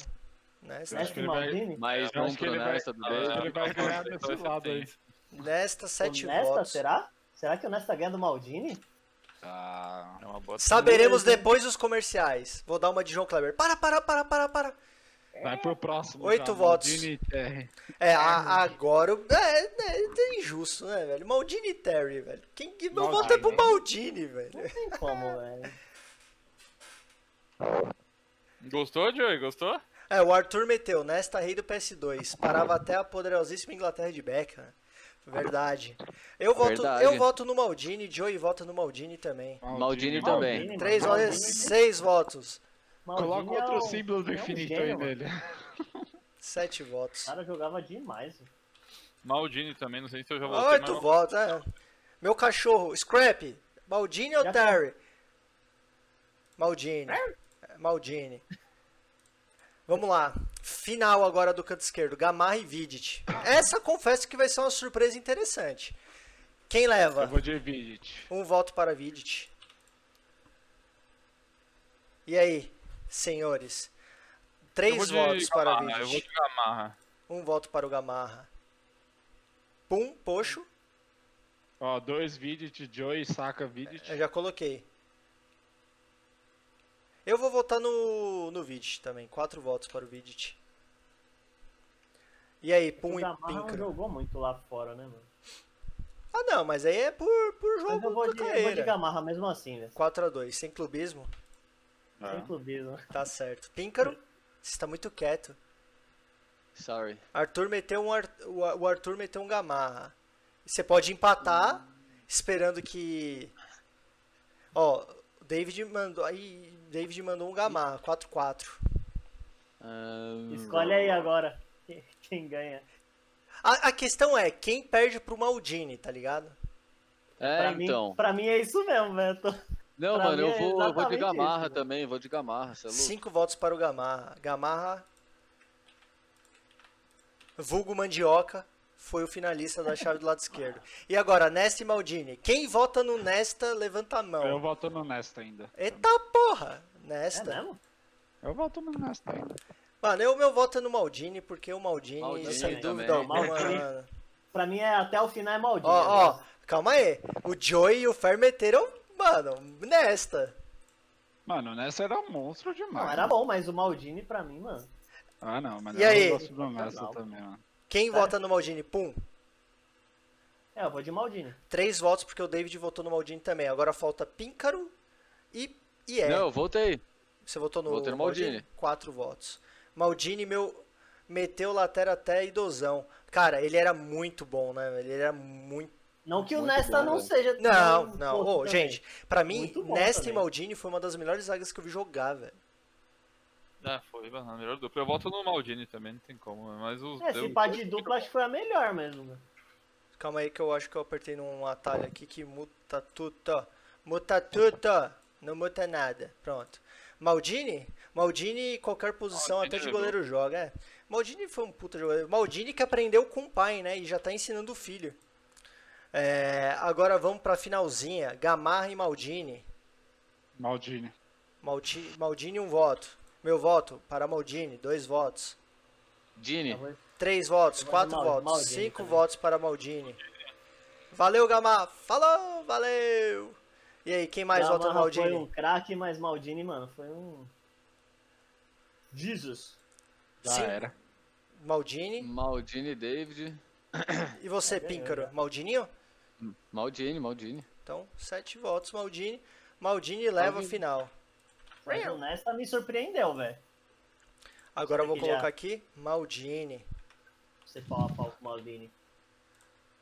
Nesta, acho Nesta que e ele vai- Maldini? Mais Eu acho um que pro ele vai- Nesta do é Ah, acho que David. ele vai ganhar Então, desse essa lado aí. essência. Nesta sete O Nesta, votos. será? Será que o Nesta ganha do Maldini? Tá. Ah, é uma boa. Saberemos depois dos comerciais. Vou dar uma de João Kleber. Para, para, para, para, para. Vai pro próximo. Oito já, votos. Maldini e Terry. É, a- agora. o- É, é, é injusto, né, velho? Maldini e Terry, velho. Quem que não Maldini. vota é pro Maldini, velho? Não tem como, velho. Gostou, Joey? Gostou? É, o Arthur meteu, Nesta rei do PS2. Parava até a poderosíssima Inglaterra de Beckham. Verdade. Eu voto, Verdade. eu voto no Maldini, Joey vota no Maldini também. Maldini Tá também. Maldini, Três Maldini. é votos, seis votos. Maldini Coloca é outro um- símbolo do é um infinito gênio, aí mano. nele. Sete votos. O cara jogava demais. velho. Maldini também, não sei se eu um. já voltei, mas Oito votos, é. Meu cachorro, Scrap, Maldini ou Já Terry? Maldini. É, Maldini. Vamos lá. Final agora do canto esquerdo. Gamarra e Vidic. Essa confesso que vai ser uma surpresa interessante. Quem Eu leva? vou de Vidic. Um voto para Vidic. E aí, senhores? eu vou Três de votos para Gamarra, Eu vou Vidic. de Gamarra. Um voto para o Gamarra. Pum, poxo. Ó, dois Vidic, Joey, saca Vidic. É, Eu já coloquei. Eu vou votar no, no Vidic também. Quatro votos para o Vidic. E aí, Pum O e Gamarra é um não Píncaro? jogou muito lá fora, né, mano? Ah, não, mas aí é por, por Mas eu jogo vou do de, eu vou de carreira. Gamarra mesmo assim, velho. 4x2, sem clubismo? Ah. Sem clubismo. Tá certo. Píncaro, você está muito quieto. Sorry. Arthur meteu um Ar- o Ar- o Arthur meteu um Gamarra. Você pode empatar, esperando que. Ó, o David mandou. Aí, David mandou um Gamarra, 4-4. Ahn, Escolhe aí agora quem- quem ganha. A, a questão é, quem perde pro Maldini, tá ligado? É, Pra, então. mim, pra mim é isso mesmo, velho. Eu tô- Não, pra mano, eu mim é vou, eu vou de exatamente Gamarra isso, né? também, vou de Gamarra, cê é louco. Cinco votos para o Gamarra. Gamarra, vulgo mandioca, foi o finalista da chave do lado esquerdo. E agora, Nesta e Maldini. Quem vota no Nesta, levanta a Eu mão. voto no Nesta ainda. Eita porra! É Nesta. mesmo? Eu voto no Nesta ainda. Mano, eu meu voto é no Maldini, porque o Maldini, Maldini sem também. dúvida alguma. É, Maldini. mano. Pra mim é até o final é maldito. Ó, ó, calma aí. O Joey e o Fer meteram, mano, Nesta. Mano, o Nesta era um monstro demais. Não, era bom, mas o Maldini pra mim, mano. Ah, não, mas E eu aí? gosto do Nesta também, mano. É. Quem vota no Maldini? Pum. É, eu vou de Maldini. Três votos, porque o David votou no Maldini também. Agora falta Píncaro e, e é. Não, eu voltei. Você votou no, Votei no Maldini. Quatro votos. Maldini, meu. Meteu latera até idosão. Cara, ele era muito bom, né? Ele era muito. Não que o Muito Nesta bom, não velho. seja. Não, tão não. forte Ô, também. gente, pra mim, Muito bom Nesta e também. Maldini foi uma das melhores zagas que eu vi jogar, velho. É, foi, mano, a melhor dupla. Eu voto no Maldini também, não tem como. né? Mas os um É, se eu- pá de dupla, acho que foi a melhor mesmo. mano. Calma aí que eu acho que eu apertei num atalho aqui que muta tudo. Muta tudo. Não muta nada. Pronto. Maldini? Maldini, qualquer posição, Maldini até de jogou. goleiro joga, é. Maldini foi um puta jogador. Maldini que aprendeu com o pai, né? E já tá ensinando o filho. É, agora vamos pra finalzinha. Gamarra e Maldini. Maldini. Malti, Maldini, um voto. Meu voto para Maldini, dois votos. Dini, Três votos, Eu vou de quatro Mal- votos, Maldini cinco também. votos para Maldini. Valeu, Gamar. Falou, valeu. E aí, quem mais vota no Gamarra Maldini? Foi um craque, mas Maldini, mano, foi um. Jesus. Já Sim. era. Maldini. Maldini, David. E você, né? Píncaro? Maldininho? Maldini, Maldini. Então, sete votos, Maldini. Maldini leva a Maldini. final. Mas o Nesta me surpreendeu, velho. Agora eu Será vou que já- colocar aqui, Maldini. Você pau a pau com o Maldini.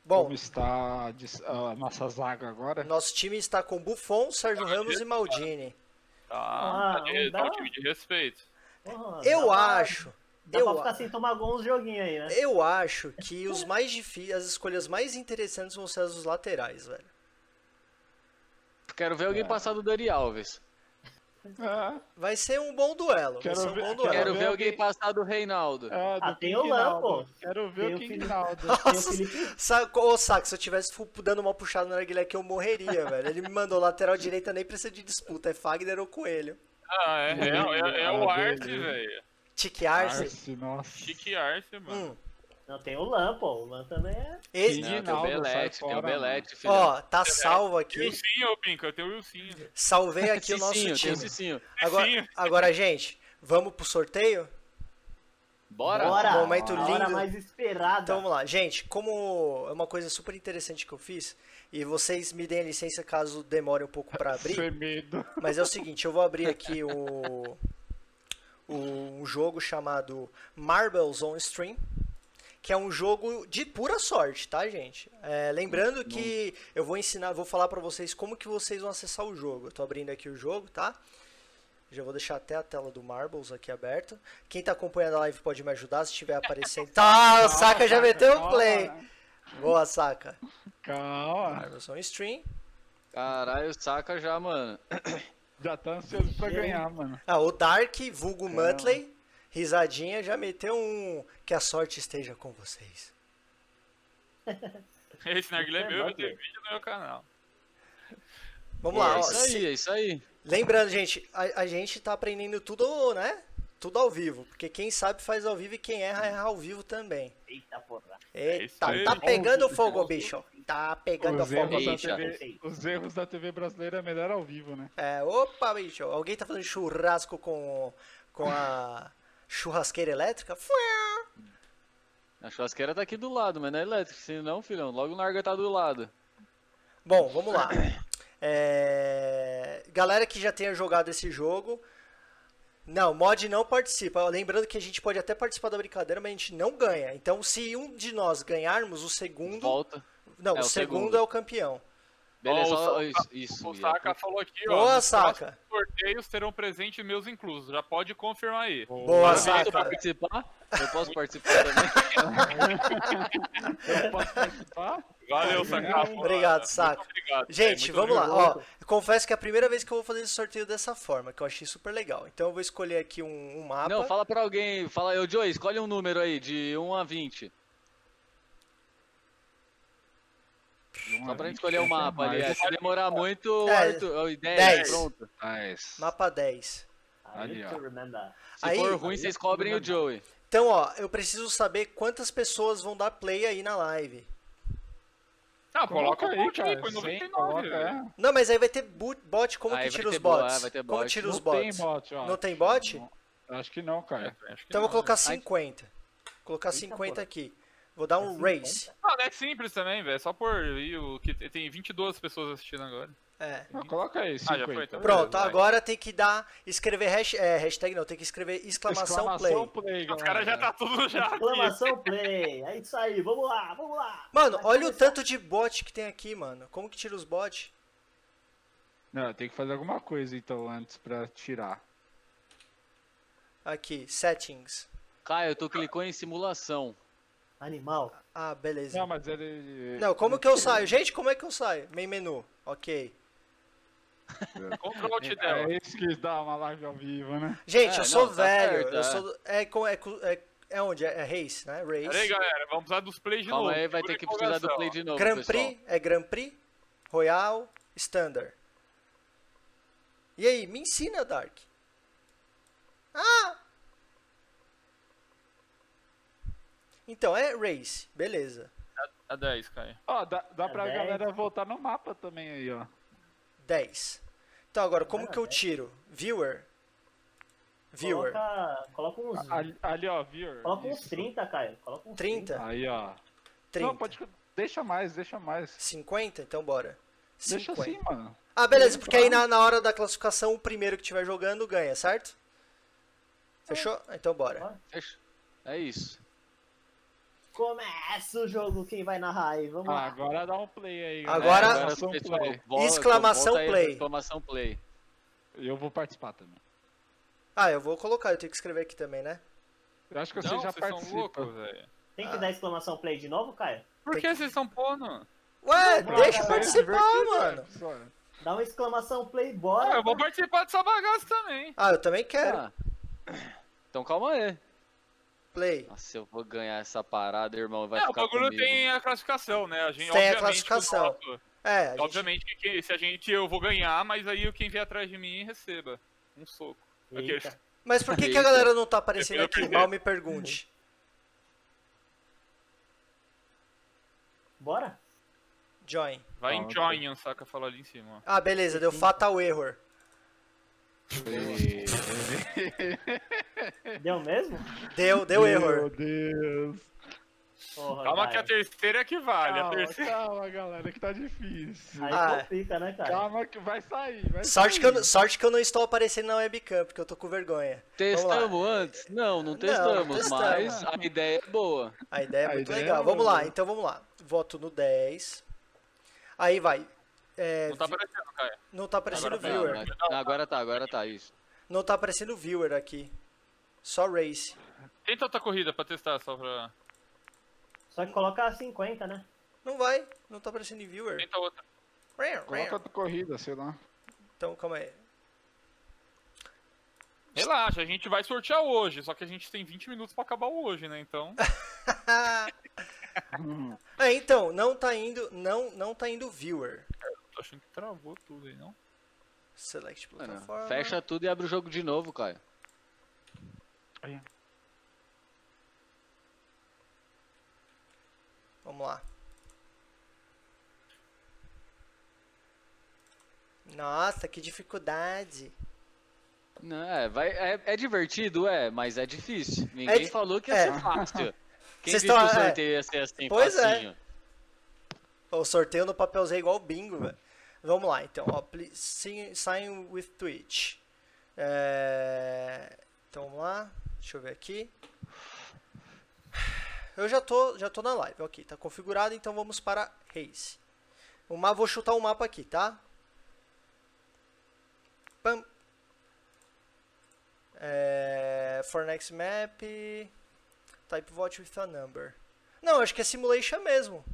Bom, Como está a dis- a nossa zaga agora? nosso time está com Buffon, Sérgio Ramos e Maldini. Tá, tá Ah, de- dá- tá um time de respeito. Porra, Eu dá pra- acho, Dá eu pra a- ficar assim, né? sem tomar gol uns joguinhos aí, né? eu acho que os mais difíceis, as escolhas mais interessantes vão ser as dos laterais, velho. Quero ver É. alguém passar do Dani Alves. Ah, Vai ser um bom duelo. Quero vai ser um ver- bom Quero duelo. Quero ver ver alguém alguém- passar do Reinaldo. ah, do Ah, tem o Quinquinaldo. Lampo. Quero Tem ver o o Felipe. Quinquinaldo. Tem o Felipe Saco, ô, Saco, se eu tivesse fu- dando uma puxada no Arguilé aqui, eu morreria, velho. Ele me mandou lateral direita, nem precisa de disputa. É Fagner ou Coelho. Ah, é, é, é, é o Ah, Arce, beleza. velho. Tique Arce. Arce, nossa. Chique Arce, mano. Hum. Não, tem o Lan, pô. O Lan também é. Esse- Sim. Não, tem o Reinaldo, Belete, sai tem o fora, Belete, filho. Ó, É, tá salvo aqui. Wilsinho, ô Pinca, eu tenho o Wilsinho. Salvei aqui o nosso Cicinho, tem o time. Cicinho. Agora, Cicinho. agora, gente, vamos pro sorteio? Bora. Bora! Momento a hora lindo. mais esperada. Então vamos lá, gente. Como é uma coisa super interessante que eu fiz, e vocês me deem licença caso demore um pouco pra abrir. Sem medo. Mas é o seguinte, eu vou abrir aqui o, o um jogo chamado Marbles on Stream, que é um jogo de pura sorte, tá, gente? É, lembrando que eu vou ensinar, vou falar pra vocês como que vocês vão acessar o jogo. Eu tô abrindo aqui o jogo, tá? Já vou deixar até a tela do Marbles aqui aberta. Quem tá acompanhando a live pode me ajudar se estiver aparecendo. Tá, o Saka já meteu o calma. play. Boa, Saka. Calma. Marbles on Stream. Caralho, saca já, mano. Já tá ansioso pra ganhar, mano. Ah, o Dark, vulgo Muttley, risadinha, já meteu um que a sorte esteja com vocês. Esse narguilé é Você é meu, eu louco. tenho vídeo no meu canal. Vamos Pô, lá, é ó, isso se- aí, é isso aí. lembrando, gente, a, a gente tá aprendendo tudo, né? Tudo ao vivo, porque quem sabe faz ao vivo e quem erra, erra ao vivo também. Eita porra. É isso Eita, aí. tá pegando fogo, bicho. Tá pegando Os fogo, erros, bicho. da bicha. TV, os erros da TV brasileira é melhor ao vivo, né? É, opa, bicho. Alguém tá fazendo churrasco com, com a churrasqueira elétrica? Fuá! A churrasqueira tá aqui do lado, mas não é elétrica. Se não, filhão, logo larga tá do lado. Bom, vamos lá. É, Galera que já tenha jogado esse jogo, Não, mod não participa. Lembrando que a gente pode até participar da brincadeira, mas a gente não ganha. Então, se um de nós ganharmos, o segundo. Volta. Não, é, o o segundo, segundo. é o campeão. Beleza, Ó, o ó, Sa- isso. isso o Ia. Saka falou aqui, ó. Boa, nos Saka. próximos Sorteios terão presente meus inclusos. Já pode confirmar aí. Boa, eu posso Saka. participar? Eu posso participar também? É. Eu posso participar? Valeu, Saka. Obrigado, Muito Saka. obrigado. Gente, Muito vamos lá. legal. Ó, eu confesso que é a primeira vez que eu vou fazer esse sorteio dessa forma, que eu achei super legal. Então, eu vou escolher aqui um, um mapa. Não, fala pra alguém. Fala, eu, Joey, escolhe um número aí, de 1 a 20. Só pra gente escolher o mapa ali. é, Se demorar muito, É, Arthur, oh, 10, dez. pronto. Mas... Mapa 10. I need Ali, to ó. remember. Se Aí- for ruim, aí vocês é cobrem o problema. Joey. Então, ó, eu preciso saber quantas pessoas vão dar play aí na live. Ah, coloca Coloca o monte aí, cara, põe sem 99. coloca, é. velho. né? Não, mas aí vai ter boot- bot, como Aí que vai tira os ter bo- bots? ah, vai ter Como bot. tira Não os tem bots? bot, ó. Não tem bot? Acho que não, cara. É, acho que Então eu não. vou colocar Ai. 50. Vou colocar Eita, 50 porra. aqui. Vou dar um É 50? race. Ah, é simples também, velho. Só por aí o que tem 22 pessoas assistindo agora. É. Não, Ah, coloca aí, já foi, 50. então. Pronto, vai. agora tem que dar. Escrever hash- é, hashtag, não, tem que escrever exclamação, play. Os caras já tá tudo já aqui. Exclamação play! É isso aí, vamos lá, vamos lá! Mano, Vai olha o começar. tanto de bot que tem aqui, mano. Como que tira os bot? Não, tem que fazer alguma coisa então antes pra tirar. Aqui, settings. Caio, tu clicou em simulação. Animal. Ah, beleza. Não, mas ele. Não, como que eu saio? Gente, como é que eu saio? Main menu. Ok. Contra o Alt dela. É isso que dá uma live ao vivo, né? Gente, É, eu sou não, tá velho. certo, eu é. sou. É, co- é, co- é, é onde? É, é race, né? Pera aí, Race. galera. Vamos precisar dos plays de Calma novo. aí, vai ter Segura que a precisar do empolgação, play de novo, Grand pessoal. Prix? É Grand Prix? Royal? Standard. E aí, me ensina, Dark. Ah! Então, é race. Beleza. ó. A 10, Caio. Ó, dá, dá É pra dez. galera voltar no mapa também aí, ó. 10. Então, agora, como Era que eu 10? tiro? Viewer. Viewer. Coloca, coloca uns. Ali, ali, ó, viewer. Coloca uns Isso. 30, Caio. Coloca uns 30. Aí, ó. 30. Não, pode. Deixa mais, deixa mais. 50? Então, bora. Deixa 50. assim, mano. Ah, beleza, porque aí na, na hora da classificação, o primeiro que estiver jogando ganha, certo? Fechou? Então bora. Fecha. É isso. Começa o jogo, quem vai narrar aí? Vamos Ah, lá. agora dá um play aí. É, Agora- galera. Dá o um pessoal play. volta- Exclamação volta tá aí pra play. Exclamação play. Eu vou participar também. Ah, eu vou colocar, eu tenho que escrever aqui também, né? Eu acho que você Não, já vocês são participa. loucos, velho. Tem ah. que dar exclamação play de novo, Caio? Por que vocês são pondo? Ué, Não, deixa é eu cara, participar, mano. mano. Dá uma exclamação play, Ah, bora! É, eu vou participar dessa bagaça também. Ah, eu também quero. Ah. Então calma aí. Play. Nossa, eu vou ganhar essa parada, irmão. Vai É, o ficar bagulho comigo. tem a classificação, né? A Tem gente, a obviamente, classificação. o nosso- É, a gente... Obviamente que quem- se a gente eu vou ganhar, mas aí quem vier atrás de mim receba um soco. Eita. Ok. mas por que, que a Eita. galera não tá aparecendo Eu aqui? perdi. Mal me pergunte. Bora? Join. Vai em Ah, Join, saca? Fala ali em cima. Ah, beleza, deu fatal error. Deu mesmo? Deu, deu error. Meu Deus. Porra, Calma que a Caio. terceira é que vale. A Calma, terceira... calma, galera, que tá difícil. Aí Ah, é. complica, né, Caio? Calma que vai sair, vai Sorte sair. que, eu, sorte que eu não estou aparecendo na webcam, porque eu tô com vergonha. Vamos Testamos antes? Não, não testamos, testamos. mas a ideia é boa. A ideia é A muito ideia legal. é Vamos boa. lá, então vamos lá. Voto no 10. Aí vai. É, Não tá vi- aparecendo, Caio. não tá aparecendo Agora vai, viewer. Não, mas- agora tá, agora tá, isso. Não tá aparecendo viewer aqui. Só race. Tenta outra corrida pra testar, só pra... Só que coloca 50, né? Não vai, não tá aparecendo em viewer. Tenta outra. Coloca outra corrida, sei lá. Então, calma aí. Relaxa, a gente vai sortear hoje, só que a gente tem 20 minutos pra acabar o hoje, né? Então, É, então, não tá indo, não, não tá indo viewer. tô achando que travou tudo aí, não? Select Mano, plataforma. fecha tudo e abre o jogo de novo, Caio. Vamos lá. Nossa, que dificuldade. Não, é, vai, é, é divertido, é, mas é difícil. Ninguém di- falou que ia é. ser fácil. Quem Vocês disse que tão- o é. sorteio ia ser assim, Pois é. facinho? O sorteio no papelzinho é igual bingo, velho. Vamos lá, então. Ó, please sign- sign with Twitch. É, Então vamos lá, deixa eu ver aqui. Eu já tô, já tô na live, ok, tá configurado, então vamos para race. O mapa, vou chutar o mapa aqui, tá? Pam. É, for next map, type vote with a number. Não, acho que é simulation mesmo.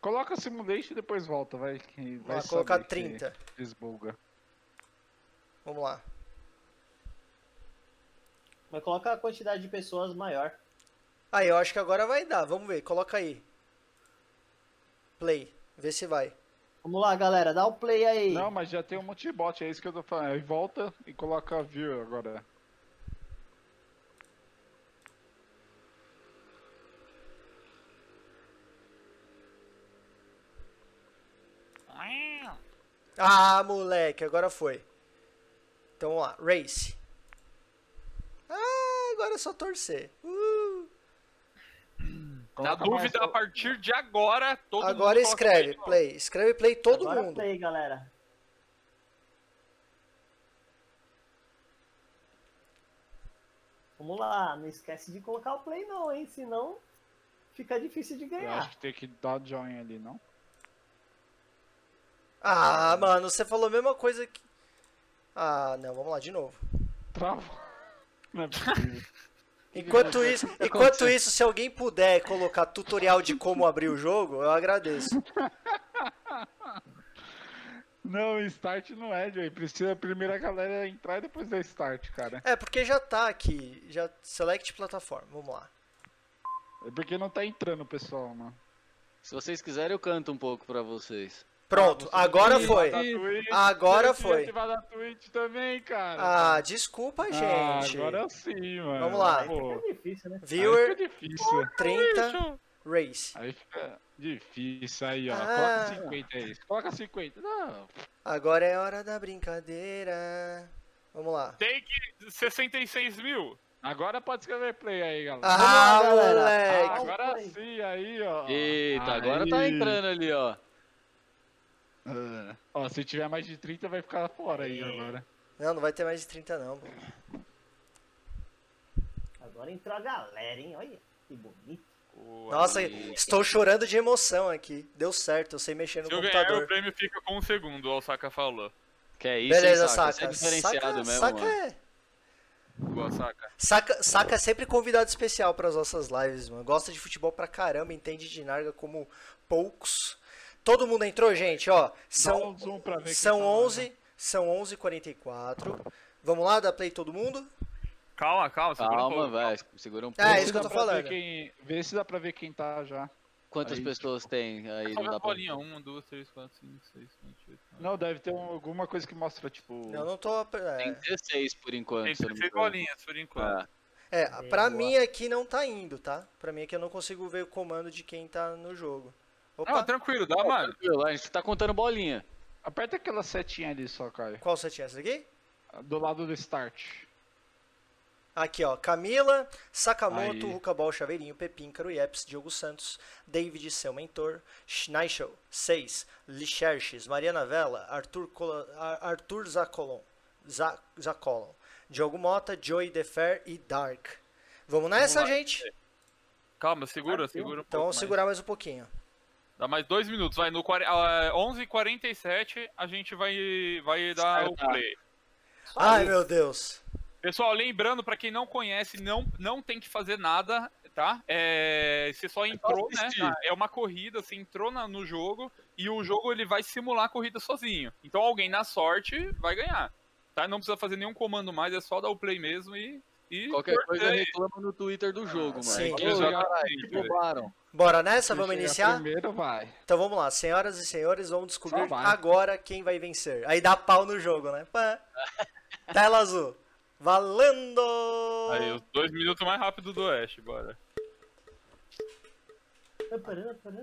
Coloca simulation e depois volta, vai. Que vai Vou colocar saber que 30. Desbuga. Vamos lá. Mas coloca a quantidade de pessoas maior. Aí, eu acho que agora vai dar. Vamos ver, coloca aí. Play, vê se vai. Vamos lá, galera, dá o play aí. Não, mas já tem um monte de bot, é isso que eu tô falando. Aí volta e coloca view agora. Ah, moleque, agora foi. Então vamos lá, race. Ah, agora é só torcer. Uh, Então Na tá, Coloca dúvida, a mais- partir de agora, todo agora mundo coloca escreve, aí, ó. play. Escreve play todo Agora mundo. play, galera. Vamos lá, não esquece de colocar o play não, hein? Senão fica difícil de Eu acho ganhar. que tem que dar join ali, não? Ah, mano, você falou a mesma coisa que. Ah, não, vamos lá de novo. Travou. Não é possível. Enquanto isso, enquanto isso, se alguém puder colocar tutorial de como abrir o jogo, eu agradeço. não, start não é, Joey. Precisa a primeira galera entrar e depois dar start, cara. É, porque já tá aqui. Já select plataforma. Vamos lá. É porque não tá entrando o pessoal, mano. Se vocês quiserem, eu canto um pouco pra vocês. Pronto, agora tá. Ih, foi. da Twitch, Agora eu tinha foi. ativado a Twitch também, cara. Ah, desculpa, Ah, gente. agora sim, mano. Vamos lá. Pô, Fica difícil, né? aí Viewer fica difícil. 30 race. Aí fica difícil aí, ó. Ah. Coloca 50 aí. Coloca 50. Não. Agora é hora da brincadeira. Vamos lá. Tem que 66 mil. Agora pode escrever play aí, galera. Ah, lá, galera. Ah, moleque. agora play. sim, aí, ó. Eita, Aí. agora tá entrando ali, ó. Ah. Ó, se tiver mais de 30, vai ficar fora aí agora. Não, não vai ter mais de 30 não. pô. Agora entrou a galera, hein? Olha que bonito. Nossa, estou chorando de emoção aqui. Deu certo, eu sei mexer no Se eu ganhar, o computador. prêmio fica com um segundo, ó, o Saka falou. Que é isso, Beleza, hein, Saka? Você saca. é diferenciado Saca, mesmo, saca mano. é. Boa, Saka. Saca, saca é sempre convidado especial para as nossas lives, mano. Gosta de futebol pra caramba, entende de narga como poucos. Todo mundo entrou, gente, ó. Dá São um zoom pra ver quem São tá lá, 11, são 11h44. Vamos lá, dá play todo mundo? Calma, calma, segura um Calma, pouco. vai. Segura um pouco. É, Vê isso se que eu dá tô pra ver falando. Quem... Vê se dá pra ver quem tá já. Quantas Aí, pessoas tem aí? Não Sobe dá a pra... bolinha. 1, 2, 3, 4, 5, 6, 7, 8, 9. Não, deve ter um- alguma coisa que mostra, tipo. Eu não tô. Tem É, 16 por enquanto. Tem se eu não me 16 engano. bolinhas por enquanto. Ah, é pra Boa. mim aqui não tá indo, tá? Pra mim aqui eu não consigo ver o comando de quem tá no jogo. Não, Opa, tranquilo, dá, mano. tranquilo, a gente tá contando bolinha. Aperta aquela setinha ali só, Caio. qual você tinha? Essa daqui? Do lado do start. Aqui, ó. Camila, Sakamoto, Aí. Rucabal, Chaveirinho, Pepíncaro, Yeps, Diogo Santos, David, seu mentor, Schneichel, 6, Licherches, Mariana Vela, Arthur, Cola- Ar- Arthur Zacolon, Za- Zacolon, Diogo Mota, Joey Defer e Dark. Vamos nessa, lá. gente? Calma, segura, segura um pouco. Então vamos mais. segurar mais um pouquinho. Dá mais dois minutos, vai. No 40, ah, 11h47 a gente vai, vai dar o Startar. play. Ai, meu Deus. Pessoal, lembrando, pra quem não conhece, não, não tem que fazer nada, tá? É, você só entrou, né? assistir. na- É uma corrida, você entrou na- no jogo e o jogo ele vai simular a corrida sozinho. Então alguém na sorte vai ganhar. Tá? Não precisa fazer nenhum comando mais, é só dar o play mesmo e. e Qualquer torcer. coisa reclama no Twitter do jogo, mano. sim. Que Exatamente. caralho, roubaram. Bora nessa? Quem Tá, Vamos chegar iniciar? Primeiro vai. Então vamos lá, senhoras e senhores, vamos descobrir Só vai. agora quem vai vencer. Aí dá pau no jogo, né? Pá. Tela azul. Valendo! Aí, os dois minutos mais rápido do Oeste, bora.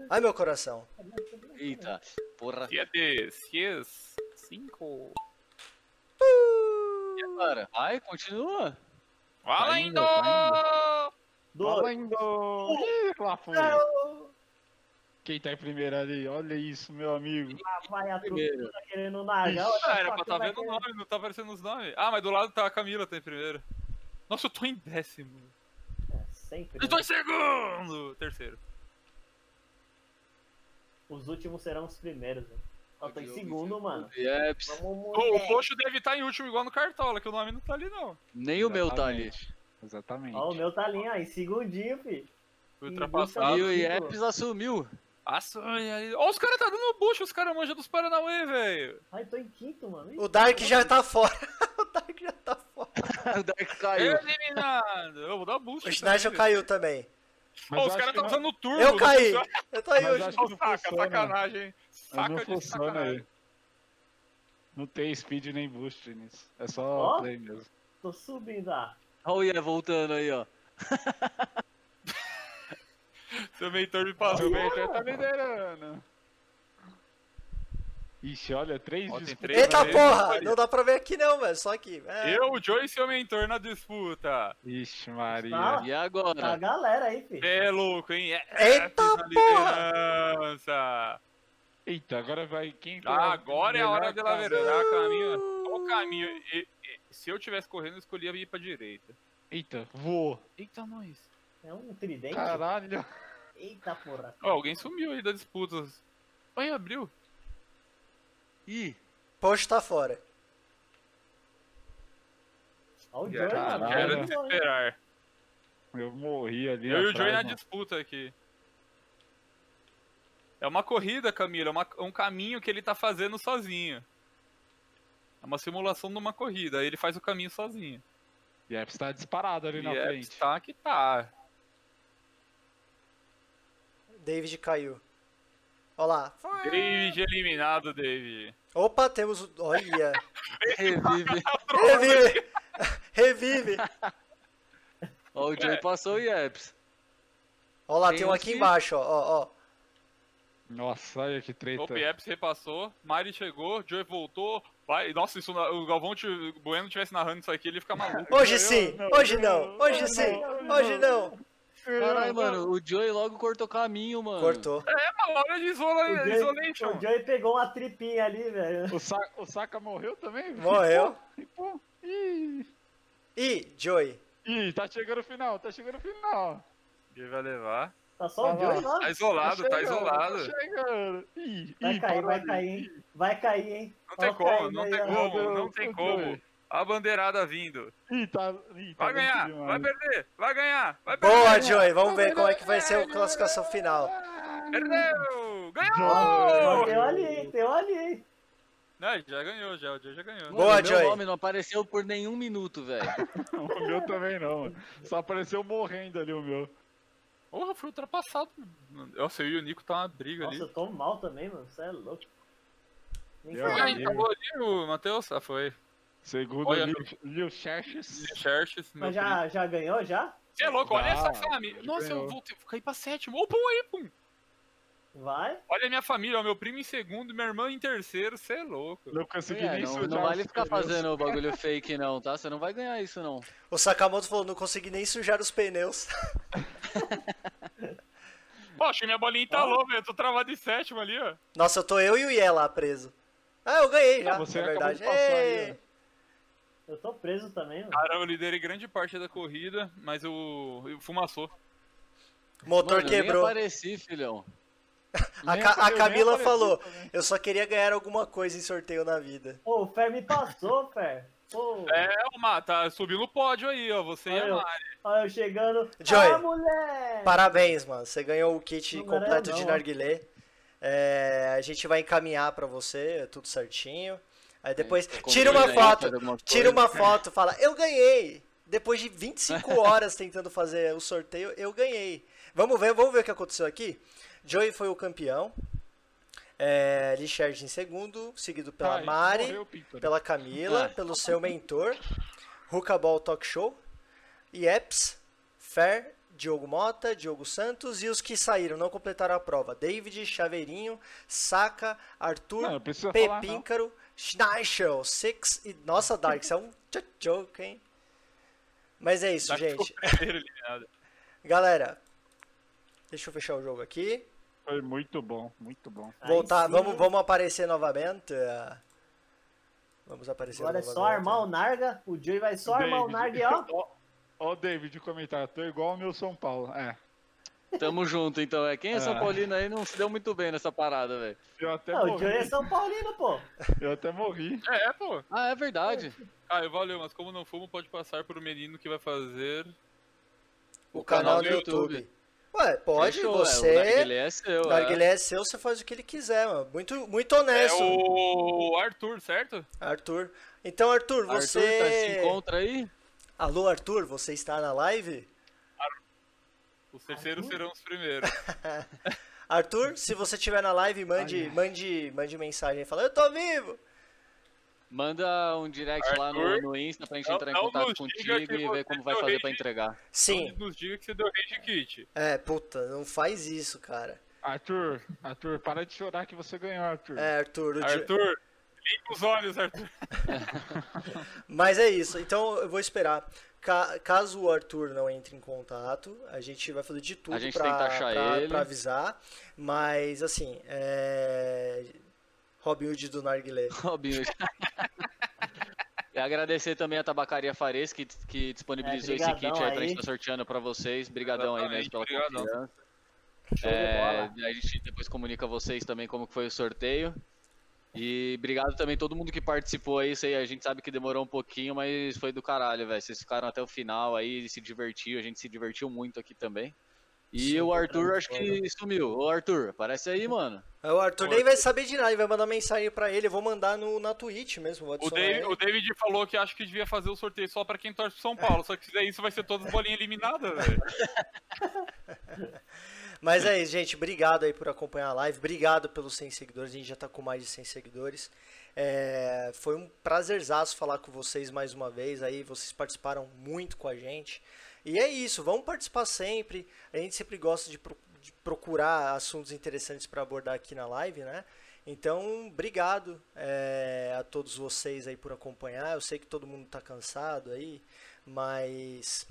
Ai, meu coração. Eita, porra. Siete, seis, cinco. E agora? Ai, continua. Fala indo, ainda! tá Dois. Valendo! Ih, lá foi. Não. Quem tá em primeiro ali? Olha isso, meu amigo. Ah, vai, a turma Primeiro. tá querendo largar. Ah, era pra tá vendo o nome, não tá aparecendo os nomes. Ah, mas do lado tá a Camila, tá em primeiro. Nossa, eu tô em décimo. É, sempre. Eu tô né? em segundo! Terceiro. Os últimos serão os primeiros. Né? Eu tô em Diogo, segundo, você- mano. Yeps. Vamos, O, o moleque. Poxo deve estar em último, igual no Cartola, que o nome não tá ali, não. Nem o meu tá ali. Exatamente. Exatamente. Ó, o meu tá ali, ó, em segundinho, fi. Foi Ih, ultrapassado. E Fábio o ficou. Yeps assumiu. Ah, sonha ali. Ó, os caras tá dando bucho, os caras manjam dos Paranauê, velho. Ai, tô em quinto, mano. Ih, O Dark já tá fora. o Dark já tá fora. o Dark caiu. Eliminado. Eu vou dar bucho. O também, Schneider velho. caiu também. Mas Ó, eu os acho caras que tá né? não- usando turbo. Eu caí. Ó, Eu tô aí Mas hoje. acho que não saca, funciona. sacanagem, hein. Mas Saca não de funciona sacanagem. aí. Não tem speed nem boost nisso. É só Ó. play mesmo. Tô subindo, ah. Olha o Ye voltando aí, ó. Seu mentor me passou. Seu mentor tá liderando. Ixi, olha, três né? Ó, tem disputas. três Eita vezes, porra! olha. Não dá pra ver aqui não, velho. Só aqui. É. Eu, o Joe e seu mentor na disputa. Ixi, Maria. Tá. E Tá a agora? galera aí, fi. Cê é louco, hein? É, Eita na né? liderança. Eita, agora vai quem tá- Ah, agora é a hora melhor de laverar casal. o caminho. Qual o caminho? E- e- se eu tivesse correndo, eu escolhia ir pra direita. Eita, voou. Eita, nós. É um tridente? Caralho. Eita porra. Ó, alguém sumiu aí da disputa. Olha, abriu. Ih, Poxa, tá fora. Ó o Joey, Caralho. mano. Quero Caralho. desesperar. Eu morri ali. Eu e o atrás, né? Joey na mano. disputa aqui. É uma corrida, Camila. É uma- é um caminho que ele tá fazendo sozinho. É uma simulação de uma corrida. Aí ele faz o caminho sozinho. Yeps tá disparado ali na e é, frente. tá que tá. David caiu. Olha lá. David eliminado, David. Opa, temos. o- Olha. revive. Revive! Revive! Ó, o Joey passou o Yeps. Olha lá, Tem tem um uns aqui que- embaixo, ó, ó, ó. Nossa, olha que treta. O Pieps repassou, Mari chegou, Joey voltou. Vai, nossa, isso, na- o Galvão ti- o Bueno tivesse narrando isso aqui, ele fica maluco. Hoje sim, não, hoje não, não, hoje não, sim, não, hoje não. Caralho, mano, o Joey logo cortou caminho, mano. Cortou. É uma hora de O isola, Joey, isolation. o Joey pegou uma tripinha ali, velho. O, Sa- o Saka morreu também? Morreu. E, pô, e, Ih, Joey. Ih, tá chegando o final, tá chegando o final. Ele vai levar. Tá só o Vai lá. Joey lá. Tá isolado, tá chegando, isolado. Tá chegando. Ih, Vai ih, cair, parou vai ali. cair, hein? Vai cair, hein? Não Olha tem o como, Caio não aí, tem ó. como, Meu não Deus, tem o como. Joey. A bandeirada vindo. Ih, tá. Ih, tá Vai lento ganhar, demais. vai perder, vai ganhar, vai perder. Boa, Joey. Vamos ver como é que vai ser a classificação final. Ah, Ó, Perdeu! Ganhou! Tem um ali, hein? Tem um ali, hein? Não, ele já ganhou, já, o Joey já ganhou. Boa, meu Joey. nome não apareceu por nenhum minuto, velho. O meu também não. mano. Só apareceu morrendo ali o meu. Porra, foi ultrapassado. Nossa, eu e o Nico tá uma briga Nossa, ali. eu tô mal também, mano. Você é louco. Nem Meu sei. Deus. Ai, acabou ali o Matheus? Ah, foi. Segundo Olha, Liu, Liu Xerxes. Xerxes, meu Mas já, já ganhou, já? Você é louco, olha Já, essa família. já Nossa, eu ganhou. voltei, caí pra sétimo. Ô, pum aí, pum. Vai. Olha a minha família, ó, meu primo em segundo, minha irmã em terceiro, você é louco. Não consegui É, nem não, sujar não vale os ficar pneus. fazendo o bagulho fake, não, tá? Você não vai ganhar isso, não. O Sakamoto falou, não consegui nem sujar os pneus. Poxa, minha bolinha entalou, velho, eu tô travado em sétimo ali, ó. Nossa, eu tô eu e o Ié lá preso. Ah, eu ganhei já, Ah, você na acabou de verdade. passar aí, né? Ê! ó. Eu tô preso também, mano. Caramba, eu liderei grande parte da corrida, mas o, o fumaçou. Motor Mano, quebrou. Nem apareci, filhão. A, Nem Ca- apare- a eu nem Camila apareci falou, também. eu só queria ganhar alguma coisa em sorteio na vida. Pô, o Fer me passou, Fer. Pô, É, o Mata, subiu no pódio aí, ó, você e Olha a eu. Mari. olha eu chegando. Joey. Ah, moleque! Parabéns, mano. Você ganhou o kit Não era completo não, de ó. narguilé. É, a gente vai encaminhar pra você, é tudo certinho. Aí depois Aí, tira uma combina aí, foto, faz alguma tira coisa. uma foto, fala: "Eu ganhei". Depois de 25 horas tentando fazer o sorteio, eu ganhei. Vamos ver, vamos ver o que aconteceu aqui. Joey foi o campeão. É, Richard em segundo, seguido Tá, pela Ai, Mari morreu o Pinto, né? pela Camila, Ah. pelo seu mentor, Hucaball Talk Show, Yeps, Fer, Diogo Mota, Diogo Santos e os que saíram, não completaram a prova. David, Chaveirinho, Saca, Arthur, Não, não precisa falar, não. Pepincaro, Schneichel, Six e. Nossa, Dark, isso é um tchau, joke, hein? Mas é isso, Dark ficou gente. primeiro eliminado. Galera, deixa eu fechar o jogo aqui. Foi muito bom, muito bom. Aí Voltar, sim, vamos, vamos aparecer novamente. ah. Vamos aparecer Agora é novamente. só armar o Narga, o Joey vai só armar o Narga e ó. Ó, o David o comentário, tô igual ao meu São Paulo. É. Tamo junto, então. É. Quem é São Ah. Paulino aí não se deu muito bem nessa parada, velho. Eu até Não, o morri. Joey é São Paulino, pô. Eu até morri. É, é, pô. Ah, é verdade. Caio, valeu, mas como não fumo, pode passar pro menino que vai fazer. o canal do canal do YouTube. Ué, pode, Fechou, é, você. O narguilé é seu, é. Narguilé é seu, você faz o que ele quiser, mano. Muito, muito É honesto, o Arthur, certo? Arthur. Então, Arthur, Arthur, você. tá, se encontra aí? Alô, Arthur, você está na live? Os terceiros serão os primeiros. Arthur, se você estiver na live, mande, mande, mande mensagem falando, eu tô vivo! Manda um direct lá no, Arthur, É no Insta pra gente não- entrar em não contato nos contigo diga um que e ver você como vai deu fazer pra hate. entregar. Sim, Nos diga que você deu rage kit. é, puta, não faz isso, cara. Arthur, Arthur, para de chorar que você ganhou, Arthur. É, Arthur, o Ju- Arthur, limpa os olhos, Arthur. Mas é isso, então eu vou esperar. Ca- caso o Arthur não entre em contato, a gente vai fazer de tudo gente pra, tenta achar pra- ele. pra avisar. Mas assim, é. Robin Hood do Narguilé. Robinho. E agradecer também a Tabacaria Fares que, que disponibilizou É, esse kit aí, brigadão pra aí. gente estar sorteando pra vocês. Brigadão aí mesmo Exatamente, pela brigadão. confiança. Show É, de bola. a gente depois comunica a vocês também como que foi o sorteio. E obrigado também a todo mundo que participou aí, isso aí, a gente sabe que demorou um pouquinho, mas foi do caralho, velho. Vocês ficaram até o final aí, se divertiu, a gente se divertiu muito aqui também. E Sim, o tá Arthur acho tranquilo. que sumiu. Ô Arthur, aparece aí, mano. Aí O Arthur O nem vai saber de nada, ele vai mandar mensagem pra ele, eu vou mandar no, na Twitch mesmo, vou O adicionar David, ele. o David falou que acho que devia fazer o sorteio só pra quem torce pro São Paulo. Só que se fizer isso, vai ser todas as bolinhas eliminadas, velho. Mas é isso, gente. Obrigado aí por acompanhar a live. Obrigado pelos 100 seguidores. A gente já tá com mais de 100 seguidores. É, foi um prazerzaço falar com vocês mais uma vez. Aí vocês participaram muito com a gente. E é isso, vamos participar sempre. A gente sempre gosta de, pro- de procurar assuntos interessantes para abordar aqui na live, né? Então, obrigado é, a todos vocês aí por acompanhar. Eu sei que todo mundo tá cansado aí, mas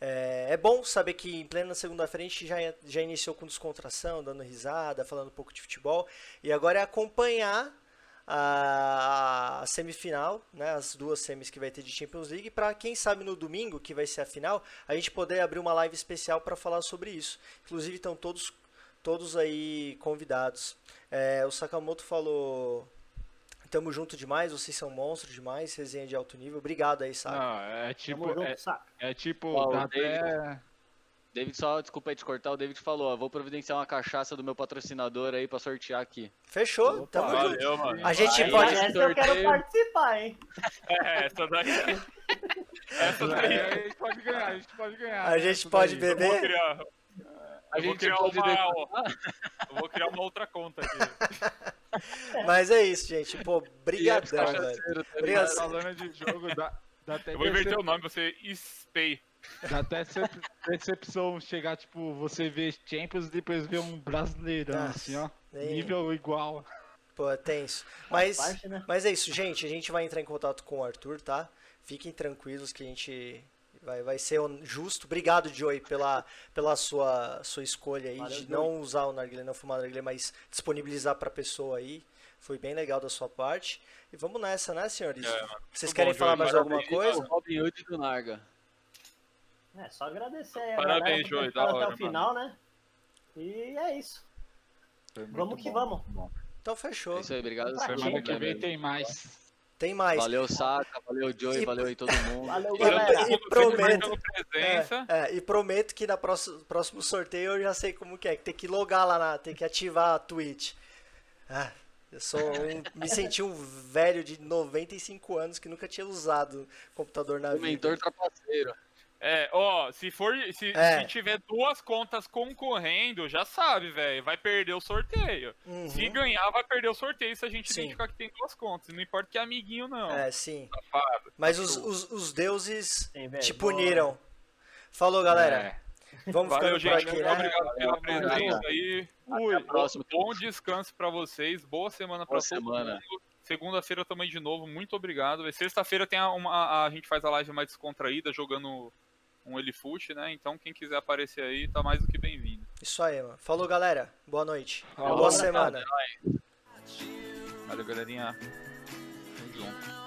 é, é bom saber que em plena segunda-feira a gente já, já iniciou com descontração, dando risada, falando um pouco de futebol. E agora é acompanhar a, a semifinal, né, as duas semis que vai ter de Champions League, para quem sabe no domingo, que vai ser a final, a gente poder abrir uma live especial para falar sobre isso. Inclusive estão todos, todos aí convidados. É, o Sakamoto falou. Tamo junto demais, vocês são monstros demais, resenha de alto nível. Obrigado aí, Saka. Não, é Tamo tipo, junto, é, saca. é tipo, Ó, o dá até... David, só desculpa aí te cortar, o David falou, ó, vou providenciar uma cachaça do meu patrocinador aí pra sortear aqui. Fechou? Tamo junto. Valeu, mano. A gente Aí, Tipo, pode. né? Essa eu quero sorteio. participar, hein? É, essa daí. Essa daí. É, a gente pode ganhar, a gente pode ganhar. A né, gente isso pode daí. Eu vou beber. criar, A eu vou gente criar pode uma. decorar. Eu vou criar uma outra conta aqui. Mas é isso, gente. Pô, E é brigadão, velho. cachaceiro, tá Obrigado. ligado? Falando de jogo, dá, dá até Eu vou inverter o nome, você Spay. Dá até decep- decepção chegar, tipo, você vê Champions e depois ver um brasileirão, Nossa, assim, ó. nem- Nível igual. Pô, é tenso. Mas, parte, né? mas é isso, gente. A gente vai entrar em contato com o Arthur, tá? Fiquem tranquilos que a gente vai, vai ser hon- justo. Obrigado, Joey, pela, pela sua, sua escolha aí Valeu, de não usar o narguilé, não fumar narguilé, mas disponibilizar pra pessoa aí. Foi bem legal da sua parte. E vamos nessa, né, senhores? É, mano. Vocês Muito querem bom, falar Joey. mais alguma Parabéns, coisa? né? O Robin Hood do Narga. É, só agradecer aí a Parabéns, galera que Joey, ficou da até hora, o final, né? E é isso. Vamos que vamos. Então fechou. É isso aí, obrigado. Semana Sérgio, Semana Gente, que né, vem velho? tem mais. Tem mais. Valeu, Saca, valeu, Joey, E- valeu aí todo mundo. Valeu, E- Valeu, galera. todo mundo, prometo- sempre pela presença. É, é, e prometo que na próximo, próximo sorteio eu já sei como que é, que tem que logar lá, na, tem que ativar a Twitch. Ah, eu sou um, me senti um velho de 95 anos que nunca tinha usado computador Um na O vida. mentor trapaceiro. É, ó, se for. Se, É. se tiver duas contas concorrendo, já sabe, velho. Vai perder o sorteio. Uhum. Se ganhar, vai perder o sorteio se a gente Sim. identificar que tem duas contas. Não importa que é amiguinho, não. É, sim. Safado. Mas os, os, os deuses Sem te vergonha. puniram. Falou, galera. Vamos É. Valeu, ficando por gente. aqui, Muito né? obrigado pela Valeu, presença mano. aí. É. Ui, Próximo. Bom descanso pra vocês, boa semana pra Boa todo semana. mundo. Segunda-feira também de novo, muito obrigado. véi. Sexta-feira tem a- uma, a, a gente faz a live mais descontraída, jogando um Elifute, né? Então quem quiser aparecer aí, tá mais do que bem-vindo. Isso aí, mano. Falou, galera. Boa noite. né? Falou, Boa galera. semana. Valeu, galerinha. Tamo junto.